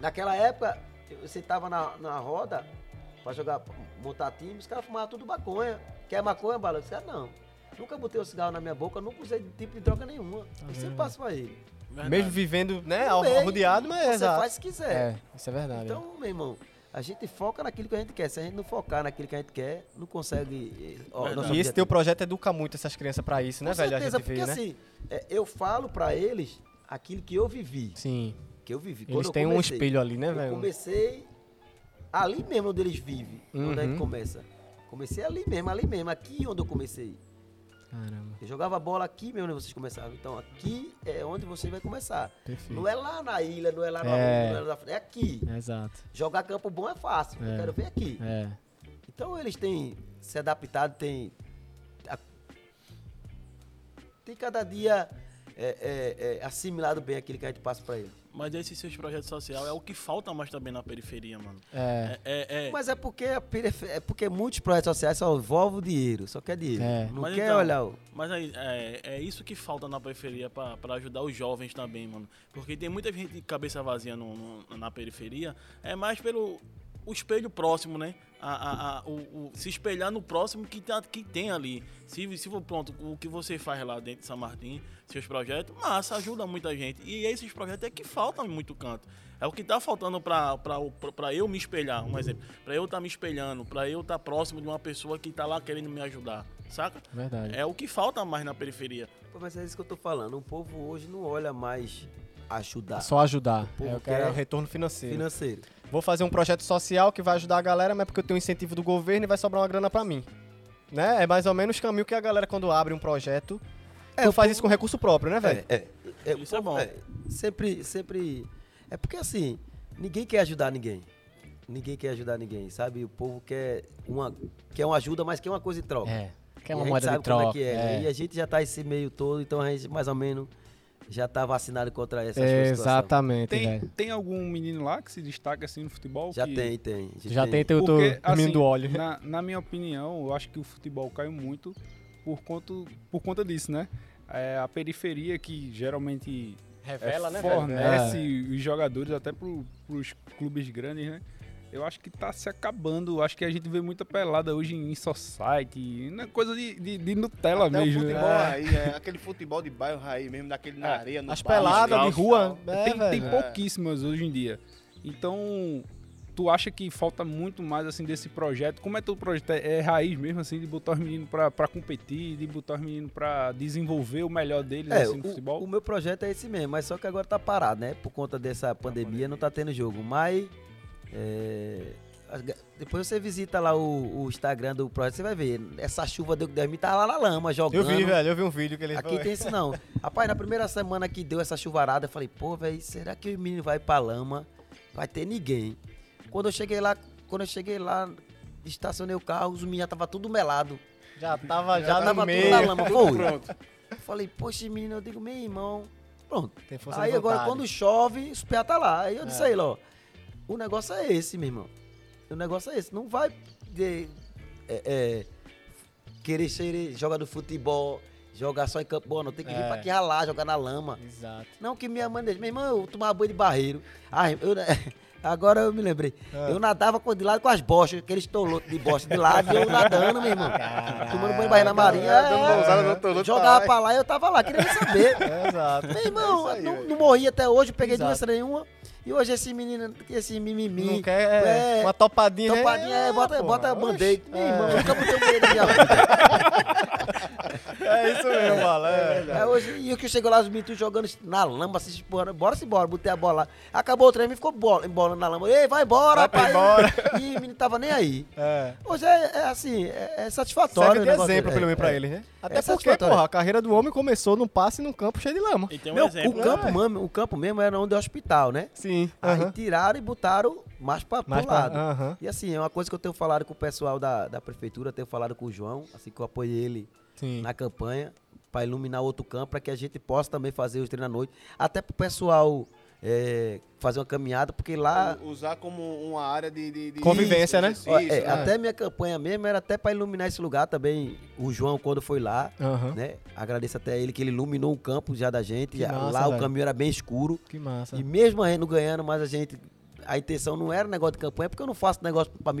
Naquela época, eu- você tava na, na roda pra jogar, pra montar time, os caras fumavam tudo maconha. Quer maconha, bala? Os caras não. Nunca botei um cigarro na minha boca, nunca usei de tipo de droga nenhuma. Tá eu sempre passo pra ele. Verdade. Mesmo vivendo, né, Tudo bem, rodeado, mas Você exato. faz se quiser. É, isso é verdade. né? então, meu irmão, a gente foca naquilo que a gente quer. Se a gente não focar naquilo que a gente quer, não consegue. eh, ó, Verdade. nosso E esse objetivo. teu projeto educa muito essas crianças pra isso, né, Com velho? certeza, a gente porque vê, né? assim, é, eu falo pra eles aquilo que eu vivi. Sim. Que eu vivi. Quando Eles eu têm um comecei, espelho ali, né, Eu velho? comecei ali mesmo onde eles vivem, onde a Uhum. gente começa. Comecei ali mesmo, ali mesmo, aqui onde eu comecei. Caramba, Eu jogava bola aqui mesmo, né, vocês começavam. Então aqui é onde você vai começar. perfeito. Não é lá na ilha, não é lá na É. rua, não é lá na frente, é aqui. Exato. Jogar campo bom é fácil, É. eu quero ver aqui. É. Então eles têm se adaptado, têm. a- tem cada dia é, é, é, assimilado bem aquilo que a gente passa pra ele. Mas esses seus projetos sociais é o que falta mais também na periferia, mano. É. É, é, é. Mas é porque, a perife- é porque muitos projetos sociais só envolvem o dinheiro, só quer dinheiro. É. Não Mas quer então- olhar o. Mas aí, é, é isso que falta na periferia pra pra ajudar os jovens também, mano. Porque tem muita gente de cabeça vazia no- no- na periferia. É mais pelo o espelho próximo, né? A, a- a- o, o- se espelhar no próximo que, tá, que tem ali. Se, se for pronto, o que você faz lá dentro de São Martin, seus projetos, massa, ajuda muita gente. E esses projetos é que faltam em muito canto. É o que tá faltando pra, pra, o- pra- pra eu me espelhar, um exemplo. Pra eu estar me espelhando, pra eu estar próximo de uma pessoa que tá lá querendo me ajudar, saca? Verdade. É o que falta mais na periferia. Pô, mas é isso que eu tô falando. O povo hoje não olha mais ajudar Só ajudar. povo É, eu quero quer o retorno financeiro. financeiro. Vou fazer um projeto social que vai ajudar a galera, mas é porque eu tenho incentivo do governo e vai sobrar uma grana pra mim. Né? É mais ou menos o caminho que a galera quando abre um projeto, É, tu o faz povo- isso com recurso próprio, né, velho? É, é, é, Isso é o povo- bom. sempre, sempre. É porque assim, ninguém quer ajudar ninguém. Ninguém quer ajudar ninguém, sabe? O povo quer uma, quer uma ajuda, mas quer uma coisa em troca. É. Que É, E a gente sabe como é que é, né? E a gente já tá esse meio todo, então a gente mais ou menos já tá vacinado contra essa situação. Exatamente, Tem, velho. tem algum menino lá que se destaca assim no futebol? Já que- tem, tem. já Já tem teu teu Porque, assim, menino do óleo. Na, na minha opinião, eu acho que o futebol caiu muito por conta, por conta disso, né? É, a periferia que geralmente é, né? né, fornece os jogadores até pro, pros clubes grandes, né? Eu acho que tá se acabando. Eu Acho que a gente vê muita pelada hoje em society, na coisa de, de, de Nutella Até mesmo. o né? futebol aí, é, aquele futebol de bairro aí mesmo, daquele na É. areia, no As bar, nos peladas de calços e rua. tal. É, tem, tem velho. pouquíssimas hoje em dia. Então, tu acha que falta muito mais assim desse projeto? Como é teu projeto? É é raiz mesmo assim de botar os meninos pra, pra competir, de botar os meninos pra desenvolver o melhor deles É, assim, no o, futebol? o meu projeto é esse mesmo, mas só que agora tá parado, né? Por conta dessa pandemia, não tá tendo jogo. Mas é, as ga- depois você visita lá o, o Instagram do projeto, você vai ver. Essa chuva deu que deu em mim, tá lá na lama jogando. Eu vi, velho, eu vi um vídeo que ele né? Aqui tem isso não. Rapaz, na primeira semana que deu essa chuvarada, eu falei, pô, velho, será que o menino vai pra lama? Vai ter ninguém. Quando eu cheguei lá, quando eu cheguei lá, estacionei o carro, os meninos já tava tudo melado. Já tava já, Já no tava tudo meio. na lama, foi. Pronto. Eu falei, poxa, menino, eu digo, meu irmão. Pronto Tem força aí de agora, vontade. quando chove, os pés tá lá. Aí eu disse a ele, ó, o negócio é esse, meu irmão. O negócio é esse. Não vai de- é, é, querer ser jogador de futebol, jogar só em campo bom, não. Tem que vir É. pra aqui ralar, jogar na lama. Exato. Não, que minha mãe deixa. Meu irmão, eu tomava banho de barreiro. Ai, eu- né, agora eu me lembrei. Eu nadava com- de lado com as bochas, aqueles tolotos de bocha de lado, e eu nadando, meu irmão. Tomando banho de barreiro na marinha. É, dando é, mãozada no toloto, jogava caralho. pra lá e eu tava lá, querendo saber. É, Exato. Meu irmão, É isso aí, não, velho. não morri até hoje, peguei Exato. doença nenhuma. E hoje esse menino, esse mimimi. Não quer é, uma topadinha, né? Topadinha, é, bota, porra. bota band-aid. Meu É. irmão, eu nunca botei um band-aid na minha vida. É isso mesmo, Bala. É. É, hoje, e o que chegou lá, os meninos jogando na lama, se esporando. Bora se embora, botei a bola lá. Acabou o treino, e ficou bola, bola na lama. Ei, vai embora, Vai pra pai. embora. E o menino tava nem aí. É. um Hoje é, é assim, é, é satisfatório. Serve de o negócio exemplo, dele. pelo É, menos, pra é. eles, né? Até É porque, satisfatório. porra, a carreira do homem começou num passe num campo cheio de lama. E tem um Meu, exemplo. o campo, mesmo, o campo mesmo era onde é o hospital, né? Sim. Aí aham. tiraram e botaram mais pra, Mas pro pra- lado. aham. E assim, é uma coisa que eu tenho falado com o pessoal da, da prefeitura, tenho falado com o João, assim que eu apoiei ele Sim. na campanha, para iluminar outro campo, para que a gente possa também fazer os treinos à noite. Até pro pessoal é, fazer uma caminhada, porque lá. Usar como uma área de... de- de- Convivência, né? exercício, ó, é, né? Até minha campanha mesmo era até para iluminar esse lugar também. O João, quando foi lá, Aham. né? Agradeço até ele que ele iluminou o campo já da gente. Que Já- massa, lá o velho. caminho era bem escuro. Que massa. É um E mesmo a gente não ganhando, mas a gente. A intenção não era negócio de campanha, porque eu não faço negócio para me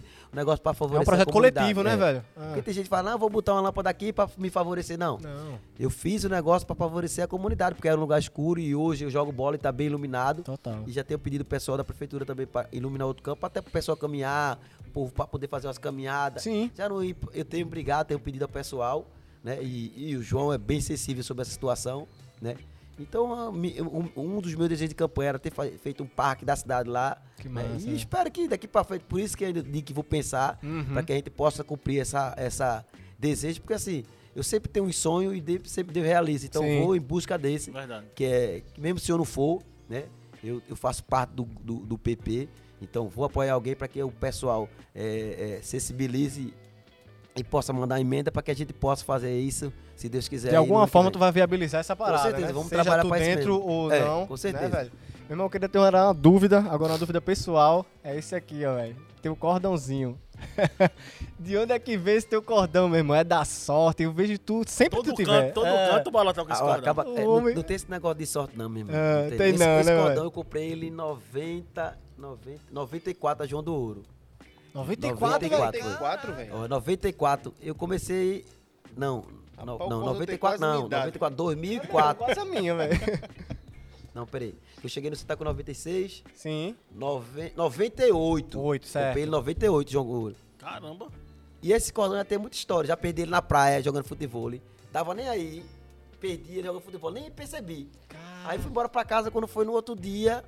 Sim. um negócio para É favorecer. um a projeto comunidade, coletivo, né, é. velho? Porque Ah, tem gente que fala, não, vou botar uma lâmpada aqui para me favorecer. Não. Não, Eu fiz o negócio para favorecer a comunidade, porque era um lugar escuro e hoje eu jogo bola e tá bem iluminado. total. E já tenho pedido o pessoal da prefeitura também para iluminar outro campo, até pro pessoal caminhar, o povo para poder fazer umas caminhadas. Sim. Já não ir- eu tenho brigado, tenho pedido ao pessoal, né? E, e o João é bem sensível sobre essa situação, né? Então, a mi- um, um dos meus desejos de campanha era ter fa- feito um parque da cidade lá. Que né? massa, E né? espero que daqui para frente, Uhum. por isso que eu ainda digo que vou pensar, para que a gente possa cumprir essa, essa desejo, porque assim, eu sempre tenho um sonho e de- sempre deu realizo. Então Sim. eu vou em busca desse, Verdade. que é, que mesmo se eu não for, né, eu, eu faço parte do, do, do PP, então vou apoiar alguém para que o pessoal eh, eh, sensibilize e possa mandar emenda para que a gente possa fazer isso, se Deus quiser. De é aí no alguma ano que forma vem. tu vai viabilizar essa parada, certeza, né? vamos Seja trabalhar tu pra isso dentro mesmo. ou É, não, com né, certeza. velho? Meu irmão, eu queria ter uma uma dúvida, agora uma dúvida pessoal, é esse aqui, ó, velho. Teu cordãozinho. De onde é que vem esse teu cordão, meu irmão? É da sorte, eu vejo tu, sempre Todo tu tiver. canto, todo É. canto o bala tá com esse Ah, ó, cordão. acaba, é, não, Homem. não tem esse negócio de sorte, não, meu irmão. É, não tem não, esse, né, esse cordão velho? eu comprei ele em 90, 90, 94 da João do Ouro. 94, velho. 94. Tem quatro, velho. Ó, 94, eu comecei. Não, não, Rapaz, o não Cordão tem 94 quase minha não, idade. 94, 2004. Quase a minha, velho. Não, peraí. Eu cheguei no Cita com 96, Sim. nove- 98. Oito, certo. Comprei ele em 98, João Ouro. Caramba. E esse cordão já tem muita história. Já perdi ele na praia jogando futebol. Tava nem aí. Perdi ele jogando futebol, nem percebi. Aí fui embora pra casa quando foi no outro dia.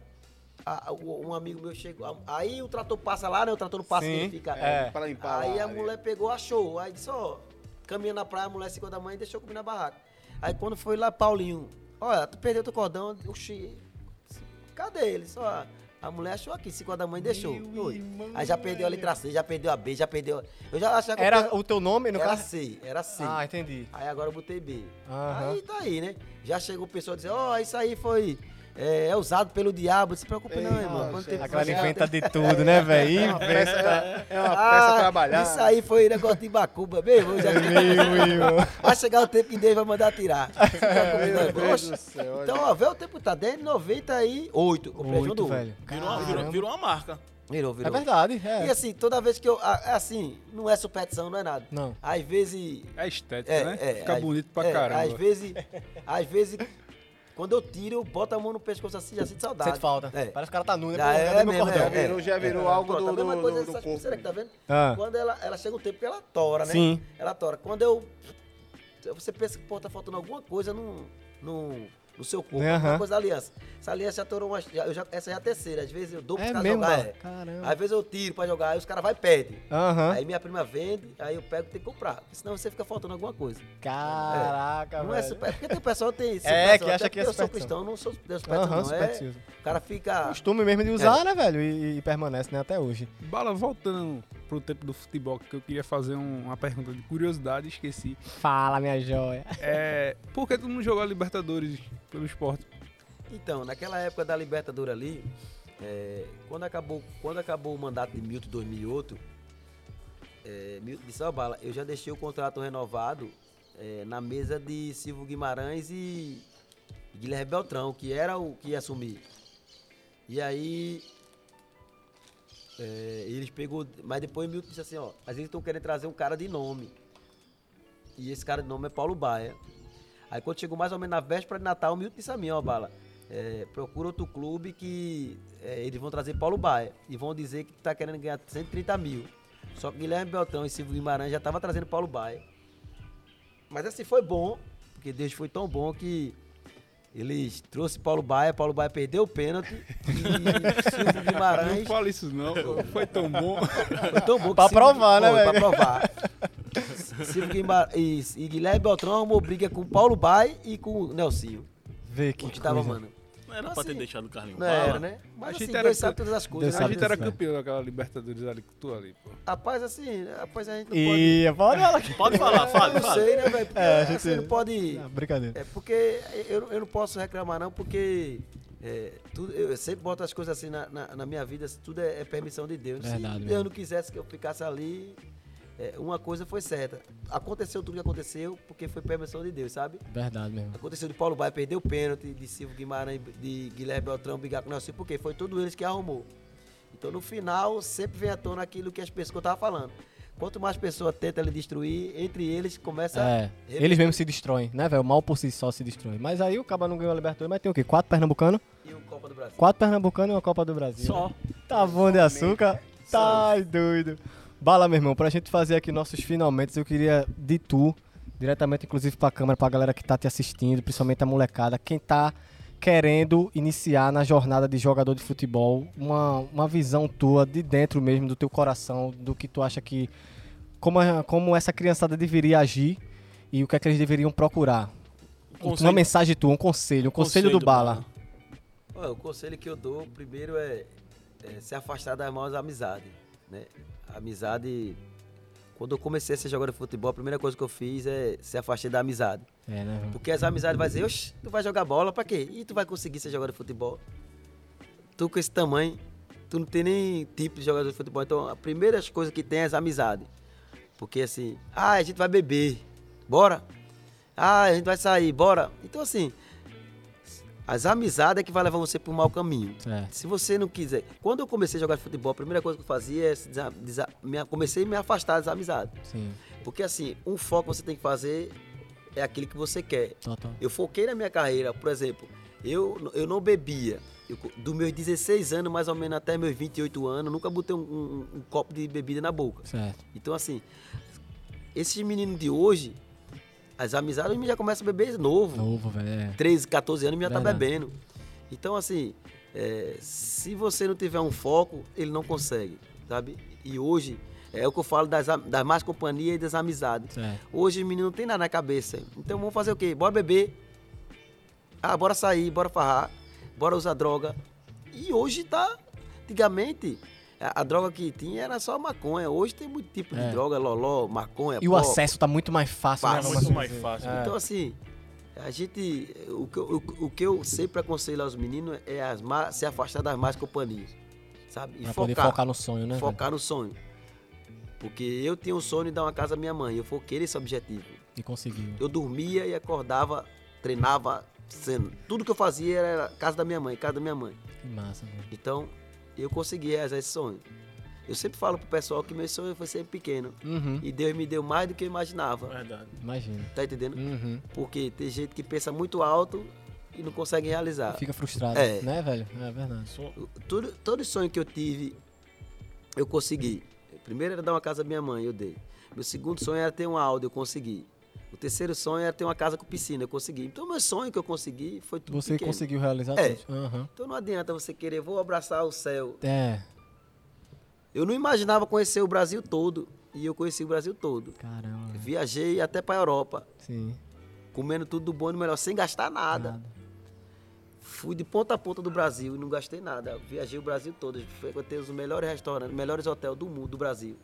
a- a- o- um amigo meu chegou. a- Aí o trator passa lá, né? O trator não passa, Sim, ele fica. É. Pra limpar Aí lá, a né? mulher pegou, achou. Aí disse, ó, caminhando na praia, a mulher se da mãe e deixou comigo na barraca. Aí quando foi lá, Paulinho, olha, tu perdeu teu cordão, oxi, cadê ele? Só a mulher achou aqui, 5 da mãe e deixou. Oi. Aí já perdeu a letra C, já perdeu a B, já perdeu. a- Eu já achava que eu Era per- o teu nome, no era assim. caso? C, era C. Ah, entendi. Aí agora eu botei B. Aham. Aí tá aí, né? Já chegou o pessoal dizendo, ó, isso aí foi. É, é usado pelo diabo, não se preocupe não, Ei, irmão. Quando gente. teve A galera projeto, inventa de tudo, né, velho? É uma Inventa. peça, da- é uma peça trabalhada. Ah, Isso aí foi negócio de Bacuba mesmo. Já tá Meu irmão. Vai chegar o tempo que Deus vai mandar tirar. Você tá com Meu medo, Deus oxe. do céu, olha. Então, ó, vê o tempo que tá dentro, 98. Comprei Oito, junto. velho. Virou uma, virou, Caramba. virou uma marca. Virou, virou. É verdade, é. E assim, toda vez que eu. a- Assim, não é superstição, não é nada. Não. Às vezes. É estética, né? Fica às- bonito pra é, caramba. Às vezes. Às vezes. Quando eu tiro, eu boto a mão no pescoço assim, já sinto saudade. Sente falta. É. Parece que o cara tá nu, né? Já Pô, é cadê meu mesmo, cordão? Já é. virou, já virou algo Pronto, do, a mesma do, coisa do, essa do corpo. pulseira que tá vendo? Ah. Quando ela, ela chega um tempo que ela tora, né? Sim. Ela tora. Quando eu. Você pensa que pô, tá faltando alguma coisa no, no, no seu corpo, Né, alguma aham. coisa da aliança. Essa aliança já torou uma. já- eu já- essa já é a terceira. Às vezes eu dou pros É caras mesmo, jogar. mano? é. Caramba. Às vezes eu tiro pra jogar, aí os caras vai e perdem. Aham. Aí minha prima vende, aí eu pego e tenho que comprar. porque Senão você fica faltando alguma coisa. Caraca, é. não Ah, velho. é super. Porque tem pessoal que tem. É, que superstição, acha até que é porque Eu sou superstição. cristão, não sou Deus Aham, não. É, supersticioso. o cara fica. Costume mesmo de É. usar, né, velho? E, e permanece, né, até hoje. Bala, voltando pro tempo do futebol, que eu queria fazer um- uma pergunta de curiosidade, esqueci. Fala, minha joia. É, por que tu não jogou a Libertadores pelo esporte? Então, naquela época da Libertadores ali, é, quando, acabou, quando acabou o mandato de Milton em 2008, é, Milton de Salbala, eu já deixei o contrato renovado é, na mesa de Silvio Guimarães e Guilherme Beltrão, que era o que ia assumir. E aí é, eles pegou, mas depois Milton disse assim, ó, às vezes estão querendo trazer um cara de nome. E esse cara de nome é Paulo Baia. Aí quando chegou mais ou menos na véspera de Natal, o Milton disse a mim, ó, Bala, é, procura outro clube que é, eles vão trazer Paulo Baia e vão dizer que tá querendo ganhar 130 mil. Só que Guilherme Beltrão e Silvio Guimarães já estavam trazendo Paulo Baia. Mas assim, foi bom, porque Deus foi tão bom que eles trouxe Paulo Baia, Paulo Baia perdeu o pênalti e Silvio Não Guimarães fala isso não, foi tão bom. foi tão bom que Pra Silvio- provar, né, foi, velho? Pra provar. Silvio Guimar... e, e Guilherme Beltrão arrumou briga com Paulo Bai e com o Nelsinho. Vê Que que que tava, coisa. mano. Não era Mas pra ter assim, deixado o Carlinho Não Bala. era, né? A Mas gente assim, era Deus que- sabe todas as coisas. Deus né? a sabe gente disso, era velho. campeão daquela Libertadores ali que tu ali, pô. Rapaz, assim, rapaz, a gente E não pode... pode falar aqui. Pode falar, fale, Eu não fale. sei, né, velho? Porque É, a assim, gente- não pode... Ah, Brincadeira. É porque eu, eu não posso reclamar, não, porque é, tudo, eu sempre boto as coisas assim na, na, na minha vida, assim, tudo é, é permissão de Deus. Verdade, né? Se mesmo. Deus não quisesse que eu ficasse ali, é, uma coisa foi certa. Aconteceu tudo que aconteceu porque foi permissão de Deus, sabe? Verdade mesmo. Aconteceu de Paulo Baia perder o pênalti, de Silvio Guimarães, de Guilherme Beltrão brigar com o Nelson, porque foi todos eles que arrumou. Então no final sempre vem à tona aquilo que as pessoas que eu tava falando. Quanto mais pessoa tenta lhe destruir, entre eles começa É, eles mesmos se destroem, né, velho? O mal por si só se destrói. Mas aí o Caba não ganhou a Libertadores, mas tem o quê? Quatro pernambucanos? e o Copa do Brasil. Quatro pernambucanos e uma Copa do Brasil. Só. Tá bom de açúcar? Tá ai, doido. Bala, meu irmão, pra gente fazer aqui nossos finalmente, eu queria de tu, diretamente inclusive pra câmera, pra galera que tá te assistindo, principalmente a molecada, quem tá querendo iniciar na jornada de jogador de futebol, uma, uma visão tua de dentro mesmo, do teu coração, do que tu acha que. Como, a- como essa criançada deveria agir e o que é que eles deveriam procurar? Conselho- Uma mensagem tua, um conselho, um conselho, do, Bala. Olha, o conselho que eu dou primeiro é, é se afastar das más amizades. Né? A Amizade. Quando eu comecei a ser jogador de futebol, a primeira coisa que eu fiz é se afastar da amizade. É, né? Porque as amizades vai dizer, oxe, tu vai jogar bola pra quê? E tu vai conseguir ser jogador de futebol. Tu com esse tamanho, tu não tem nem tipo de jogador de futebol. Então, as primeiras coisas que tem é as amizades. Porque assim, ah, a gente vai beber, bora. Ah, a gente vai sair, bora. Então assim, as amizades é que vai levar você pro mau caminho. É. Se você não quiser. Quando eu comecei a jogar futebol, a primeira coisa que eu fazia é se desa- desa- me- comecei a me afastar das amizades. Sim, Porque assim, um foco você tem que fazer é aquilo que você quer. total. Eu foquei na minha carreira, por exemplo, eu, eu não bebia. Eu, co- dos meus 16 anos, mais ou menos até meus 28 anos, nunca botei um, um- um copo de bebida na boca. Certo. Então, assim, esses meninos de hoje, as amizades já começam a beber novo. Novo, velho. é. 13, 14 anos já tá Verdade. bebendo. Então, assim, é, se você não tiver um foco, ele não consegue, sabe? E hoje, é o que eu falo das, am- das más companhias e das amizades. Certo. Hoje o menino não tem nada na cabeça. Então vamos fazer o quê? Bora beber. Ah, bora sair, bora farrar, bora usar droga. E hoje tá. Antigamente, a, a droga que tinha era só maconha. Hoje tem muito tipo de É. droga, loló, maconha. E o pó. acesso tá muito mais fácil, né? Fácil. Romancino? Muito mais fácil. É. Então, assim, a gente. O que, eu, o, o que eu sempre aconselho aos meninos é as má- se afastar das más companhias. Sabe? E Pra poder focar no sonho, né? velho? focar no sonho. Porque eu tinha um sonho de dar uma casa à minha mãe. Eu foquei nesse objetivo. E conseguiu. Eu dormia e acordava, treinava, sendo. Tudo que eu fazia era casa da minha mãe, casa da minha mãe. Que massa, velho. Então, eu consegui realizar esse sonho. Eu sempre falo pro pessoal que meu sonho foi sempre pequeno. Uhum. E Deus me deu mais do que eu imaginava. é Verdade. Imagina. Tá entendendo? Uhum. Porque tem gente que pensa muito alto e não consegue realizar. Fica frustrado, É. né, velho? É verdade. Sou- Tudo, todo sonho que eu tive, eu consegui. O primeiro era dar uma casa à minha mãe, eu dei. Meu segundo sonho era ter um áudio, eu consegui. O terceiro sonho era ter uma casa com piscina, eu consegui. Então, meu sonho que eu consegui foi tudo Você pequeno. conseguiu realizar É. tudo. Aham. Então não adianta você querer, vou abraçar o céu. É. Eu não imaginava conhecer o Brasil todo. E eu conheci o Brasil todo. Caramba. velho. Viajei até para Europa, Sim. comendo tudo do bom e do melhor, sem gastar nada. Fui de ponta a ponta do Brasil e não gastei nada. Viajei o Brasil todo, frequentei os melhores restaurantes, melhores hotéis do mundo, do Brasil.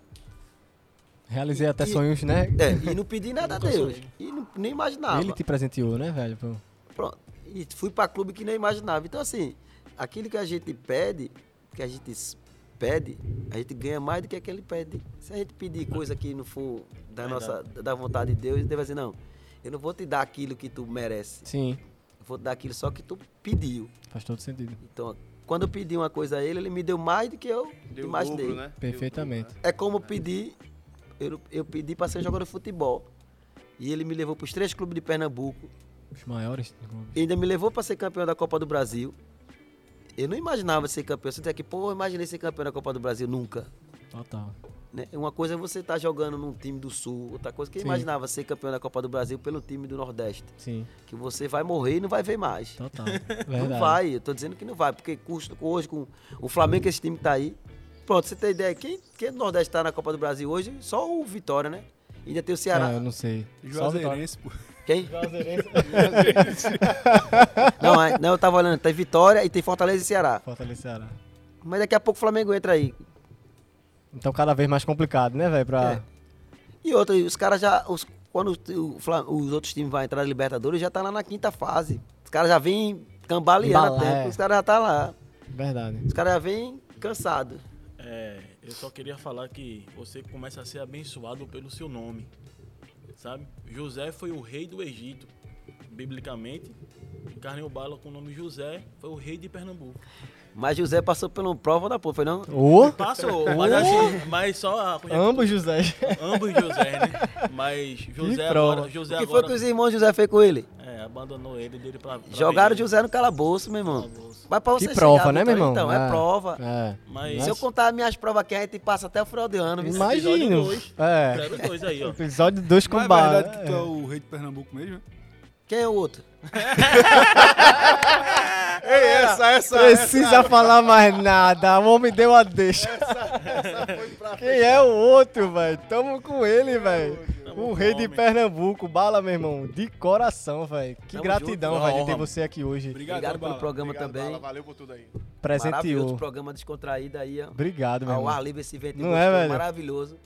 Realizei E- até e- sonhos, né? É, e não pedi nada a Deus. E não- nem imaginava. Ele te presenteou, né, velho? Pô. Pronto. E fui para clube que nem imaginava. Então, assim, aquilo que a gente pede, que a gente s- pede, a gente ganha mais do que aquele pede. Se a gente pedir coisa que não for da, nossa, da vontade de Deus, Deus vai dizer, não, eu não vou te dar aquilo que tu merece. Sim. Eu vou te dar aquilo só que tu pediu. Faz todo sentido. Então, quando eu pedi uma coisa a ele, ele me deu mais do que eu Deu o imaginei. dobro, né? Deu o Perfeitamente. dobro, né? É como eu pedi, eu, eu pedi para ser jogador de futebol. E ele me levou para os três clubes de Pernambuco. Os maiores do clube. E ainda me levou para ser campeão da Copa do Brasil. Eu não imaginava ser campeão. Você tem que, pô, eu imaginei ser campeão da Copa do Brasil nunca. Total. Né? Uma coisa é você estar jogando num time do Sul, outra coisa é que eu Sim. imaginava ser campeão da Copa do Brasil pelo time do Nordeste. Sim. Que você vai morrer e não vai ver mais. Total. Verdade. Não vai, eu tô dizendo que não vai, porque custa hoje com o Flamengo, esse time que tá aí. Pronto, você tem ideia, quem, quem do Nordeste tá na Copa do Brasil hoje? Só o Vitória, né? Ainda tem o Ceará. É, eu não sei. Só vitória. Juazeirense, pô. Quem? Não, é- não, eu tava olhando, tem Vitória e tem Fortaleza e Ceará. Fortaleza Ceará. Mas daqui a pouco o Flamengo entra aí. Então cada vez mais complicado, né, velho? Pra... E outra, os caras já. Os, quando o Fla- os outros times vão entrar na Libertadores, já tá lá na quinta fase. Os caras já vêm cambaleando a Embalar, tempo, é. os caras já tá lá. Verdade. Os caras já vêm cansados. É, eu só queria falar que você começa a ser abençoado pelo seu nome, sabe? José foi o rei do Egito, biblicamente. E Carneiro Bala com o nome José foi o rei de Pernambuco. Mas José passou por uma prova da porra, foi não? Ô! Passou, mas, Uh! assim, mas só a, Ambos, José. ambos José, né? Mas José prova. agora, José O que foi agora que os irmãos José fez com ele? é, abandonou ele dele pra, pra Jogaram Egito. José no calabouço, meu irmão. Calabouço. Mas pra você Que prova, chegar, né, meu Vitória, irmão? Então, é, prova. É. Mas Se eu contar minhas provas aqui, a gente passa até o final de ano. viu? episódio Imagino. dois. É. quero dois aí, ó. Episódio 2 Mas com é bala. verdade que tu é o rei de Pernambuco mesmo? é? Quem é o outro? Ei, essa, essa, Precisa falar mais nada. O homem deu a deixa. essa, essa foi pra Quem é o outro, velho? Tamo com ele, velho. Chamou O pro rei de homem. Pernambuco, bala, meu irmão, de coração, velho. Que Tamo junto, gratidão, velho, de honra, ter mano. você aqui hoje. Obrigado, Obrigado Bala. pelo programa Obrigado, também. Bala, valeu por tudo aí. Maravilhoso Presenteou. programa descontraído aí, ó. Obrigado, meu Ao irmão. ar livre esse evento Não gostoso, é, velho? maravilhoso.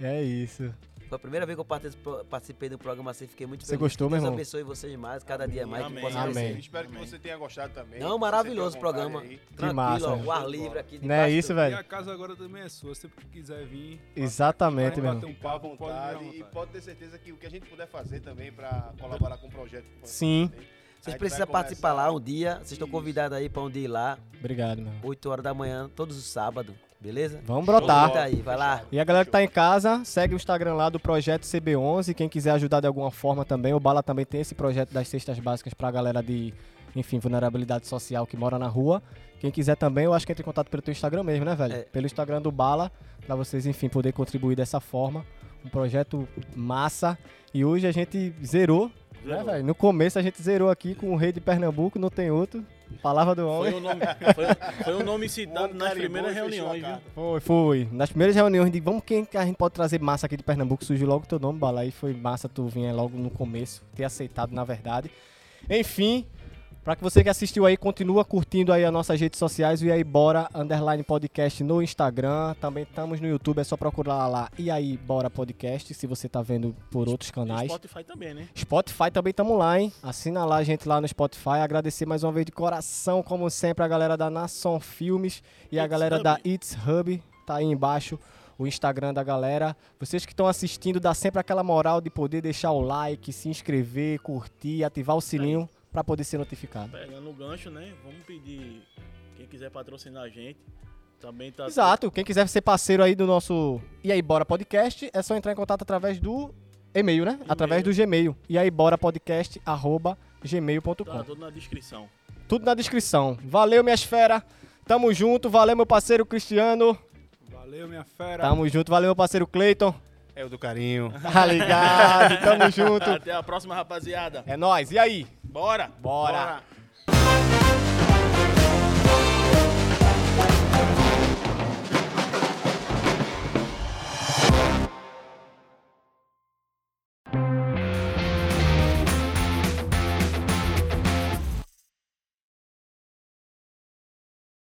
É isso. Foi a primeira vez que eu particip- participei do programa assim, fiquei muito Você feliz. gostou, Que meu Deus irmão? abençoe vocês mais, cada dia mais. amém, que possa amém. crescer. Espero que Amém. você tenha gostado também. Não, maravilhoso o Sempre à vontade programa. aí. Tranquilo, massa, ó, né? o ar livre aqui. Não é debaixo isso, do- Minha velho? casa agora também é sua. Sempre que quiser vir. Exatamente, vai meu bater irmão. um Fica à papo, pode vir à vontade e vontade. pode ter certeza que o que a gente puder fazer também para colaborar com o projeto. que você Sim. tem, a gente Vocês vai precisam participar conversar. lá um dia. Vocês estão Isso. convidados aí pra um dia ir lá, Obrigado, meu irmão. 8 horas da manhã, todos os sábados, beleza? Vamos Show brotar. de Tá bola, aí, vai lá. fechado. E a galera que tá em casa, segue o Instagram lá do Projeto CB11. Quem quiser ajudar de alguma forma também, o Bala também tem esse projeto das cestas básicas pra galera de, enfim, vulnerabilidade social que mora na rua. Quem quiser também, eu acho que entra em contato pelo teu Instagram mesmo, né, velho? É. Pelo Instagram do Bala, pra vocês, enfim, poder contribuir dessa forma. Um projeto massa. E hoje a gente zerou, né, Zerou. velho? No começo a gente zerou aqui com o Rei de Pernambuco, não tem outro. Palavra do homem. Foi o nome, foi, foi o nome citado Um nas carimbou primeiras e fechou a reuniões, viu? carta. Foi, foi. Nas primeiras reuniões de vamos quem que a gente pode trazer massa aqui de Pernambuco, surgiu logo teu nome, Bala. E foi massa tu vinha logo no começo, ter aceitado, na verdade. Enfim, pra que você que assistiu aí, continua curtindo aí as nossas redes sociais. E aí, bora, underline podcast no Instagram. Também estamos no YouTube, é só procurar lá. E aí, bora podcast, se você tá vendo por outros canais. Spotify também, né? Spotify também estamos lá, hein? Assina lá a gente lá no Spotify. Agradecer mais uma vez de coração, como sempre, a galera da Nação Filmes e a It's galera Hub. da It's Hub. Tá aí embaixo o Instagram da galera. Vocês que estão assistindo, dá sempre aquela moral de poder deixar o like, se inscrever, curtir, ativar o sininho pra poder ser notificado. Pegando o gancho, né? Vamos pedir quem quiser patrocinar a gente. Também tá. Exato. Quem quiser ser parceiro aí do nosso E aí Bora Podcast, é só entrar em contato através do e-mail, né? Através do Gmail. E aí Bora Podcast, arroba gmail.com. Tá tudo na descrição. Tudo na descrição. Valeu, minhas fera. Tamo junto. Valeu, meu parceiro Cristiano. Valeu, minha fera. Tamo junto. Valeu, meu parceiro Cleiton. É o do carinho. Tá ligado? Tamo junto. Até a próxima, rapaziada. É nóis. E aí? Bora! Bora.